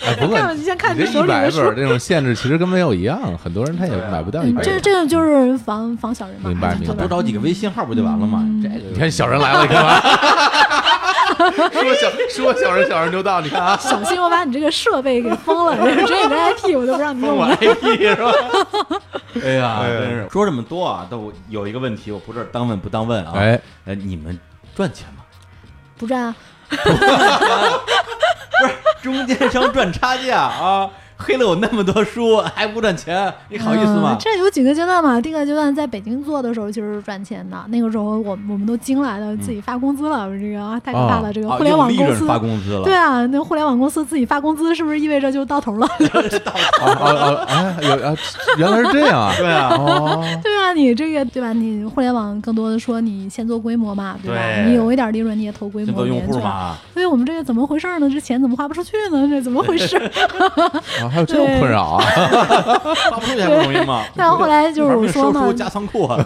B: 哎，不 过
C: 看完你先看
B: 你
C: 你
B: 这
C: 手
B: 一
C: 里
B: 百
C: 的
B: 本
C: 书
B: 儿。这种限制其实跟没有一样，很多人他也买不到一
C: 嗯
B: 百本
C: 这
B: 儿。
C: 这个就是防防小人嘛，
B: 明白
C: 就
B: 明
C: 这
B: 白
D: 多
C: 个
D: 找几个微信号不就完了吗？
C: 嗯
D: 这个
B: 你看小人来了，你干嘛？ 说小说小人小人就到，你看啊，
C: 小心我把你这个设备给封了， 就是这个 IP 我就不让你
D: 封
C: 用
D: 我
C: 了。
D: IP 是吧？哎呀，
B: 哎呀
D: 真是说这么多啊，但我有一个问题，我不知道当问不当问啊。
B: 哎，
D: 呃，你们赚钱吗？
C: 不赚啊，
D: 中间商赚差价啊，黑了我那么多书还不赚钱，你好意思吗
C: 嗯？这有几个阶段嘛？第一个阶段在北京做的时候其实是赚钱的，那个时候我我们都惊来了，自己发工资了，这个啊太可
B: 嗯
C: 怕
B: 哦
C: 了，这个
D: 啊
C: 互联网
D: 用利
C: 公
D: 润
C: 司
D: 发工资了，
C: 对啊，那互联网公司自己发工资，是不是意味着就到头了？
B: 哦哦哦，哎，有啊，原来是这样啊，
D: 对啊，
B: 哦，
C: 对啊，你这个对吧？你互联网更多的说你先做规模嘛，对吧？
D: 对
C: 你有一点利润你也投规
D: 先
C: 模
D: 做
C: 里
D: 用
C: 面
D: 户
C: 去啊。
D: 嘛，
C: 所以我们这个怎么回事呢？这钱怎么花不出去呢？这怎么回事？
B: 啊还有这种
C: 对
B: 困扰啊，
D: 发不出去还不容易吗？
C: 但啊后来就是我说
D: 玩命
C: 嘛
D: 收，书加仓 库啊，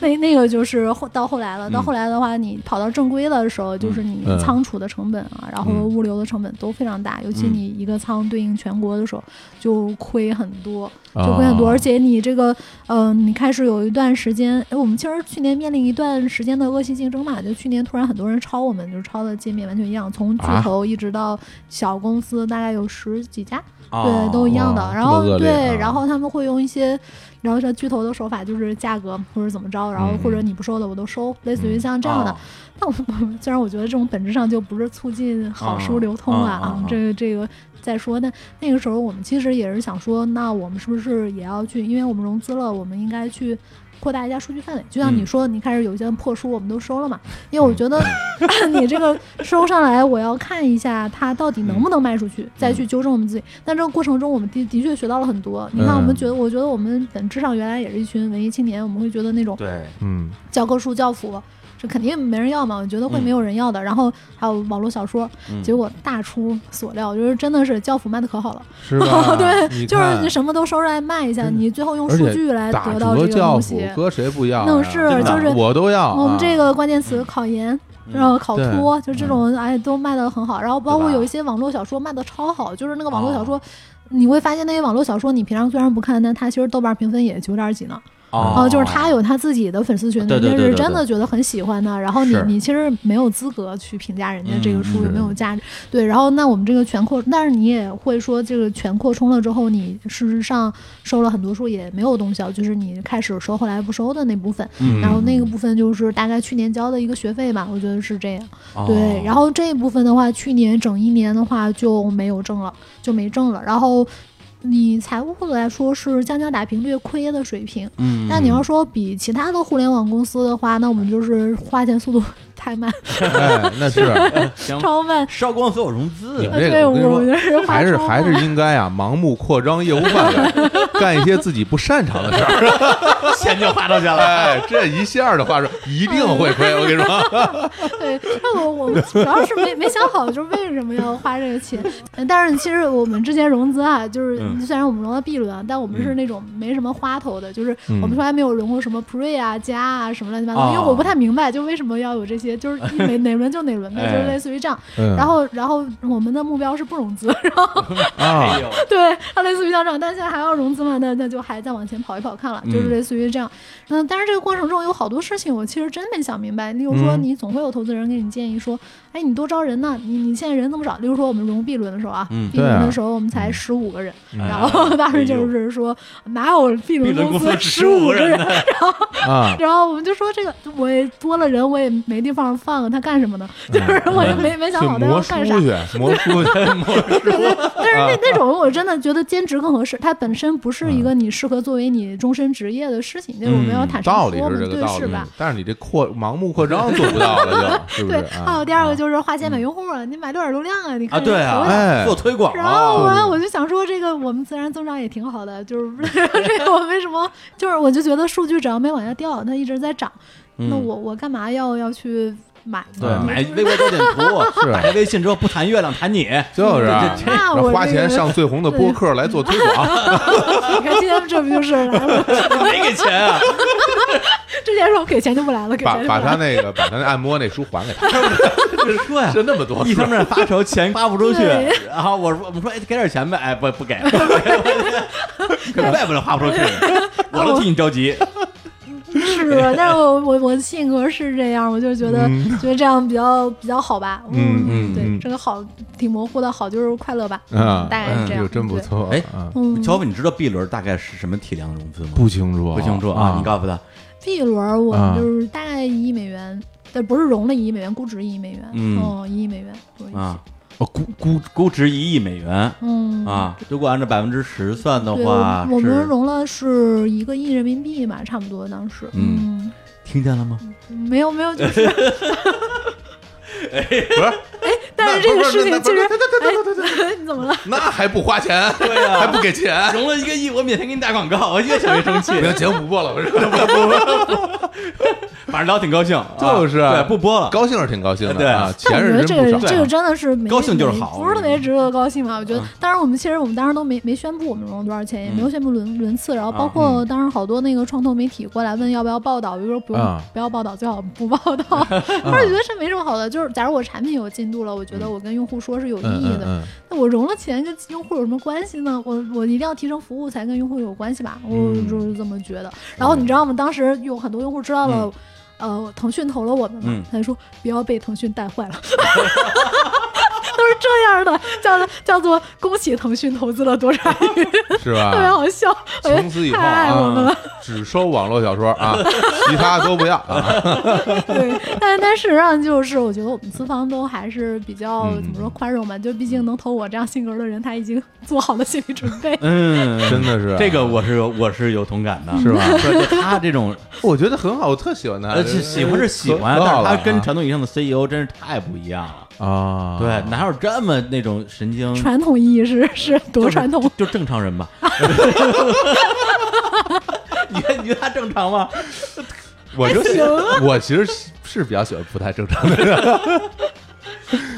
C: 那那个就是后到后来了，
D: 嗯
C: 到后来的话，你跑到正规的时候，就是你
B: 嗯
C: 仓储的成本啊，然后
B: 嗯
C: 物流的成本都非常大，尤其你一个仓对应全国的时候，就亏很多，就亏很多。
B: 啊
C: 而且你这个，嗯，你开始有一段时间，哎，我们其实去年面临一段时间的恶性竞争嘛，就去年突然很多人抄我们，就是抄的界面完全一样，从巨
B: 啊
C: 头一直到小公司，大概有十几家。
D: 哦
C: 对，都一样的
B: 啊哇。
C: 然
B: 这么
C: 后
B: 恶劣啊
C: 对，然后他们会用一些，然后像巨头的手法，就是价格或者怎么着，然后
B: 嗯
C: 或者你不收的我都收，类似于像这样的
D: 哦。
C: 但我虽然我觉得这种本质上就不是促进好
D: 啊
C: 书流通了
D: 啊啊
C: 啊
D: 啊，
C: 这个这个再说。但那个时候我们其实也是想说，那我们是不是也要去？因为我们融资了，我们应该去。扩大一下数据范围，就像
D: 嗯
C: 你说，你开始有一些破书，我们都收了嘛。因
B: 嗯
C: 为 我觉得你这个收上来，我要看一下它到底
B: 嗯
C: 能不能卖出去，再去纠正我们自己。但这个过程中，我们的的确学到了很多。你看，我
B: 嗯
C: 们觉得，我觉得我们本质上原来也是一群文艺青年，我们会觉得那种
D: 对，
B: 嗯，
C: 教科书、教辅。这肯定没人要嘛，我觉得会
D: 嗯
C: 没有人要的。然后还有网络小说，
D: 嗯
C: 结果大出所料，就是真的是教辅卖的可好了，
B: 是吧？
C: 哦对，
B: 你
C: 就是
B: 看
C: 你什么都收出来卖一下，
B: 真的
C: 你最后用
B: 而
C: 数
B: 且
C: 据来
B: 打
C: 得
B: 折
C: 到这个
B: 教
C: 东
B: 辅
C: 西。
B: 搁谁不要啊？
C: 那是
B: 真的
D: 就是
B: 我都要啊。
C: 我们这个关键词考研，然后考
B: 对
C: 托，就这种哎都卖的很好。然后包括
D: 对吧
C: 有一些网络小说卖的超好，就是那个网络小说。你会发现那些网络小说，你平常虽然不看，但它其实豆瓣评分也九点几呢。
D: 哦
C: 然后就是他有他自己的粉丝群，
D: 对
C: 人
D: 对
C: 家
D: 对对
C: 是
D: 对
C: 真的觉得很喜欢的。然后你
B: 是
C: 你其实没有资格去评价人家这个
D: 嗯
C: 书
B: 是
C: 有没有价值。对，然后那我们这个全扩，但是你也会说，这个全扩充了之后，你事实上收了很多书也没有动效，就是你开始收后来不收的那部分。
D: 嗯
C: 然后那个部分就是大概去年交的一个学费吧，我觉得是这样。
D: 哦
C: 对，然后这一部分的话，去年整一年的话就没有挣了，就没挣了。然后以财务汇总来说是将将打平略亏的水平。
A: 嗯，
C: 但你要说比其他的互联网公司的话，那我们就是花钱速度太慢，
B: 哎，那 是
A: 行，
C: 超慢。
A: 烧光所有融资
B: 你，
C: 呃
B: 们这
C: 对，
B: 个，我跟你
C: 我
B: 说
C: 觉，得是花
B: 还是
C: 超
B: 还是
C: 慢
B: 应该啊，盲目扩张业务范围，干一些自己不擅长的事儿。
F: 钱就花出 去了。
B: 哎，这一下的话说，一定会亏。我跟你
C: 哎
B: 说，
C: 对，那我我们主要是没没想好，就是为什么要花这个钱。呃但是其实我们之前融资啊，就是
A: 嗯
C: 虽然我们融到 B 轮啊，但我们是那种没什么花头的，就是
A: 嗯
C: 我们从来没有融过什么 Pre 啊、加啊什么乱七八糟，因为
A: 哦
C: 我不太明白，就为什么要有这些，就是一 哪哪轮就哪轮呗，
A: 哎
C: 就是类似于这样。然
A: 嗯
B: 然
C: 后然后我们的目标是不融资，然后哎
B: 啊，
A: 呦，
C: 对，它类似于像这样，但现在还要融资嘛，那那就还再往前跑一跑看了，就是
A: 嗯
C: 类似于这样。嗯，但是这个过程中有好多事情，我其实真没想明白。例如说，
B: 嗯
C: 你总会有投资人给你建议说，哎，你多招人呢，你你现在人这么少。例如说，我们融 B 轮的时候啊、
A: 嗯
C: b
B: 对
C: 轮
B: 啊
C: 的时候我们才十五个人，
A: 哎
C: 然后当时
A: 哎
C: 就
A: 呦
C: 是说，哪有 B 轮
F: B 轮
C: 公
F: 公
C: 司
F: 司
C: 十五
F: 15
C: 个
F: 人
C: 人？
B: 啊，
C: 然后我们就说这个我也多了人，我也没地方放啊，他干什么呢？ 就是我也没没想
B: 去
C: 好他要
B: 磨书
C: 干啥。
B: 去，磨书 去，
C: 但是
B: 啊
C: 那那种我真的觉得兼职更合适，它本身不是一
B: 嗯
C: 个你适合作为你终身职业的事情，嗯就是我们要坦
B: 道
C: 诚
B: 理
C: 说嘛，
B: 是这个
C: 对，
B: 道
C: 是
B: 理
C: 吧？。
B: 但是你这扩盲目扩张做不到了，就是不
C: 对
B: 是？，
C: 还
B: 啊
C: 有第二个就是花钱买用户啊，你买多少流量啊？你
A: 啊，
C: 看
A: 对
C: 这
A: 啊，
C: 个投的
B: 哎
A: 做推广
C: 然后
A: 啊，
C: 啊，我就想说，这个我们自然增长也挺好的，就是这个我为什么就是我就觉得数据只要没往下掉，它一直在涨，那
A: 嗯
C: 我我干嘛要要去买呢？
A: 对
B: 嗯
A: 买微博焦点图，
B: 是
A: 打开微信之后不谈月亮 谈你，
B: 就是啊
A: 这
C: 嗯那
B: 然后
C: 我
B: 花
C: 这
B: 钱
C: 个
B: 上最红的播客来做推广，
C: 你看今天这不就是来了？
A: 没给钱啊，
C: 之前说我给钱就不来了， 给
B: 把
C: 钱就不
B: 把
C: 来了
B: 他。那个把他那按摩那书还给他，
A: 对啊，
B: 就那么 多
A: 一
B: 书
A: 方面发愁钱花不出去
C: 对，
A: 然后我说我们说哎给点钱呗，哎不不给， 怪不得花不出去，我都替你着急。
C: 是，但是我我我性格是这样，我就觉得、觉得这样比较比较好吧。
B: 嗯
A: 嗯
C: 对，
B: 嗯
C: 这个好挺模糊的，好就是快乐吧，
B: 啊，
C: 大概是这
B: 哎
C: 样。
B: 呦，真不
C: 对。
B: 错，
A: 哎
B: 啊
C: 嗯
A: 乔伟，你知道 B 轮大概是什么体量的融资吗？
B: 不清楚，
A: 不清楚啊，你告诉他，
C: B 轮我
B: 啊
C: 们就是大概一亿美元，但不是融了一亿美元，估值一亿美元，
A: 嗯
C: 哦，一亿美元，不好意思
A: 啊，哦估估估值一亿美元
C: 嗯。
A: 啊，如果按照百分之十算的
C: 对，
A: 话
C: 我，我们
A: 是
C: 融了是一个亿人民币吧，差不多当时。
A: 嗯听见了吗？
C: 嗯，没有没有，就是
B: 不是，
C: 但是这个事情其实，
B: 那不是那不是那不是
C: 哎， 你怎么了？
B: 那还不花钱，
A: 对啊呀
B: 还不给钱，
A: 融了一个亿，我每天给你打广告，我越想越生气
B: 不行，节目不 播了，不是，
A: 反正聊挺高兴，啊
B: 就是
A: 对不播了，
B: 高兴是挺高兴
A: 对
B: 的啊，
C: 但
B: 钱
C: 我觉得
B: 是
C: 这
B: 真
C: 个
B: 不
C: 这
B: 少
C: 个，真的是没
A: 高兴就是好
C: 没不是特别值得高兴吧？我觉得，
B: 嗯
C: 当然我们其实我们当时都没没宣布我们融了多少钱，也没有宣布轮轮次，然后
B: 啊
C: 包
B: 嗯
C: 括当时好多那个创投媒体过来问要不要报道，我就说不用、
B: 啊
C: 不要报道，最好不报道。 我是觉得这没什么好的，就是假如我产品有进度了，我觉得我跟用户说是有意
B: 嗯
C: 义
B: 嗯
C: 的。
B: 嗯，
C: 那我融了钱跟用户有什么关系呢？我我一定要提升服务才跟用户有关系吧，我
B: 嗯
C: 就是这么觉得。然后你知道吗？当时有很多用户知道
B: 嗯
C: 了，呃，腾讯投了我们嘛，
A: 嗯
C: 他就说不要被腾讯带坏了。 都是这样的，叫做叫做恭喜腾讯投资了多少亿，
B: 嗯是
C: 特别
B: 吧？
C: 好笑，我
B: 啊
C: 觉
B: 从
C: 得
B: 此以后
C: 太爱我们了。
B: 啊，只收网络小说啊，其他都不要啊。
C: 对，但但事实上就是，我觉得我们资方都还是比较
B: 嗯
C: 怎么说宽容吧，就毕竟能投我这样性格的人，他已经做好了心理准备。
A: 嗯，
B: 真的是啊
A: 这个我是有我是有同感的，
B: 是吧
A: 不是 就他这种，
B: 我觉得很好，我特喜欢他。
A: 呃，是喜欢是喜欢，但是他跟传统意义上的 CEO 真是太不一样了。
B: 他啊，
A: 对，哪有这么那种神经？
C: 传统意义是是多
A: 嗯就是
C: 传统，
A: 就正常 人吧。你看，你觉得他正常吗？
B: 我就喜
C: 啊
B: 我其实是比较喜欢不太正常的 人。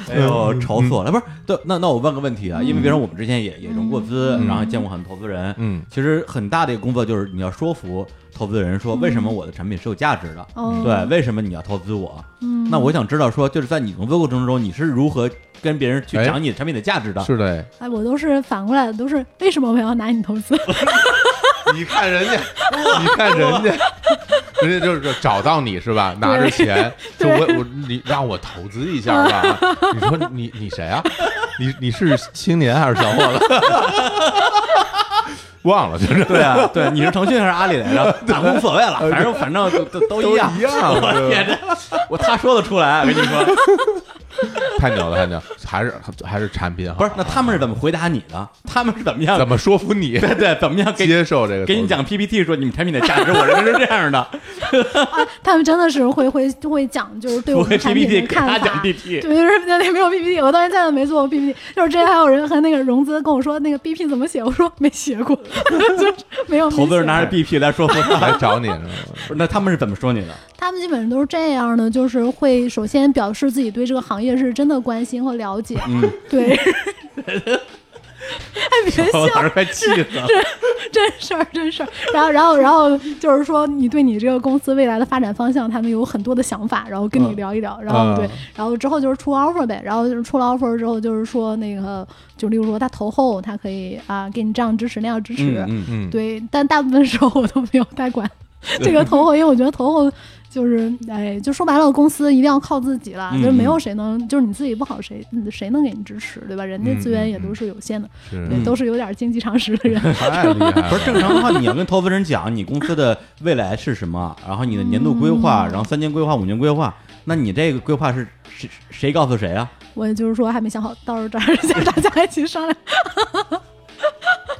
A: 哎
B: 嗯
A: 呦，愁死我了！不是，对，那那我问个问题啊，因为比如说我们之前也也融过资，然后见过很多投资人，
B: 嗯
A: 其实很大的一个工作就是你要说服投资人说为什么我的产品是有价值的，
C: 嗯哦
A: 对，为什么你要投资我？
C: 嗯，
A: 那我想知道说，就是在你融资过程中，你是如何跟别人去
B: 哎
A: 讲你的产品的价值的？
B: 是的，
C: 哎，我都是反过来的，都是为什么我要拿你投资？
B: 你看人家，你看人家。人家就是找到你是吧？拿着钱，就我我你让我投资一下吧。你说你你谁啊？你你是青年还是小伙子？ 忘了，就是
A: 对啊，对，你是腾讯还是阿里来 着？那无所谓了，反正反正都都都
B: 呃都
A: 一样
B: 一。样。啊
A: 我
B: 对吧
A: 天，这我他说得出来，我跟你说，
B: 太牛了，太牛了，还是还是产品好
A: 不是，那他们是怎么回答你的？ 他们是怎么样？
B: 怎么说服你
A: 对对，怎么样给
B: 接受这个？
A: 给你，讲 PPT 说你们产品的价值， 我认为是这样 的。
C: 他们真的是会会会讲，就是对我
A: 我
C: 们
A: 给
C: 产品
A: PPT 给
C: 的看法。
A: 他讲 PPT，
C: 对，就是 那里没有 PPT，我到现在都没做过 PPT。就是之前还有人和那个融资跟我说那个 BP 怎么写，我说没写过， 就是没有。没
A: 投资人
C: 写
A: 拿着 BP 来说服他。
B: 来找你是吗？
A: 不 是那他们是怎么说你的？
C: 他们基本上都是这样的，就是会首先表示自己对这个行业是真的关心和了解。嗯，对。 哎，别
A: 我
C: 笑
A: 当，时快气死 了。
C: 真事儿，真事儿。然后，然后，然后就是说，你对你这个公司未来的发展方向，他们有很多的想法，然后跟你聊一聊。然后对
B: 嗯，
C: 然后之后就是出 offer 呗。然后就是出了 offer 之后，就是说那个，就例如说他投后，他可以啊给你这样支持那样支持。
A: 嗯嗯，
B: 嗯，
C: 对，但大部分时候我都没有太管这个投后，因为我觉得投后就是，哎，就说白了，公司一定要靠自己了，
A: 嗯
C: 就是没有谁能，就是你自己不好谁，嗯谁能给你支持，对吧？人家
B: 嗯
C: 资源
B: 嗯
C: 也都是有限的，
B: 是
C: 对，都是有点经济常识的人。
B: 太厉害了，
A: 不是正常的话，你要跟投资人讲你公司的未来是什么，然后你的年度规划，
B: 嗯
A: 然后三年规划、五年规划，那你这个规划是谁谁告诉谁啊？
C: 我就是说还没想好，到时候找人家 大家一起商量。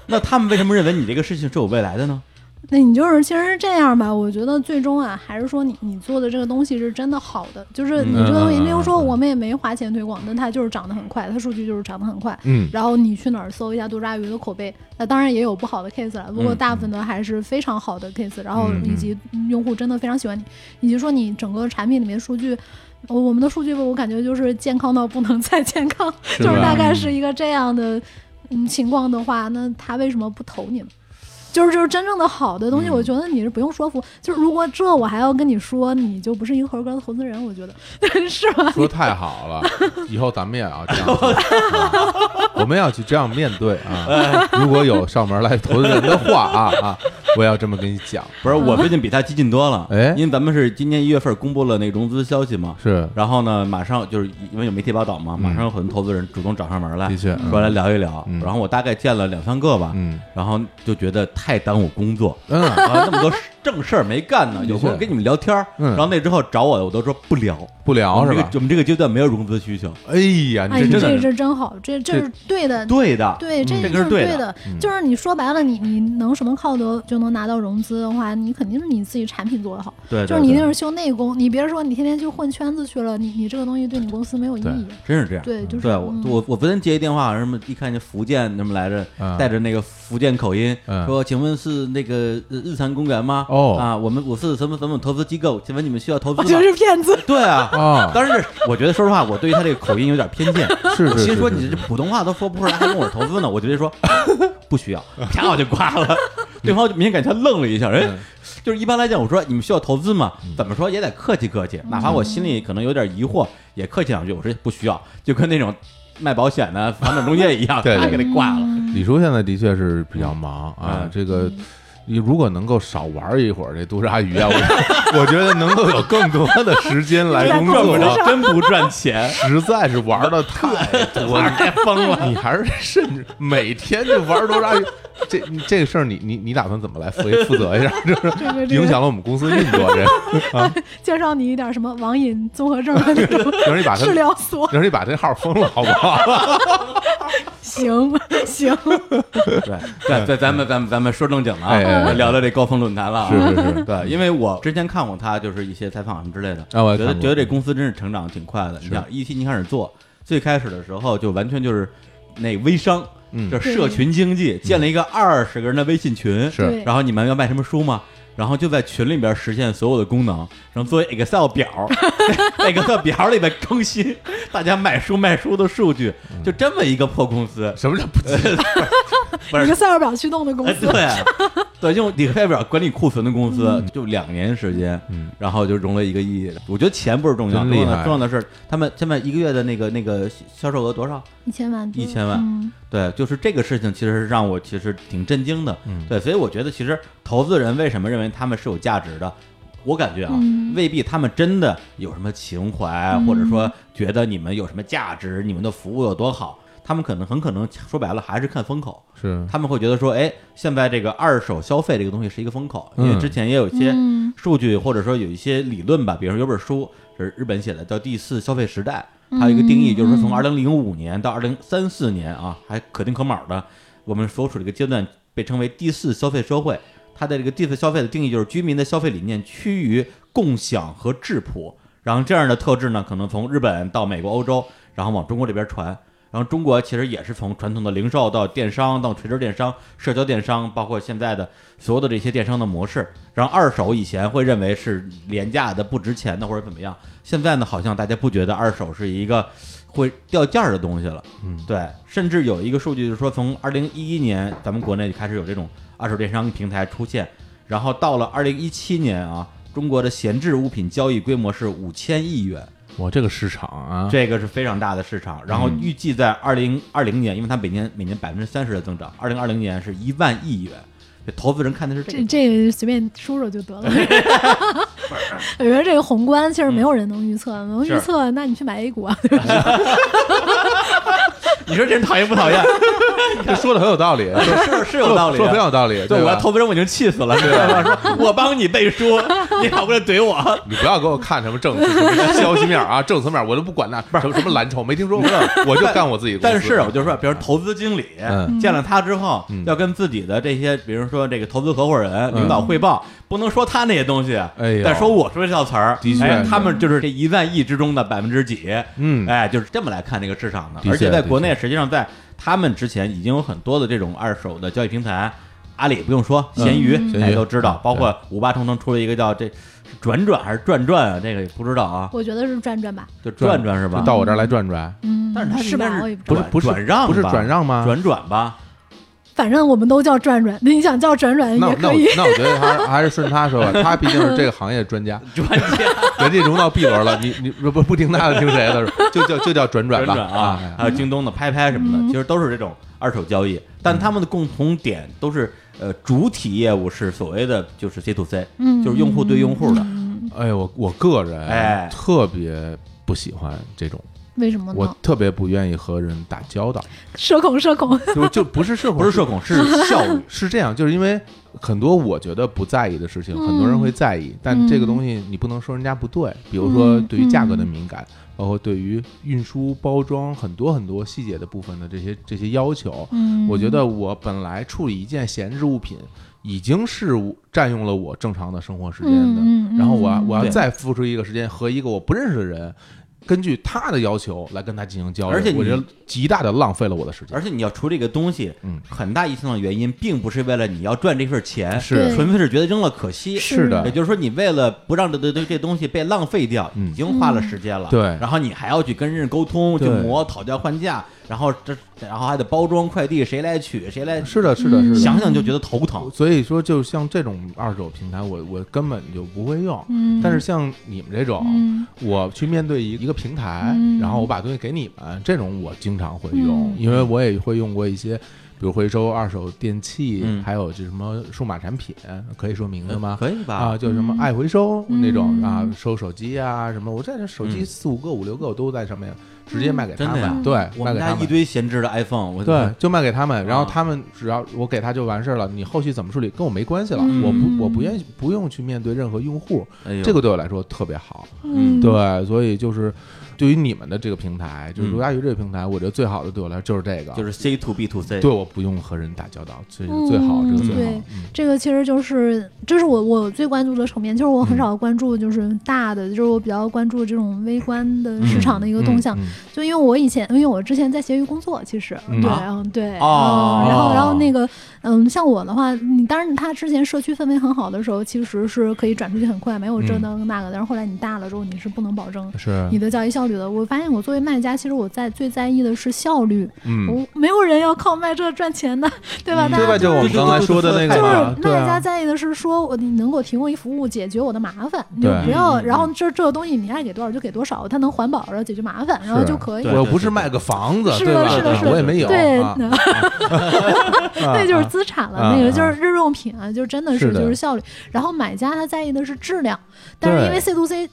A: 那他们为什么认为你这个事情是有未来的呢？
C: 那你就是其实是这样吧，我觉得最终啊，还是说你你做的这个东西是真的好的，就是你这个东西，
B: 嗯嗯嗯
C: 例如说我们也没花钱推广，但它就是涨得很快，它数据就是涨得很快。
B: 嗯，
C: 然后你去哪儿搜一下多抓鱼的口碑，那当然也有不好的 case 了，不过大部分的还是非常好的 case，然后
B: 嗯
C: 以及用户真的非常喜欢你，以及说你整个产品里面数据，我我们的数据我感觉就是健康到不能再健康，
B: 是
C: 就是大
B: 吧？
C: 概是一个这样的嗯情况的话，那他为什么不投你呢？就是就是真正的好的东
B: 嗯
C: 西，我觉得你是不用说服。就是如果这我还要跟你说，你就不是一个合格的投资人，我觉得 是吧？
B: 说太好 了，以后咱们也要这样做，啊我们要去这样面对啊！如果有上门来投资人的话啊啊，我要这么跟你讲，
A: 不是，
C: 嗯
A: 我最近比他激进多了，
B: 哎
A: 因为咱们是今年一月份公布了那个融资消息嘛，
B: 是嗯
A: 然后呢，马上就是因为有媒体报道嘛，马上有很多投资人主动找上门来，
B: 的确嗯
A: 说来聊一聊，
B: 嗯
A: 然后我大概见了两三个吧，
B: 嗯
A: 然后就觉得太耽误工 作，
B: 嗯，
A: 啊，那么多正事儿没干呢，有空跟你们聊天儿。
B: 嗯
A: 然后那之后找我，我都说不聊，
B: 不
A: 我
B: 聊
A: 们
B: 是
A: 这
B: 吧
A: 个？我们这个阶段没有融资需求。
B: 哎呀，
C: 哎，
B: 你
C: 你
B: 这真的
C: 这
B: 是
C: 个是真好，这这是对的，
A: 对的，
C: 对，这
A: 嗯这
C: 就
A: 个是
C: 是
A: 对的
C: 的，就是你说白了，你你能什么靠得就能拿到融资的话，你肯定是你自己产品做得好，
A: 对对
C: 就是你一定是修内功，你别说你天天去混圈子去了，你你这个东西对你公司没有意
B: 对
C: 义。
A: 真是这样。
C: 对，就是
A: 对我
C: 嗯
A: 我我昨天接一电话，什么一看见福建什么来着
B: 嗯，
A: 带着那个福建口音
B: 嗯，
A: 说请问是那个呃日坛公园吗？
B: 哦
A: 啊，我们我是什么什么投资机构，请问你们需要投资
C: 我
A: 吗
C: 就？是骗子，
A: 对 啊。
B: 啊，
A: 当然是，我觉得说实话，我对于他这个口音有点偏见。
B: 是
A: 我
B: 是
A: 心
B: 是
A: 说
B: 是
A: 你
B: 是
A: 这普通话都说不出来，还跟我投资呢？我直接说不需要，啪我就挂了。对方就明显感觉他愣了一下，哎，
B: 嗯
A: 就是一般来讲，我说你们需要投资吗？怎么说也得客气客气，哪怕我心里可能有点疑惑，也客气两句。我说不需要，就跟那种卖保险的房产中介一样，
B: 对
A: 他给他挂了。
B: 李叔现在的确是比较忙啊，
A: 嗯
B: 这个。你如果能够少玩一会儿这毒鲨鱼啊，我我觉得能够有更多的时间来工
A: 赚
B: 作啊
A: 不
B: 了，
A: 着，。真不赚钱
B: 实在是玩的太多，太疯了。你还是甚至每天就玩毒鲨鱼， 这这个事儿你你你打算怎么来负负责一下？就是
C: 这个这
B: 影
C: 个
B: 响了我们公司运作，这啊，
C: 介绍你一点什么网瘾综合症的 那种
B: 让你把他
C: 治疗所，
B: 让你把这号封了，好不好？
C: 行行，
A: 对对对，咱们咱们咱们说正经了
B: 哎哎
A: 啊，
B: 哎
A: 聊聊这高峰论坛了啊，
B: 是是是
A: 对，因为我之前看过他就是一些采访什么之类的，
B: 啊我也
A: 觉得
B: 看过
A: 觉得这公司真是成长挺快的。你想一七年开始做，最开始的时候就完全就是那微商，
B: 嗯
A: 就是社群经济，建了一个二十个人的微信群，
B: 是
C: 对
A: 然后你们要卖什么书吗？然后就在群里边实现所有的功能，然后作为 Excel 表在，Excel 表里边更新大家买书卖书的数据，
B: 嗯
A: 就这么一个破公司，
B: 什么叫不
A: 不是
C: 一个赛尔表驱动的公
A: 哎，
C: 司，
A: 对，对，用理财表管理库存的公司，就两年时间，
B: 嗯
A: 然后就融了一个亿。我觉得钱不是重要，
B: 真
A: 重
B: 厉
A: 要
B: 害
A: 的重要的是他们现在一个月的那个那个销售额多少？
C: 一千万多，
A: 一千万
C: 嗯
A: 对，就是这个事情，其实是让我其实挺震惊的。
B: 嗯
A: 对，所以我觉得其实投资人为什么认为他们是有价值的？我感觉啊，
C: 嗯
A: 未必他们真的有什么情怀，
C: 嗯
A: 或者说觉得你们有什么价值，你们的服务有多好，他们可能很可能说白了还是看风口。
B: 是
A: 他们会觉得说，哎，现在这个二手消费这个东西是一个风口，因为
B: 嗯
A: 之前也有一些
C: 嗯
A: 数据或者说有一些理论吧，比如说有本书是日本写的，叫《第四消费时代》，还有一个定义，
C: 嗯
A: 就是说从
C: 嗯
A: 二零零五年到二零三四年啊，还可丁可卯的，我们所处这个阶段被称为第四消费社会。它的这个第四消费的定义就是居民的消费理念趋于共享和质朴，然后这样的特质呢，可能从日本到美国、欧洲，然后往中国这边传。然后中国其实也是从传统的零售到电商，到垂直电商、社交电商，包括现在的所有的这些电商的模式。然后二手以前会认为是廉价的、不值钱的或者怎么样，现在呢，好像大家不觉得二手是一个会掉价儿的东西了。
B: 嗯
A: 对，甚至有一个数据就是说，从二零一一年咱们国内就开始有这种二手电商平台出现，然后到了二零一七年啊，中国的闲置物品交易规模是五千亿元。
B: 我这个市场啊，嗯
A: 这个是非常大的市场。然后预计在二零二零年，因为它每年每年百分之三十的增长，二零二零年是一万亿元。这投资人看的是这
C: 这
A: 个，
C: 这个随便说说就得了。 我觉得这个宏观其实没有人能预测，能
A: 嗯
C: 预
A: 是
C: 测那你去买 A 股啊，
A: 你说这人讨厌不讨 厌？
B: 这说的很有 道理，说
A: 是是有道理
B: 说得很
A: 的。
B: 有道理。
A: 对，我
B: 吧
A: 要投资人我已经气死 了。对吧？说 我帮你背书，你跑过来怼我。
B: 你不要给我看什么正什么消息面啊，正侧面我都不管那什么什么蓝筹，没 听说过，我就干我自己的公
A: 但
B: 司。
A: 是我就说，比如投资经理
B: 嗯
A: 见了他之后
B: 嗯，
A: 要跟自己的这些，比如说这个投资合伙人、领导汇报，不能说他那些东西，
B: 哎呦
A: 但说我说这套词儿，
B: 的确
A: 哎
B: 是
A: 他们就是这一万亿之中的百分之几，
B: 嗯
A: 哎，就是这么来看这个市场的
B: 的。确
A: 而且在国内，实际上在他们之前已经有很多的这种二手的交易平台，阿里不用说，
B: 嗯
A: 闲鱼
C: 嗯
A: 大家都知道
B: 嗯，
A: 包括五八同城出了一个叫这转转还是转转啊，这个也不知道啊，
C: 我觉得是转转吧，
A: 就转转是
B: 就
A: 吧？
B: 到我这儿来转转，
C: 嗯，
A: 但是它
C: 是
A: 应该
C: 吧？我也
A: 是
C: 不知道
B: 不是
A: 转
B: 不是
A: 转让吧
B: 不是转让吗？
A: 转转吧，
C: 反正我们都叫转转，你想叫转转
B: 那
C: 哎也
B: 我那我
C: 可以。
B: 那我觉得还是还是顺他说吧，他毕竟是这个行业专 家，
A: 转转。
B: 人家融到 B 轮了，你你不不听他的，听谁 的？就叫就叫转转吧哎
A: 转啊，还有京东的拍拍什么
C: 嗯
A: 的，其实都是这种二手交易，但他们的共同点都是呃主体业务是所谓的就是 C to C，
C: 嗯
A: 就是用户对用户的，
B: 哎呦，我我个人
A: 哎
B: 特别不喜欢这种，
C: 为什么
B: 我
C: 呢？
B: 特别不愿意和人打交道，
C: 社恐，社 恐，
B: 就就不是社恐，
A: 不是社恐是效率。
B: 是这样，就是因为很多我觉得不在意的事情，很多人
C: 嗯
B: 会在意，但这个东西你不能说人家不对。比如说
C: 嗯
B: 对于价格的敏感，包括对于运输、包装很多很多细节的部分的这些这些要求，
C: 嗯，
B: 我觉得我本来处理一件闲置物品，已经是我占用了我正常的生活时间的。
C: 嗯嗯嗯
B: 然后我要我要
A: 对
B: 再付出一个时间和一个我不认识的人，根据他的要求来跟他进行交流，
A: 而且你
B: 我觉得极大的浪费了我的时间。
A: 而且你要处理一个东西，
B: 嗯
A: 很大一层的原因并不是为了你要赚这份钱，
B: 是
C: 对
A: 纯粹是觉得扔了可惜。
B: 是的
A: 也就是说，你为了不让这这这这东西被浪费掉，
B: 嗯
A: 已经花了时间了。
B: 对
A: 然后你还要去跟人沟通，去
B: 对
A: 磨、讨价还价，然后这，然后还得包装快递，谁来取，谁来，
B: 是的，是
C: 嗯
B: 的，是的。
A: 想想就觉得头疼。
B: 所以说，就像这种二手平台，我我根本就不会用。
C: 嗯
B: 但是像你们这种，
C: 嗯
B: 我去面对一一个平台，
C: 嗯
B: 然后我把东西给你们，这种我经常会用，
C: 嗯
B: 因为我也会用过一些，比如回收二手电器，
A: 嗯呃
B: 还有这什么数码产品，可以说名字吗？
A: 可以吧？
B: 啊，就什么爱回收
C: 嗯
B: 那种
C: 嗯
B: 啊，收手机啊什么，我这手机
A: 嗯
B: 四五个、五六个我都在上面直
C: 嗯
B: 接卖给
A: 真
B: 他
A: 的呀
B: 们，对，
A: 我
B: 卖
A: 们
B: 给
A: 家
B: 他
A: 一
B: 们。
A: 堆闲置的 iPhone，我
B: 对，就卖给他们，然后
A: 啊
B: 他们只要我给他就完事儿了，你后续怎么处理跟我没关系了，
A: 嗯
B: 我不我不愿意不用去面对任何用户，
A: 哎呦
B: 这个对我来说特别好。
C: 嗯，
B: 对，所以就是对于你们的这个平台，就是
A: 嗯
B: 如家鱼这个平台，我觉得最好的对我来说就是这个，
A: 就是 C to B to C。
B: 对我不用和人打交道，这个最好，这个
C: 嗯
B: 最好
C: 对。这个其实就是，这是我我最关注的层面，就是我很
B: 嗯
C: 少关注就是大的，就是我比较关注这种微观的市场的一
B: 一
C: 个动向。就因为我以前，因为我之前在闲鱼工作，其实、
B: 嗯
C: 对，
A: 啊
C: 嗯对，
A: 哦
C: 嗯，然后然后那个，嗯，像我的话，你当然他之前社区氛围很好的时候，其实是可以转出去很快，没有这
B: 嗯
C: 那个那个，但是后来你大了之后，你是不能保证。
B: 是
C: 你，的交易效率的，我发现我作为卖家，其实我在最在意的是效率，
B: 嗯，
C: 我没有人要靠卖这赚钱的， 对吧？
A: 嗯
C: 大
B: 对吧？
C: 家
B: 就我们刚才说的那
C: 就
B: 个嘛，
C: 是
B: 对
C: 卖家
B: 啊，
C: 在意的是说，我你能给我提供一服务，解决我的麻烦，你就
B: 对
C: 不要。
A: 嗯
C: 然后这这个东西你爱给多少就给多少，它能环保，然后解决麻烦，然后
B: 是
C: 就可以。
A: 对
B: 我又不是卖个房子，
C: 是
B: 对
C: 的
B: 吧？
C: 是的是
B: 对
C: 的
B: 我也没有，
C: 对，
B: 啊
C: 那
B: 啊
C: 那就是
B: 啊
C: 资产了，
B: 啊
C: 那
B: 啊
C: 个就是日用品啊，就真的
B: 是
C: 是
B: 的
C: 就是效率。然后买家他在意的是质量，但是因为 C to C。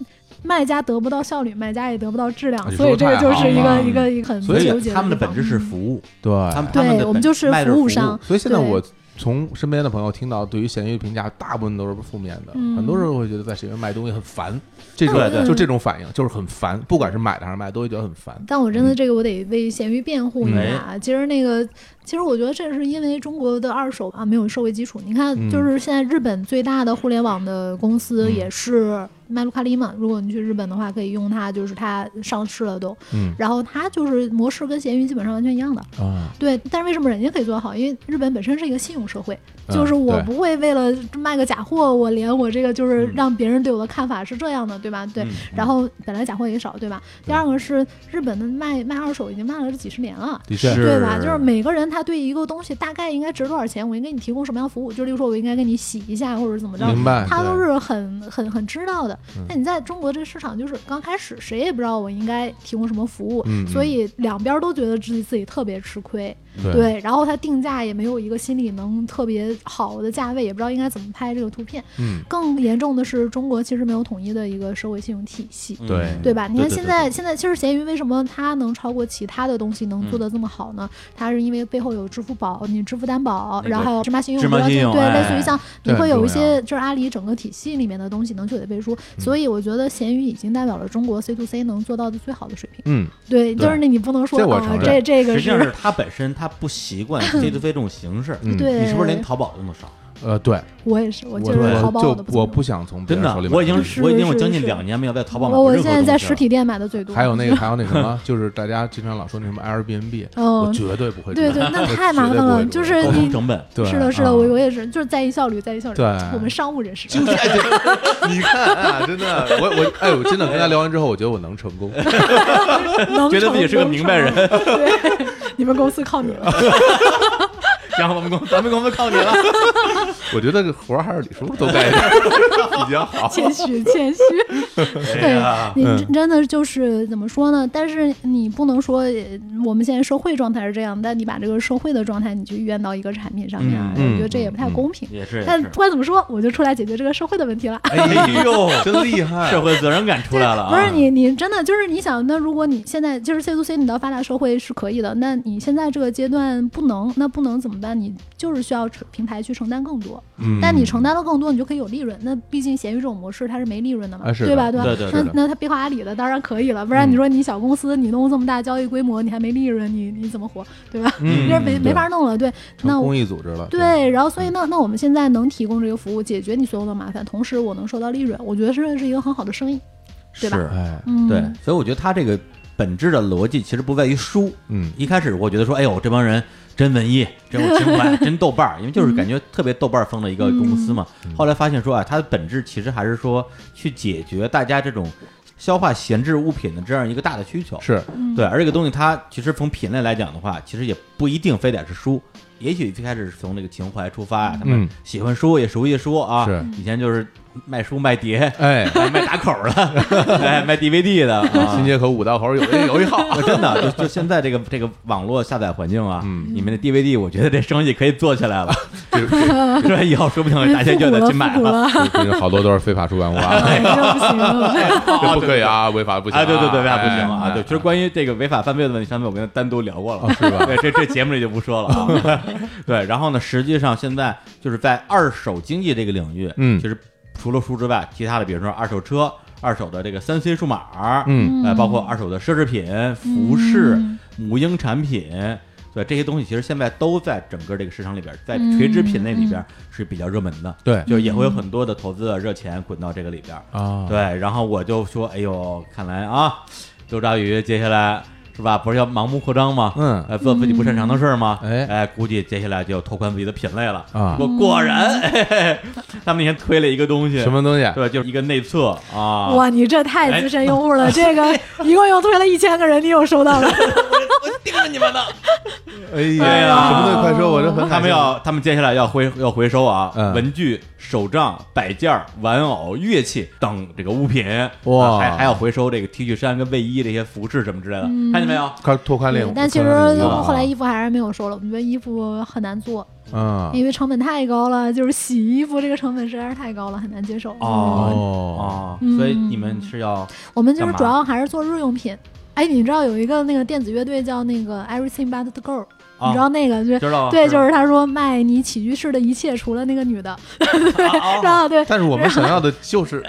C: 卖家得不到效率，买家也得不到质量，
B: 你
C: 所以
B: 说
C: 这
B: 得
C: 个
B: 太
C: 就是一
B: 好了
C: 个一个一个很
A: 所
C: 纠
A: 以
C: 结的
A: 他们的
C: 地方
A: 本质是服务，
B: 哎对，
A: 他们他们的
C: 对
A: 本
C: 我们就是
A: 卖的
C: 服务
A: 是
C: 商，
B: 所以现在
C: 对
B: 我从身边的朋友听到，对于闲鱼的评价大部分都是负面的，
C: 嗯
B: 很多时候会觉得在闲鱼卖东西很烦，这种
G: 对对
B: 就这种反应就是很烦，不管是买的还是卖，都会觉得很烦。
C: 但我真的这个我得为闲鱼辩护一下。啊其实那个，其实我觉得这是因为中国的二手啊没有社会基础。你看
B: 嗯，
C: 就是现在日本最大的互联网的公司
B: 嗯
C: 也是麦卢卡利嘛。如果你去日本的话，可以用它，就是它上市了都。
B: 嗯
C: 然后它就是模式跟闲鱼基本上完全一样的。
B: 啊，
C: 对，但是为什么人家可以做得好？因为日本本身是一个信用社会，
B: 嗯
C: 就是我
B: 对
C: 不会为了卖个假货，我连我这个就是让别人对我的看法是这样的，对吧？对。然后本来假货也少，对吧？第二个是日本的卖卖二手已经卖了这几十年了。
B: 的确
G: 是
C: 对吧？就是每个人他对一个东西大概应该值多少钱，我应该给你提供什么样服务，就例如说我应该给你洗一下或者怎么着，
B: 明白，
C: 他都
B: 哎对嗯
C: 是很很很知道的。但你在中国这个市场，就是刚开始谁也不知道我应该提供什么服务，
B: 嗯嗯
C: 所以两边都觉得自己自己特别吃亏。
B: 对
C: 对，然后它定价也没有一个心里能特别好的价位，也不知道应该怎么拍这个图片。
B: 嗯
C: 更严重的是，中国其实没有统一的一个社会信用体系。
A: 嗯
B: 对
C: 对吧？你
B: 对
C: 看
B: 对
C: 现在，现在其实闲鱼为什么它能超过其他的东西
B: 嗯
C: 能做得这么好呢？它是因为背后有支付宝、你支付担
B: 哎
C: 保，
A: 那个
C: 然后还有芝麻信用，
A: 芝麻信用
C: 对，
A: 哎
C: 类似于像你
B: 这
C: 会
B: 很
C: 有一
B: 重要嗯
C: 些就是阿里整个体系里面的东西能具体地背书，所以我觉得闲鱼已经代表了中国 C to C 能做到的最好的水平。
B: 嗯，
C: 对，
B: 对
C: 就是那你不能说
B: 这我
C: 啊
B: 承，认
C: 这这个
A: 实际上
C: 是
A: 是他本身他不习 惯 C to C 这种形式。
B: 嗯
C: 对，
A: 你是不是连淘宝用的少？
B: 呃，对，
C: 我也是，
B: 我
C: 我就是淘宝
B: 就
C: 我都不怎
B: 我
C: 么
B: 不想从别
A: 真
B: 人
A: 的
B: 手里，买
A: 我已经
B: 东西
C: 是
A: 我已经有
C: 是
A: 将近
C: 是
A: 两年没有在淘宝买过
C: 我我
A: 任
C: 现
A: 何东
C: 在
A: 西了
C: 在实体店买的最多，
B: 还有那个，还有那什么， 就是大家经常老说那什么 Airbnb，
C: 哦
B: 我绝对不会
C: 对
B: 做，
C: 对，那
B: 我绝
C: 太麻烦
B: 对不会
C: 了，
B: 做
C: 就是
A: 沟通
C: 你。
A: 成本。
B: 对，
C: 是的，是的，
B: 啊
C: 我我也是，就是在意效率，在意效率。
B: 对
C: 我们商务人士，
B: 就是哎，对你看啊，真的，我我哎，我真的跟他聊完之后，我觉得我能成功，
C: 能
G: 觉得
C: 成
G: 自己是个
C: 能
G: 明白
C: 成对，你们公司靠你了。
G: 然后我们公咱们公司靠你了，
B: 我觉得这活儿还是李叔都干一 点儿比较好。
C: 谦虚，谦虚。 对，
A: 啊
C: 你真真的就是怎么说呢？但是你不能说呃我们现在社会状态是这样，但你把这个社会的状态你去怨到一个产品上面啊，
B: 嗯
C: 我觉得这也不太
B: 嗯
C: 公平。
A: 也是，也
C: 但
A: 是
C: 不管怎么说，我就出来解决这个社会的问题了。
B: 哎呦，真厉害！
A: 社会责任感出来了啊！
C: 不是你，你真的就是你想，那如果你现在就是 C to C，你到发达社会是可以的，那你现在这个阶段不能，那不能怎么办？你就是需要承平台去承担更多，
B: 嗯
C: 但你承担了更多，你就可以有利润。那毕竟闲鱼这种模式它是没利润的嘛，
B: 啊是的
C: 对吧？对吧？
A: 对对
B: 是的嗯
C: 那那它背靠阿里的当然可以了，不然你说你小公司你弄这么大交易规模，你还没利润，你你怎么活，对吧？
B: 嗯
C: 这没没法弄了，对。那
B: 成
C: 我
B: 公益组织了，
C: 对，然后所以那那我们现在能提供这个服务，解决你所有的麻烦，同时我能收到利润，我觉得这是一个很好的生意。对吧
A: 是
B: 哎，
C: 嗯，
A: 对，所以我觉得他这个本质的逻辑其实不在于书。
B: 嗯
A: 一开始我觉得说，哎呦，这帮人真文艺，真有情 怀，真豆瓣儿，因为
C: 嗯
A: 就是感觉特别豆瓣儿风的一个公司嘛。后来发现说啊，它的本质其实还是说去解决大家这种消化闲置物品的这样一个大的需求。
B: 是
C: 嗯
A: 对，而这个东西它其实从品类来讲的话，其实也不一定非得是书，也许最开始是从这个情怀出发啊，他们
B: 嗯
A: 喜欢书也熟悉书啊，
B: 是
A: 以前就是卖书卖碟，
B: 哎，
A: 哎卖打口儿的， 哎卖 DVD 的，啊
B: 新街口五道口有一有 一号，
A: 我真的就就现在这个这个网络下载环境啊，
B: 嗯
A: 你们的 DVD，我觉得这生意可以做起来了，
B: 这
C: 嗯
A: 不然以后说不定
C: 复古
A: 大家就得去买
C: 复古
A: 了。
C: 了，
B: 这这好多都是非法出版物啊，
C: 哎这不行 了。
B: 这不可以啊，违法不行
A: 啊，对对对，违法不行
B: 哎
A: 啊！对，就是关于这个违法犯罪的问题，上面我跟他单独聊过了，
B: 哦是吧
A: 对，这这节目里就不说了啊。对，然后呢，实际上现在就是在二手经济这个领域，
B: 嗯
A: 其实除了书之外，其他的，比如说二手车、二手的这个三 C 数码，
B: 嗯
A: 呃，包括二手的奢侈品、服饰、
C: 嗯
A: 母婴产品，对这些东西，其实现在都在整个这个市场里边，在垂直品类里边是比较热门的，
B: 对
A: 就是也会有很多的投资的热钱滚到这个里边。
B: 啊，
A: 对，然后我就说，哎呦，看来啊，周章宇接下来是吧，不是要盲目扩张吗？
B: 嗯
A: 呃，做自己不擅长的事儿吗？
B: 哎
A: 哎，估计接下来就拓宽自己的品类了
B: 啊
A: 我果然， 嘿嘿他们那天推了一个东西，
B: 什？么东西？
A: 对，就是一个内测啊。
C: 哇，你这太资深用户
B: 哎
C: 了，这 个一共又推了一千个人，你又收到了。
A: 盯着你们呢。
B: 哎
A: 哎呀
B: 什么东西？快说，我这 很
A: 他们要，他们接下来要回要回收啊，
B: 嗯
A: 文具、手杖、摆件儿、玩偶、乐器等这个物品，
B: 哇
A: 啊还还要回收这个 T 恤衫跟卫衣这些服饰什么之类的，看见没有？
B: 快拓宽领
C: 对
B: 域，
C: 但其实
B: 拓宽领域啊
C: 后来衣服还是没有收了，我们觉得衣服很难做，
A: 啊
B: 嗯
C: 因为成本太高了，就是洗衣服这个成本实在是太高了，很难接受。
A: 哦
B: 哦
A: 啊，
C: 嗯
A: 所以你们是要
C: 我们就是
A: 干嘛
C: 主要还是做日用品。哎，你知道有一个那个电子乐队叫那个 Everything But the Girl，
A: 啊
C: 你知道那个就
A: 知
D: 啊
A: 道吗？
C: 对，就是是他说卖你起居室的一切，除了那个女的，
A: 啊
C: 然后对，
B: 但是我们想要的 就是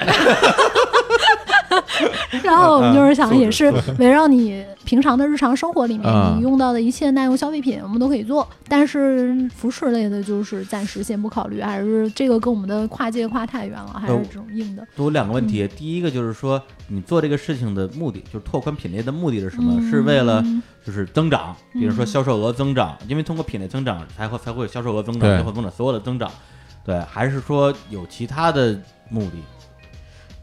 C: 然后我们就是
B: 嗯嗯
C: 想
B: 素
C: 也
B: 质
C: 是围绕你平常的日常生活里面
B: 嗯
C: 你用到的一切耐用消费品，我们都可以做，但是服饰类的就是暂时先不考虑，还是这个跟我们的跨界跨太远了，还是嗯
D: 哦
C: 这种硬的。
D: 我有两个问题，第一个就是说，你做这个事情的目的，就是拓宽品类的目的是什么？
C: 嗯
D: 是为了就是增长，比如说
C: 嗯
D: 销售额增长，因为通过品类增长才会才会有销售额增长，
B: 对
D: 才会增长所有的增长，对，还是说有其他的目的？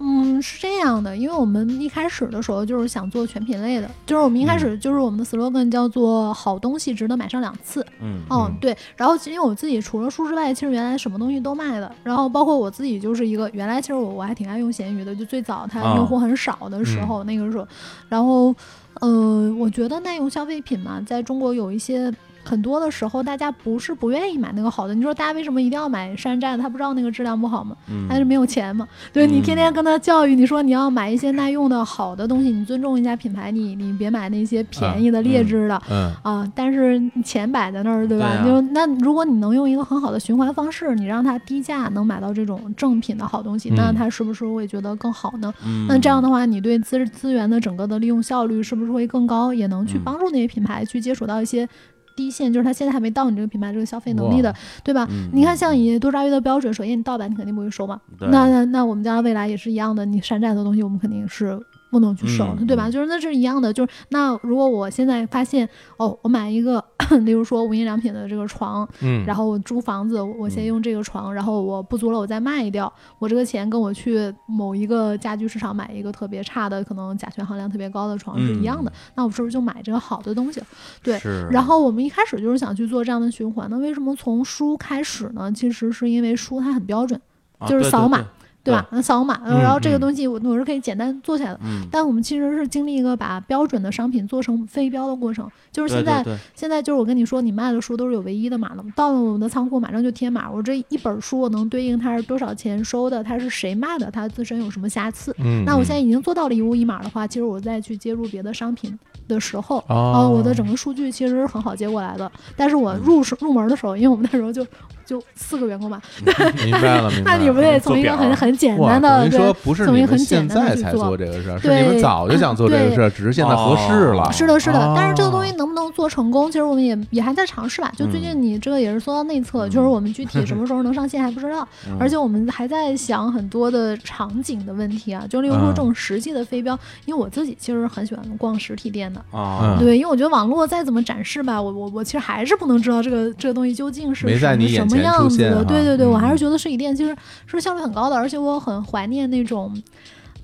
C: 嗯，是这样的，因为我们一开始的时候就是想做全品类的，就是我们一
B: 嗯
C: 开始就是我们的 slogan 叫做“好东西值得买上两次”，
D: 嗯，
C: 哦，对，然后因为我自己除了书之外，其实原来什么东西都卖的，然后包括我自己就是一个原来其实我我还挺爱用闲鱼的，就最早它
D: 啊嗯
C: 用户很少的时候，那个时候，然后呃，我觉得耐用消费品嘛，在中国有一些。很多的时候，大家不是不愿意买那个好的。你说大家为什么一定要买山寨的？他不知道那个质量不好吗？
D: 嗯
C: 他是没有钱嘛？对你天天跟他教育，你说你要买一些耐用的好的东西，你尊重一下品牌，你你别买那些便宜的劣质的。
B: 嗯
C: 啊，但是你钱摆在那儿，对吧？
D: 对啊
C: 就那如果你能用一个很好的循环方式，你让它低价能买到这种正品的好东西，那
B: 嗯
C: 它是不是会觉得更好呢？
D: 嗯
C: 那这样的话，你对资资源的整个的利用效率是不是会更高？也能去
D: 嗯
C: 帮助那些品牌去接触到一些低线，就是它现在还没到你这个品牌这个消费能力的，对吧？
D: 嗯
C: 你看，像以多抓鱼的标准，首先你盗版你肯定不会收嘛，
D: 对
C: 那那那我们家未来也是一样的，你山寨的东西我们肯定是不能去收，
D: 嗯
C: 对吧？
D: 嗯
C: 就是那是一样的，就是那如果我现在发现哦，我买一个， 例如说无印良品的这个床，
B: 嗯
C: 然后我租房子，我
D: 嗯
C: 我先用这个床，然后我不租了，我再卖掉，我这个钱跟我去某一个家居市场买一个特别差的，可能甲醛含量特别高的床是一样的，
D: 嗯
C: 那我是不是就买这个好的东西？对
D: 是
A: 嗯
C: 然后我们一开始就是想去做这样的循环，那为什么从书开始呢？其实是因为书它很标准，
D: 啊
C: 就是
D: 对
C: 扫
D: 对
C: 码
D: 对
C: 对吧？那扫码，呃然后这个
B: 嗯
C: 东西我我是可以简单做起来的。
D: 嗯，
C: 但我们其实是经历一个把标准的商品做成非标的过程，就是
D: 对
C: 现在
D: 对对
C: 现在就是我跟你说，你卖的书都是有唯一的码的，到了我们的仓库马上就贴码，我这一本书我能对应它是多少钱收的，它是谁卖的，它自身有什么瑕疵。
B: 嗯
C: 那我现在已经做到了一物一码的话，其实我再去接入别的商品的时候，
B: 哦
C: 啊
B: 嗯
C: 我的整个数据其实是很好接过来的。但是我入手入门的时候，因为我们那时候就就四个员工嘛，
B: 哦明白了，明白
C: 那
B: 了。
C: 你不得从一个
B: 做表
C: 很很简
B: 哇，
C: 单
B: 等
C: 的
B: 于
C: 对
B: 说不是
C: 从
B: 你
C: 一个
B: 们
C: 很
B: 现
C: 简单
B: 在
C: 的去
B: 才
C: 做
B: 这个事儿，是
C: 对啊哦
B: 你们早就想做这个事儿，只是现在合适了。
C: 是的，是的，但是这个东西
B: 哦
C: 能不能做成功，其实我们也也还在尝试吧。就
B: 嗯
C: 最近你这个也是说到内测，就是我们具体什么时候能上线还不知 道，
D: 嗯
B: 嗯
C: 而且我们还在想很多的场景的问题啊，就例如说
B: 嗯
C: 这种实际的飞镖，因为我自己其实很喜欢逛实体店的。
D: 啊，
B: 嗯
C: 对，因为我觉得网络再怎么展示吧，我我我其实还是不能知道这个这个东西究竟是
B: 没在
C: 什么
B: 你眼
C: 什么
B: 前
C: 样
B: 出
C: 子
B: 现
C: 的。
B: 哈
C: 对对对，我还
B: 嗯
C: 是觉得实体店其实是效率很高的，而且我很怀念那种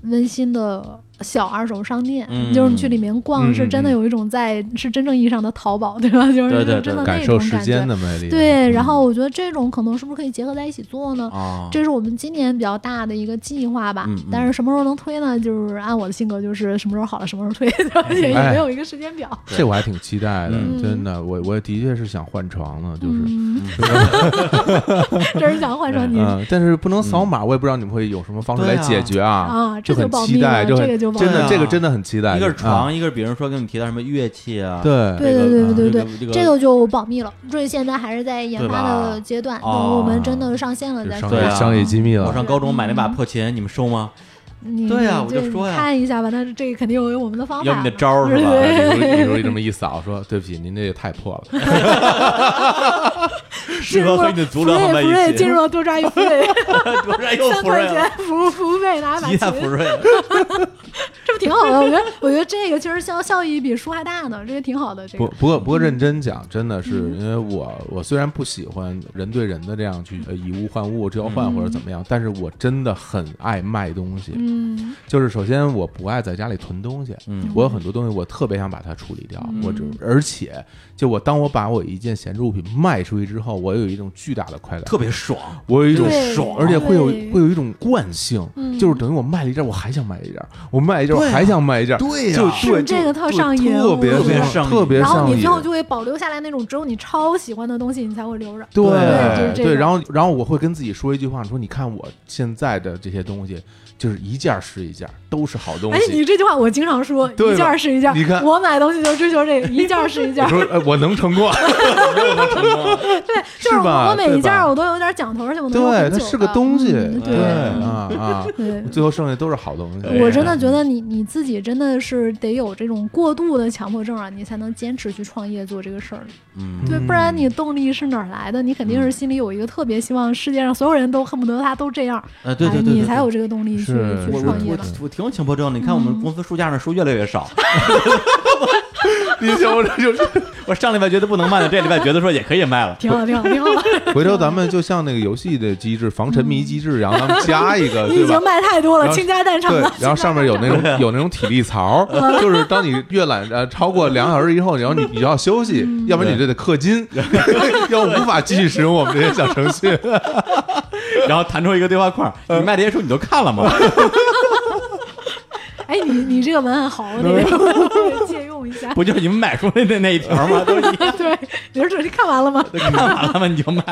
C: 温馨的小二手商店，
D: 嗯
C: 就是你去里面逛，
B: 嗯
C: 是真
B: 嗯
C: 的有一种在是真正意义上的淘宝，对吧？就是
D: 对对对
C: 真的
B: 感
C: 那
B: 受
C: 种
B: 时
C: 感
B: 间
C: 觉。
B: 的嗯魅力。
C: 对，然后我觉得这种可能是不是可以结合在一起做
B: 哦
C: 呢？
D: 啊，
C: 这是我们今年比较大的一个计划吧。
D: 嗯嗯
C: 但是什么时候能推呢？就是按我的性格，就是什么时候好了什么时候推，
B: 哎
C: 也也没有一个时间表。
B: 这我还挺期待的，
D: 嗯
B: 真的，我我的确是想换床呢，就是。
C: 嗯， 真是想换
D: 哎
C: 成你
B: 嗯，但是不能扫码，我也不知道你们会有什么方式来解决啊，
C: 啊，这
B: 就
C: 就
B: 很
C: 保
B: 期
C: 密
B: 待，
C: 了，
B: 就
C: 这
B: 很
C: 个就保密
B: 真
C: 了。
B: 的
D: 了
B: 这个真的很期待。
D: 一个是
B: 啊，
D: 床，一个是比如说跟你提到什么乐器啊，
B: 对，
C: 对对对对对
D: 对，这个
C: 这个就保密了，所以现在还是在研发
D: 对吧
C: 的阶段。等
D: 哦
C: 我们真的上线了
B: 这
C: 再
B: 商
C: 说。
D: 对
B: 业
D: 啊
B: 商业机密
D: 我
B: 了。
D: 上高中买那把破琴，你们收吗？
C: 你
D: 对呀
C: 你
D: 我就
C: 这
D: 说呀
C: 你看一下吧，但是这个肯定有我们的方
D: 有
C: 法
D: 你的。招儿是吧？
B: 啊有时候 有时候这么一扫，说对不起，您这也太破了。
D: 适合和你的足疗放在
C: 瑞
D: 一
C: 福瑞
D: 起
C: 进，入了多抓鱼 福瑞，
D: 突然又
C: 三
D: 福瑞
C: 块
D: 了
C: 钱，服务服务费 拿把
D: 极大
C: 琴，
D: 福瑞了，
C: 这不挺好的？我觉得我觉得这个其实效效益比书还大呢，这个挺好的。这
B: 不
C: 个
B: 不过不过认真讲，真的是
C: 嗯
B: 因为我我虽然不喜欢人对人的这样去呃以物换物交换
C: 嗯
B: 或者怎么样，但是我真的很爱卖东西。
C: 嗯
B: 就是首先我不爱在家里囤东西，
D: 嗯
B: 我有很多东西我特别想把它处理掉，
C: 嗯
B: 我只而且就我当我把我一件闲置物品卖出去之后，我有一种巨大的快感，
D: 特别爽，
B: 我有一种
C: 对
B: 爽，而且会有
C: 对
B: 会有一种惯性，
C: 嗯
B: 就是等于我卖了一件，我还想卖一件，我卖一件，我
C: 对啊
B: 还想买一件儿，
H: 对呀
B: 就对
C: 是这个特
B: 就
C: 上瘾，
B: 特别
C: 我觉得
H: 上瘾
B: 特别
C: 然后
B: 上
C: 你
B: 瘾
C: 最。后就会保留下来那种只有你超喜欢的东西，你才会留着。
B: 对
C: 对就是这
B: 对，
C: 种
B: 然后然后我会跟自己说一句话，说你看我现在的这些东西，就是一件儿是一件儿，都是好东
C: 哎，
B: 西。
C: 你这句话我经常说，
B: 对吧
C: 一件儿是一件儿。
B: 你看
C: 我买东西就追求这个，一件儿是一件
B: 我
C: 儿。
B: 说哎我能成 功，我能成功，
C: 对，就是
B: 是吧
C: 我我每一
B: 对
C: 件
B: 吧
C: 儿我都有点讲头，而且我能用
B: 对，
C: 很
B: 它
C: 久
B: 是个
C: 的
B: 东西，
C: 嗯
B: 对啊啊，
C: 对。
B: 最后剩下都是好东西。
C: 我真的
B: 啊
C: 觉得你你自己真的是得有这种过度的强迫症啊，你才能坚持去创业做这个事儿。
A: 嗯，
C: 对，
B: 嗯
C: 不然你动力是哪儿来的？你肯定是心里有一个特别希望世界上所有人都恨不得他都这样，
A: 呃，对对
C: 哎
A: 对，
C: 你
A: 对
C: 才有这个动力去
B: 是
C: 去
A: 我
C: 创嗯业
A: 我
C: 吧。
A: 我挺有强迫症的，你看我们公司书架上的书越来越少。
B: 你想 我这就是，
A: 我上礼拜觉得不能卖了，这礼拜觉得说也可以卖了。
C: 挺好，挺好，挺好。
B: 回头咱们就像那个游戏的机制，防沉迷机制， 然后咱们加一个，
C: 你已
B: 呃对吧
C: 经？卖太多
B: 然
C: 了，
B: 后
C: 倾家荡产
B: 对
C: 了。，
B: 然后上面有那种有那种体力槽，就是当你阅览呃超过两个小时以后，然后你你就要休息，要不然你就得氪金， 要无法继续使用我们这些小程序。
A: 然后弹出一个对话框，你卖这些书你都看了吗？
C: 哎，你你这个文案好，我得我得 借用一下。
A: 不就是你们买书那那那一条吗？ 都一样，
C: 对，你说这你看完了吗？
A: 看完了吗？你就卖。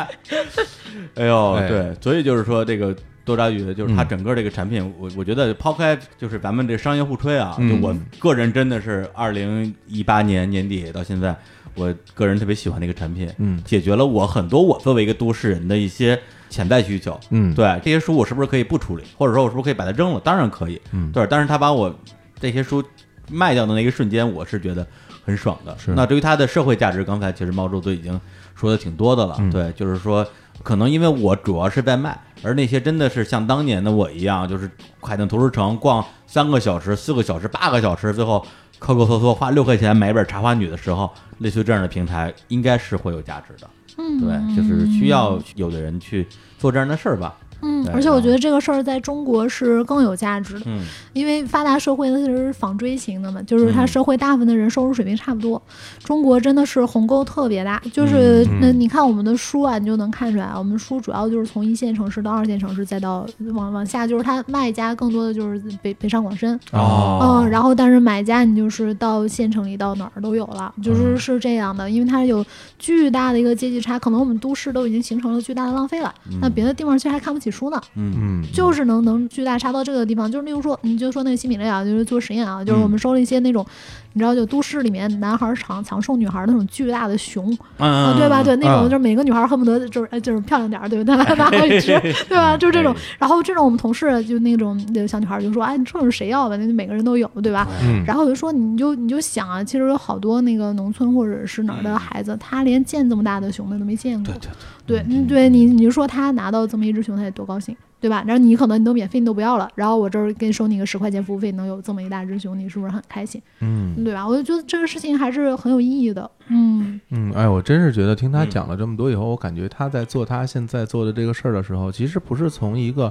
A: 哎呦，
B: 哎
A: 对，所以就是说这个多抓鱼，就是它
B: 嗯
A: 整个这个产品，我我觉得抛开就是咱们这商业互吹啊，
B: 嗯
A: 就我个人真的是二零一八年年底到现在，我个人特别喜欢这个产品，
B: 嗯
A: 解决了我很多我作为一个都市人的一些潜在需求。
B: 嗯
A: 对这些书我是不是可以不处理，或者说我是不是可以把它扔了？当然可以，
B: 嗯
A: 对。但是他把我这些书卖掉的那一瞬间，我是觉得很爽的。
B: 是
A: 那至于它的社会价值，刚才其实猫叔都已经说的挺多的了，
B: 嗯
A: 对，就是说。可能因为我主要是在卖，而那些真的是像当年的我一样，就是海淀图书城逛三个小时、四个小时、八个小时，最后抠抠搜搜花六块钱买一本《茶花女》的时候，类似于这样的平台，应该是会有价值的。
C: 嗯
A: 对，就是需要有的人去做这样的事儿吧。
C: 嗯，
A: 对
C: 而且我觉得这个事儿在中国是更有价值的，
A: 嗯，
C: 因为发达社会它是纺锥型的嘛，就是它
A: 嗯
C: 社会大部分的人收入水平差不多。中国真的是鸿沟特别大，就是
B: 嗯
C: 那你看我们的书啊，你就能看出来，我们书主要就是从一线城市到二线城市，再到往往下，就是它卖家更多的就是北北上广深，
B: 哦
C: 嗯，然后但是买家你就是到县城里到哪儿都有了，就是是这样的，因为它有巨大的一个阶级差，可能我们都市都已经形成了巨大的浪费了，那别的地方其实还看不起书呢，
B: 嗯，
C: 就是能能巨大差到这个地方，就是例如说，你就说那个新品类啊，就是做实验啊，就是我们收了一些那种，你知道就都市里面男孩儿藏藏兽女孩儿那种巨大的熊，啊，
A: 嗯
C: 对吧？？对，那
B: 嗯
C: 种就是每个女孩恨不得就是哎就是漂亮点儿，对不对？ 拿回去，对吧？就是这种。然后这种我们同事就那种呃小女孩就说：“哎，你这种谁要吧？那每个人都有，对吧？”
B: 嗯
C: 然后我就说：“你就你就想啊，其实有好多那个农村或者是哪儿的孩子，他连见这么大的熊的都没见过。嗯对嗯对对，对你你就说他拿到这么一只熊，他得多高兴。”对吧？然后你可能你都免费，你都不要了，然后我这儿给你收你个十块钱服务费，能有这么一大只熊，你是不是很开心？
B: 嗯
C: 对吧？我就觉得这个事情还是很有意义的。嗯，
B: 嗯，哎，我真是觉得听
A: 嗯
B: 他讲了这么多以后，我感觉他在做他现在做的这个事儿的时候，其实不是从一个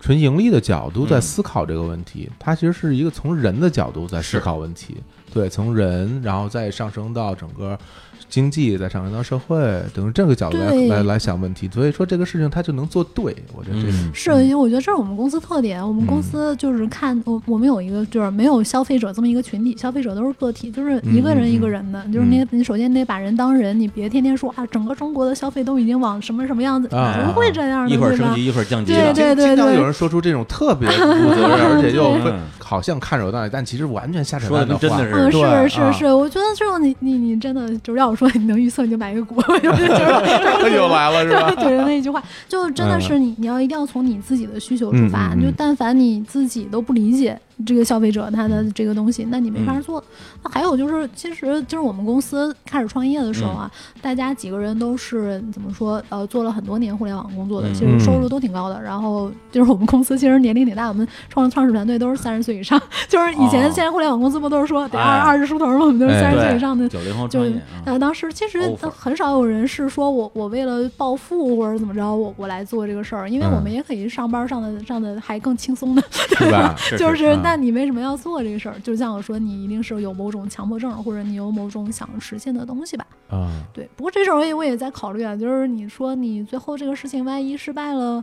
B: 纯盈利的角度
A: 嗯
B: 在思考这个问题，他其实是一个从人的角度在思考问题。对，从人，然后再上升到整个经济，再上升到社会，等于这个角度来
C: 对
B: 来来想问题。所以说这个事情他就能做对，我觉得这
A: 嗯
C: 是，因为我觉得这是我们公司特点。我们公司就是看我，我们有一个就是没有消费者这么一个群体，消费者都是个体，就是
A: 嗯
C: 一个人一个人的。就是你，你首先得把人当人，你别天天说啊，整个中国的消费都已经往什么什么样子，
B: 啊
C: 不会这样的，
A: 一会儿
C: 对吧
A: 升？级，一会儿降级
C: 对
A: 的。
C: 对
B: 经经常
C: 对
B: 有人说出这种特别不负责任， 而且又
A: 对
B: 非好像看着有道理，但其实完全瞎扯
A: 嗯说
B: 淡
A: 的真
B: 话。
A: 的
C: 嗯，
A: 是，
B: 对
C: 是是是，我觉得这种你你你真的就是要我说你能预测你就买一个股， 就是
B: 又来了是吧？ 嗯
C: 怼人的一句话，就真的是你，你要一定要从你自己的需求出发。
B: 嗯嗯嗯
C: 就但凡你自己都不理解这个消费者他
B: 嗯
C: 的这个东西，那你没法做。那还有就是，其实就是我们公司开始创业的时候啊，
B: 嗯
C: 大家几个人都是怎么说？呃，做了很多年互联网工作的，
A: 嗯
C: 其实收入都挺高的。然后就是我们公司其实年龄挺大，我们创创始团队都是三十岁以上， 就是以前
A: 哦
C: 现在互联网公司不都是说得
A: 哎
C: 二二十出头吗？我们都是
B: 哎
C: 三十岁
A: 对
C: 以上的
A: 九零后
C: 就
A: 创
C: 是
A: 业啊，
C: 呃，当时其实
A: Offer
C: 很少有人是说我我为了暴富或者怎么着，我我来做这个事儿，因为我们
B: 嗯
C: 也可以上班上的上的还更轻松的，
B: 是吧？
C: 就是是
B: 嗯
C: 那你为什么要做这个事儿？就像我说，你一定是有某种强迫症，或者你有某种想实现的东西吧。
B: 啊，
C: 对，不过这时候我也我也在考虑啊，就是你说你最后这个事情万一失败了，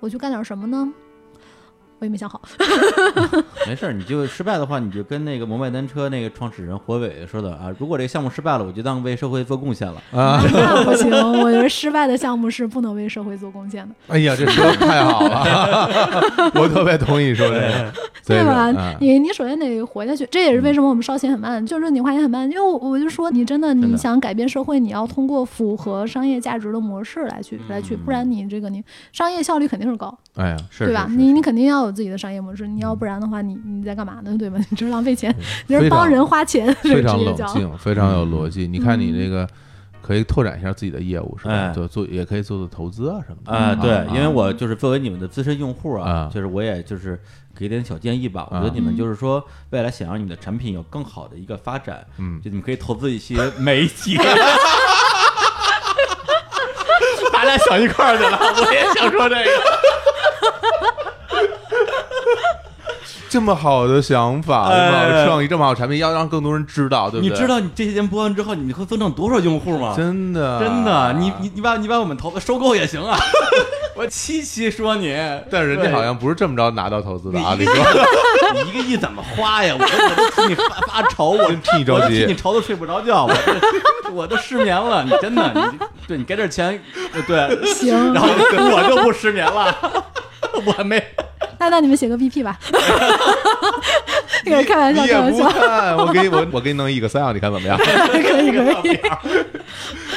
C: 我去干点什么呢？我也没想好。
A: 没事儿，你就失败的话，你就跟那个摩拜单车那个创始人火伟说的啊，如果这个项目失败了，我就当为社会做贡献了。
B: 啊！
C: 那不行，我觉得失败的项目是不能为社会做贡献的，
B: 哎呀，这说的太好了， 我特别同意你说这个，所以
C: 对
B: 说
C: 吧？
B: 嗯
C: 你你首先得活下去，这也是为什么我们烧钱很慢，就是你花钱很慢，因为我我就说你真的
A: 真
C: 你
A: 的
C: 想改变社会，你要通过符合商业价值的模式来去来去，不
B: 嗯
C: 然你这个你商业效率肯定是高，
B: 哎呀，
A: 是
C: 对吧？你你肯定要有自己的商业模式，你要不然的话，你你在干嘛呢？对 吧？你这是浪费钱，你是
B: 非常
C: 帮人花钱，这
B: 非
C: 个嗯
B: 常
C: 职业
B: 冷
C: 叫。
B: 静，非常有逻辑。你看你这个可以拓展一下自己的业务，是吧
A: 哎？
B: 就做也可以做做投资啊什么的
A: 啊、对
B: 啊，
A: 因为我就是作为你们的资深用户啊，
B: 啊
A: 就是我也就是给点小建议吧。我觉
B: 啊
A: 得你们
C: 嗯
A: 就是说，未来想让你的产品有更好的一个发展，
B: 嗯
A: 就你们可以投资一些媒体。 咱俩想一块儿去了，我也想说这个。
B: 这么好的想法，这
A: 哎
B: 么好的创意，这么好的产品，要让更多人知道，对 不
A: 你
B: 对？
A: 知道你这些年播完之后，你会增长多少用户吗？
B: 真的
A: 真啊的，你你你把你把我们投资收购也行啊！ 我七七说你，
B: 但人家
A: 对
B: 好像不是这么着拿到投资的啊，
A: 你
B: 李 哥，
A: 你一个亿怎么花呀？我我都替你发发愁， 我
B: 真替你着
A: 我都
B: 急
A: 替你愁的睡不着觉，我这 我都失眠了。你真的，你对你给点钱，对，
C: 行，
A: 然后我就不失眠了， 我还没
C: 那那你们写个 BP 吧， 开开玩笑，
B: 你
C: 开
B: 也
C: 玩
B: 不
C: 笑，
B: 看，我给你我我给你弄一个 Excel，你看怎么样？
C: 可以可以，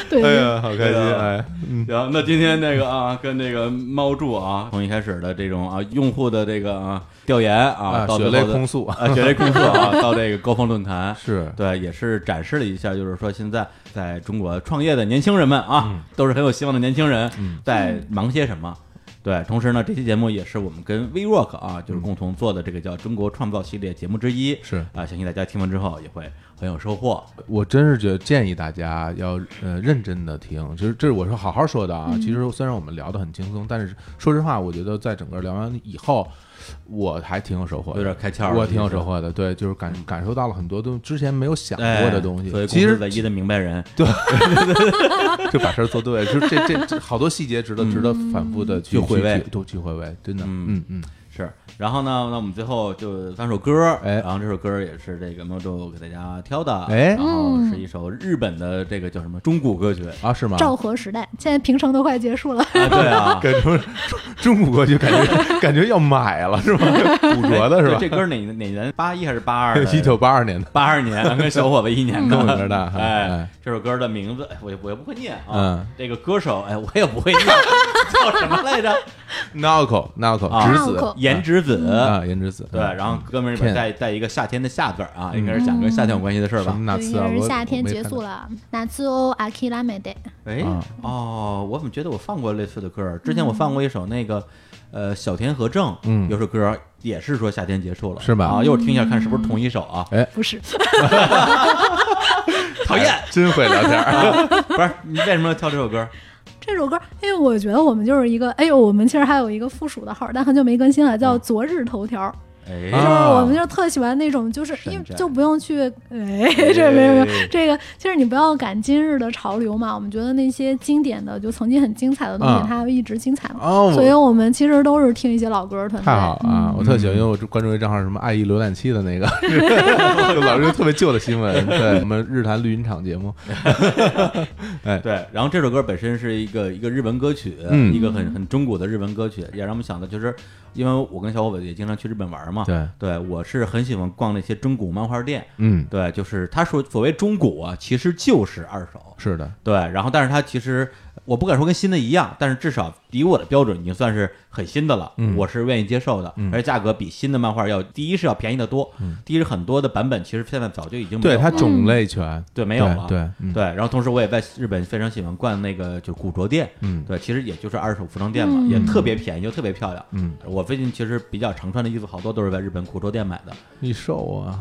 C: 对
B: 哎
C: 对
B: 呀，好开心！
A: 对啊
B: 哎，嗯，
A: 行，那今天那个啊，跟这个猫柱啊，从一开始的这种啊用户的这个啊调研啊，
B: 啊
A: 到
B: 血
A: 最
B: 泪
A: 后的
B: 控诉
A: 啊血泪控诉啊，到这个高峰论坛
B: 是
A: 对，也是展示了一下，就是说现在在中国创业的年轻人们啊，
B: 嗯
A: 都是很有希望的年轻人，在忙些什么。对，同时呢，这期节目也是我们跟 WeWork 啊，就是共同做的这个叫“中国创造”系列节目之一。
B: 是啊
A: 啊，相信大家听完之后也会很有收获。
B: 我真是觉得建议大家要呃认真的听，就是这是我是好好说的啊。其实虽然我们聊得很轻松，但是说实话，我觉得在整个聊完以后，我还挺有收获的，
A: 有点开窍了
B: 我挺有
A: 其实
B: 收获的。对，就是感感受到了很多东之前没有想
A: 哎
B: 过的东西
A: 作为。公
B: 其
A: 司
B: 实
A: 唯一的明白人，
B: 就把事儿做对，就是这这这好多细节值得值得反复的去
A: 嗯去回味
B: 去都去回味，真的，嗯
A: 嗯
B: 嗯，
A: 是，然后呢，那我们最后就放首歌，
B: 哎
A: 然后这首歌也是这个猫周给大家挑的，
B: 哎
A: 然后是一首日本的这个叫什么中古歌曲，
B: 啊是吗？
C: 昭和时代，现在平成都快结束了，
A: 啊，对啊，
B: 感觉中 中古歌曲感觉感觉要买了 是吗？古着的是
A: 对这
B: 吧？？
A: 歌哪哪年？八一还是八二
B: 一九八二年的，
A: 八二年，跟小伙子一 年
B: 跟我
A: 的。
B: 这儿大，
A: 哎，这首歌的名字，哎我也我也不会念啊
B: 嗯。
A: 这个歌手，哎，我也不会念， 叫什么来着？
B: Naoko Naoko
A: 啊
B: 直子
C: Naoko
A: 颜值子。
B: 啊，颜值子
A: 对，然后歌名里
B: 骗
A: 边带带一个夏天的夏字儿啊，
B: 嗯
A: 应该是讲跟夏天有关系的事儿
B: 什
A: 吧
B: 么？那
C: 对，
B: 次
C: 应
B: 啊
C: 该，是
B: 我
C: 夏天
B: 我没
C: 结
B: 看
C: 束
B: 到
C: 了，夏次哦欧阿基拉美的，
A: 哎
B: 啊，
A: 哦，我怎么觉得我放过类似的歌儿？之前我放过一首那个，呃，小田和正，
B: 嗯
A: 有首歌儿也是说夏天结束了，
B: 是吧哎
A: 啊，一会儿听一下看是不是同一首啊？
C: 不是，
A: 讨厌，
B: 真会聊天儿，
A: 不是你为什么要挑这首歌儿？
C: 这首歌，因为我觉得我们就是一个，哎呦，我们其实还有一个附属的号，但很久没更新了，叫昨日头条，
A: 哎，
C: 就是
B: 嗯啊
C: 我们就是特喜欢那种，就是
A: 山
C: 因为
A: 寨
C: 就不用去，哎， 这没有没有这个，就是你不要赶今日的潮流嘛，我们觉得那些经典的，就曾经很精彩的东
B: 啊
C: 西，它会一直精彩嘛。
B: 哦
C: 所以我们其实都是听一些老歌儿团队。嗯
B: 太好了啊！我特喜欢，因为我关注一账号，什么爱意浏览器的那 个，就老是特别旧的新闻。
C: 嗯
B: 对，我们日坛绿茵场节目，
A: 对，然后这首歌本身是一个一个日文歌曲，
B: 嗯
A: 一个很很中古的日文歌曲，也让我们想到，就是因为我跟小伙伴也经常去日本玩嘛，
B: 对
A: 我是很喜欢逛那些中古漫画店，
B: 嗯，
A: 对，就是他说所谓中古啊，其实就是二手，
B: 是的，
A: 对，然后但是它其实我不敢说跟新的一样，但是至少以我的标准已经算是很新的了，
B: 嗯
A: 我是愿意接受的，而且价格比新的漫画要第一是要便宜的多，第一是很多的版本其实现在早就已经没有
B: 嗯对它
A: 了
B: 种类全，
A: 对，没有
B: 对
A: 了。
B: 对嗯
A: 对，然后同时我也在日本非常喜欢逛那个就古着店，
B: 嗯
A: 对，其实也就是二手服装店嘛，也特别便宜又特别漂亮。
B: 嗯，
A: 我最近其实比较常穿的衣服好多都是在日本古着店买的。
B: 你瘦 啊，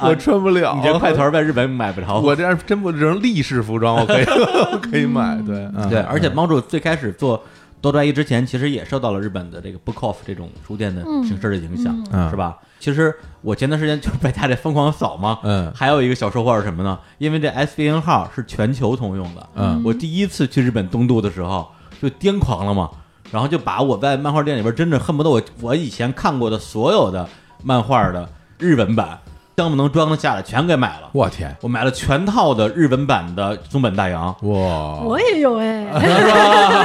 B: 我穿不了，
A: 你这块头儿在啊日本买不着。
B: 哦我这样真不成立式服装，我可以 我可以买，对嗯
A: 对，而且猫主最开始做多抓一之前，其实也受到了日本的这个 Book Off 这种书店的
C: 嗯
A: 形式的影响，
B: 嗯
A: 是吧？其实我前段时间就在家里疯狂扫嘛，
B: 嗯
A: 还有一个小收获是什么呢？因为这 SBN 号是全球通用的，
B: 嗯
A: 我第一次去日本东渡的时候就癫狂了嘛。然后就把我在漫画店里边真的恨不得我我以前看过的所有的漫画的日文版，箱不能装得下的全给买了。
B: 我天，
A: 我买了全套的日文版的中本大 洋，
B: 哇，
C: 我也有
B: 嗯
C: 哎，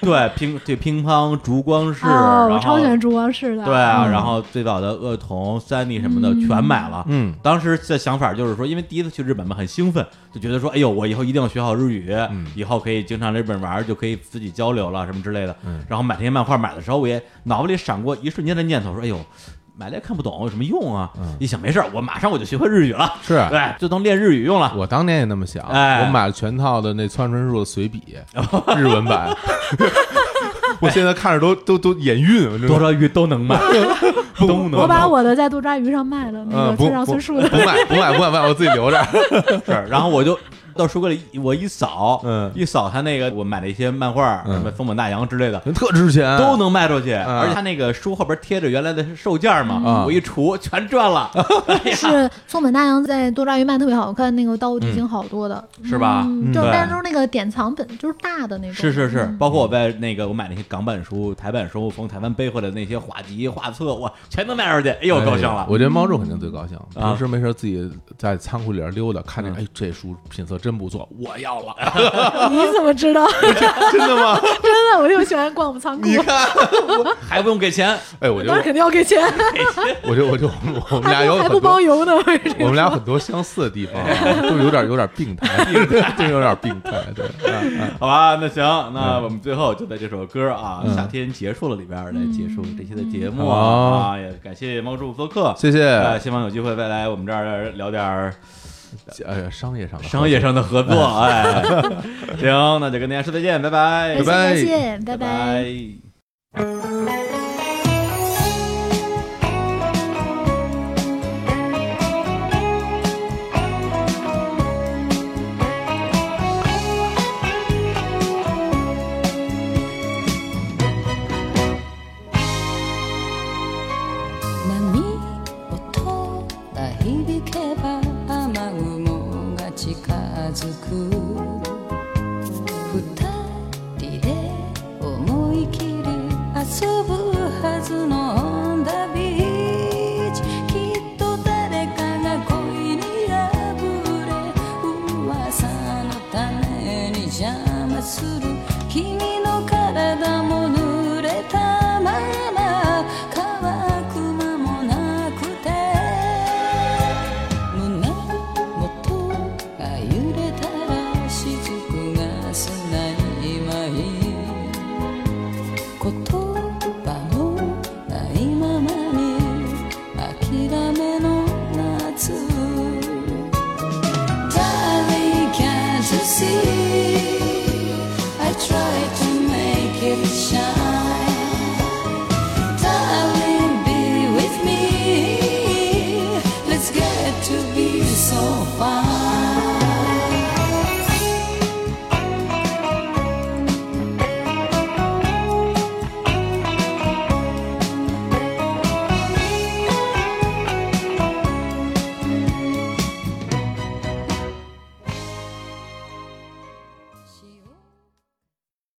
A: 对乒对乒乓、烛光室，
C: 哦，我
A: 然
C: 超
A: 后
C: 喜欢烛光室的。
A: 对啊，
C: 嗯
A: 然后最早的恶童、三 D 什么的
C: 嗯
A: 全买了。
B: 嗯，
A: 当时的想法就是说，因为第一次去日本嘛，很兴奋，就觉得说，哎呦，我以后一定要学好日语，
B: 嗯
A: 以后可以经常来日本玩，就可以自己交流了什么之类的。
B: 嗯
A: 然后买这些漫画，买的时候我也脑子里闪过一瞬间的念头，说，哎呦，买来也看不懂，有什么用啊？
B: 嗯
A: 一想没事儿，我马上我就学会日语了，
B: 是啊
A: 对，就当练日语用了。
B: 我当年也那么想，
A: 哎
B: 我买了全套的那川川树的随笔日文版， 我现在看着都都都眼晕，我真的
A: 多抓鱼都能买，
B: 不
A: 都能
C: 我把我的在多抓鱼上卖了，那
B: 嗯
C: 个
B: 不
C: 村上
B: 不
C: 春树的
B: 不买不买不买不买，我自己留着。
A: 是，然后我就到书柜里一我一扫，
B: 嗯
A: 一扫他那个我买了一些漫画，
B: 嗯
A: 什么风本大洋之类的。
B: 特值钱，
A: 都能卖出去，
B: 啊
A: 而且他那个书后边贴着原来的售价嘛，
B: 嗯
A: 我一除全赚 了，
C: 是松本大洋在多抓鱼卖特别好看，那个《盗墓地心》好多的，
A: 是吧
C: 嗯
B: 嗯
C: 就是
A: 对
C: 但是都是那个典藏本，就是大的那种。
A: 是是是，
C: 嗯
A: 包括我在那个我买那些港版书、台版书，我从台湾背回来的那些画集、画册，我全都卖出去，哎呦，高兴
B: 哎
A: 了。
B: 我觉得猫叔肯定最高兴，
A: 啊
B: 平时没事自己在仓库里边溜达，看见
A: 嗯
B: 哎这书品色真不 错，我要了，
C: 你怎么知道？
B: 真的吗？
C: 真的，我就喜欢逛我们仓库，
B: 你看，
A: 还不用给钱，
B: 哎，我觉
C: 当然
B: 得
C: 肯定要给钱，
B: 我觉得我就我们俩
C: 还
B: 有
C: 不 还
B: 很
C: 不
B: 多
C: 包。邮呢。
B: 我们俩有很多相似的 地方啊，都有点有点病态， 真有点病态。对， 啊
A: 好吧？那行，那我们最后就在这首歌啊
B: 嗯
A: 《夏天结束了》里边来结束这期的节目
B: 好
A: 啊，也感谢猫叔做客
B: 啊，谢谢。
A: 呃，希望有机会再来我们这儿聊点儿
B: 哎呀，商业上的合作
A: 商业上的合作，哎， 行，那就跟大家说再见，拜拜，
B: 拜
C: 哎感谢感谢，拜
A: 拜拜
I: 波音が響けば雨雲が近づく二人で思い切り遊ぶはずのオンダビーチきっと誰かが恋に破れ噂のために邪魔する君の体も濡れたまま乾く間もなくて胸元が揺れたら雫がすないまい言葉もないままに諦めの夏 Darling, can't you see? I try to make it shine. Darling, be with me. Let's get to be so fine.